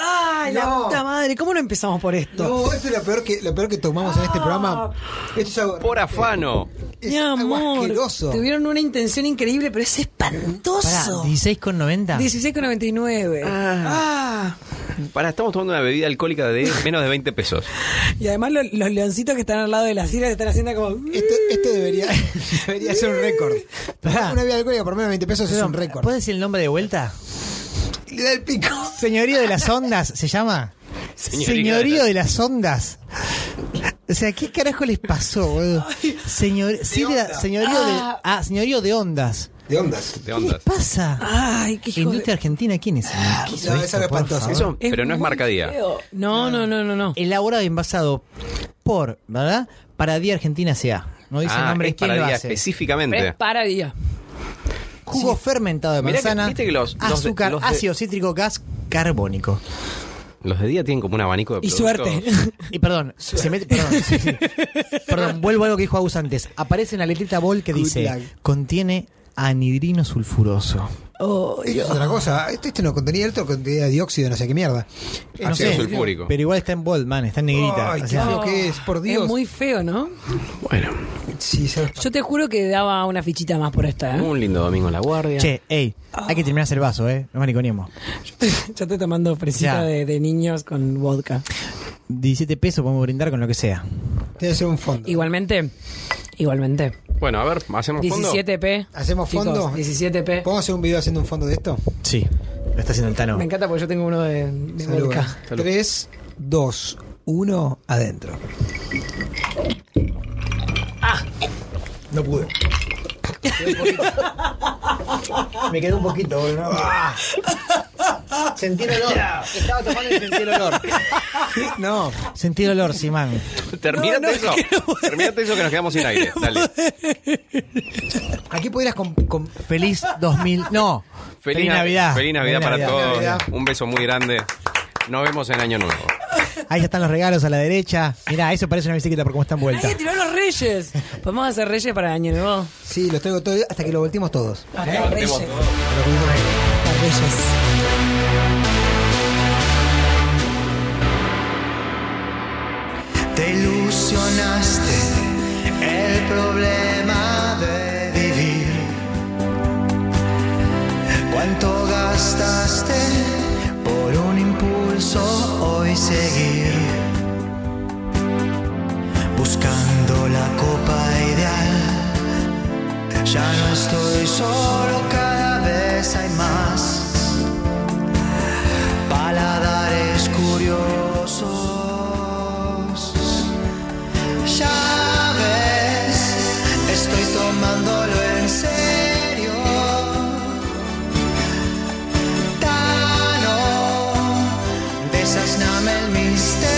S1: ¡Ay, la
S2: No.
S1: puta madre! ¿Cómo no empezamos por esto?
S2: No, esto es lo peor que, lo peor que tomamos en este programa. Esto es algo,
S3: Por afano.
S2: es
S1: Mi
S2: algo
S1: amor.
S2: asqueroso.
S1: Tuvieron una intención increíble, pero es
S4: Pará,
S1: espantoso.
S4: 16,90.
S1: 16,99. Ah.
S3: Para, estamos tomando una bebida alcohólica de menos de 20 pesos.
S1: Y además lo- los leoncitos que están al lado de las islas están haciendo como.
S2: Esto, esto Este, debería, debería ser un récord.
S4: Pará.
S2: Una vida alcohólica por menos de 20 pesos es un récord.
S4: ¿Puedes decir el nombre de vuelta?
S2: Le da el pico.
S4: Oh, Señorío de las Ondas, ¿se llama?
S3: Señorío
S4: Señorío
S3: de
S4: de las Ondas. O sea, ¿qué carajo les pasó, boludo? Señor, sí, de-
S2: onda.
S4: señorío, de, ah, señorío de Ondas.
S2: De ondas.
S3: De
S4: ¿Qué les
S3: ondas. Ah,
S4: pasa?
S1: ¡Ay, qué
S4: ¿La
S1: hijo de-
S4: industria argentina quién es? ¿Qué hizo
S2: No, es
S4: esto,
S2: algo
S4: por
S2: espantoso.
S4: favor?
S3: Eso, pero no es
S1: muy
S3: marcadía.
S1: feo. No, no, no, no, no.
S4: Elaborado y envasado por, ¿verdad? Para Día Argentina S.A. No dice el
S3: Ah,
S4: nombre
S3: es
S4: de quién
S3: para
S4: lo
S3: día
S4: hace.
S1: Pero
S3: específicamente.
S1: es para día.
S4: Jugo fermentado de
S3: Mirá que-
S4: manzana,
S3: viste que los- los de-
S4: azúcar,
S3: los de-
S4: ácido cítrico, gas carbónico.
S3: Los de día tienen como un abanico de
S1: Y
S3: productos.
S1: suerte.
S4: Y perdón, se mete, perdón, sí, sí. Perdón, vuelvo a algo que dijo Agus antes. Aparece en la letrita Bol que
S2: Good
S4: dice,
S2: luck.
S4: contiene anidrino sulfuroso.
S3: Ah,
S1: Oh,
S2: Esto es otra cosa. Esto, esto no contenía esto, contenía dióxido, no sé qué mierda. Eh,
S4: No
S3: Ácido
S4: sé,
S3: sulfúrico.
S4: Pero igual está en Bol, man, está en negrita.
S2: Ay,
S4: O
S2: qué
S4: sea,
S2: feo que es, por Dios.
S1: Es muy feo, ¿no?
S3: Bueno,
S2: Sí, es algo
S1: Yo te juro que daba una fichita más por esta, ¿eh?
S3: un lindo domingo en la guardia.
S4: Che, ey, hay que terminar el vaso, eh. No mariconeemos.
S1: Ya estoy tomando
S4: Ya.
S1: fresita de, de niños con vodka.
S4: 17 pesos podemos brindar con lo que sea.
S2: Tiene que ser un fondo.
S1: Igualmente, Igualmente.
S3: Bueno, a ver, hacemos fondo.
S1: 17p.
S2: ¿Hacemos
S1: Chicos,
S2: fondo?
S1: 17p.
S2: ¿Podemos hacer un video haciendo un fondo de esto?
S4: Sí, lo está haciendo el Tano.
S1: Me encanta porque yo tengo uno de, de
S2: Salud.
S1: América.
S2: 3, 2, 1, adentro.
S7: No pude. Me quedé un poquito, boludo. ¿no? Ah. Sentí el olor. Estaba tomando y sentí el olor.
S2: No,
S4: Sentí dolor, sí, mami.
S3: Terminate eso. Terminate eso que nos quedamos sin aire. Dale.
S2: aquí podrías com- com-
S4: Feliz 2000. No. Feliz,
S3: Nav-
S4: Navidad.
S3: Feliz Navidad para todos.
S2: Navidad.
S3: Un beso muy grande. Nos vemos en Año Nuevo.
S4: Ahí ya están los regalos a la derecha. Mirá, eso parece una bicicleta por cómo está envuelta.
S1: ¡Ahí tiró los reyes! ¿Podemos hacer reyes para año nuevo?
S2: Sí, los traigo todo hasta que lo volteemos todos.
S1: Hasta los reyes.
S2: Los reyes.
S5: Te ilusionaste el problema de vivir. Cuánto gastaste por un impulso hoy seguir. Buscando la copa ideal. Ya no estoy solo, cada vez hay más. Paladares curiosos. Ya ves, estoy tomándolo en serio. Tano, desasname el misterio.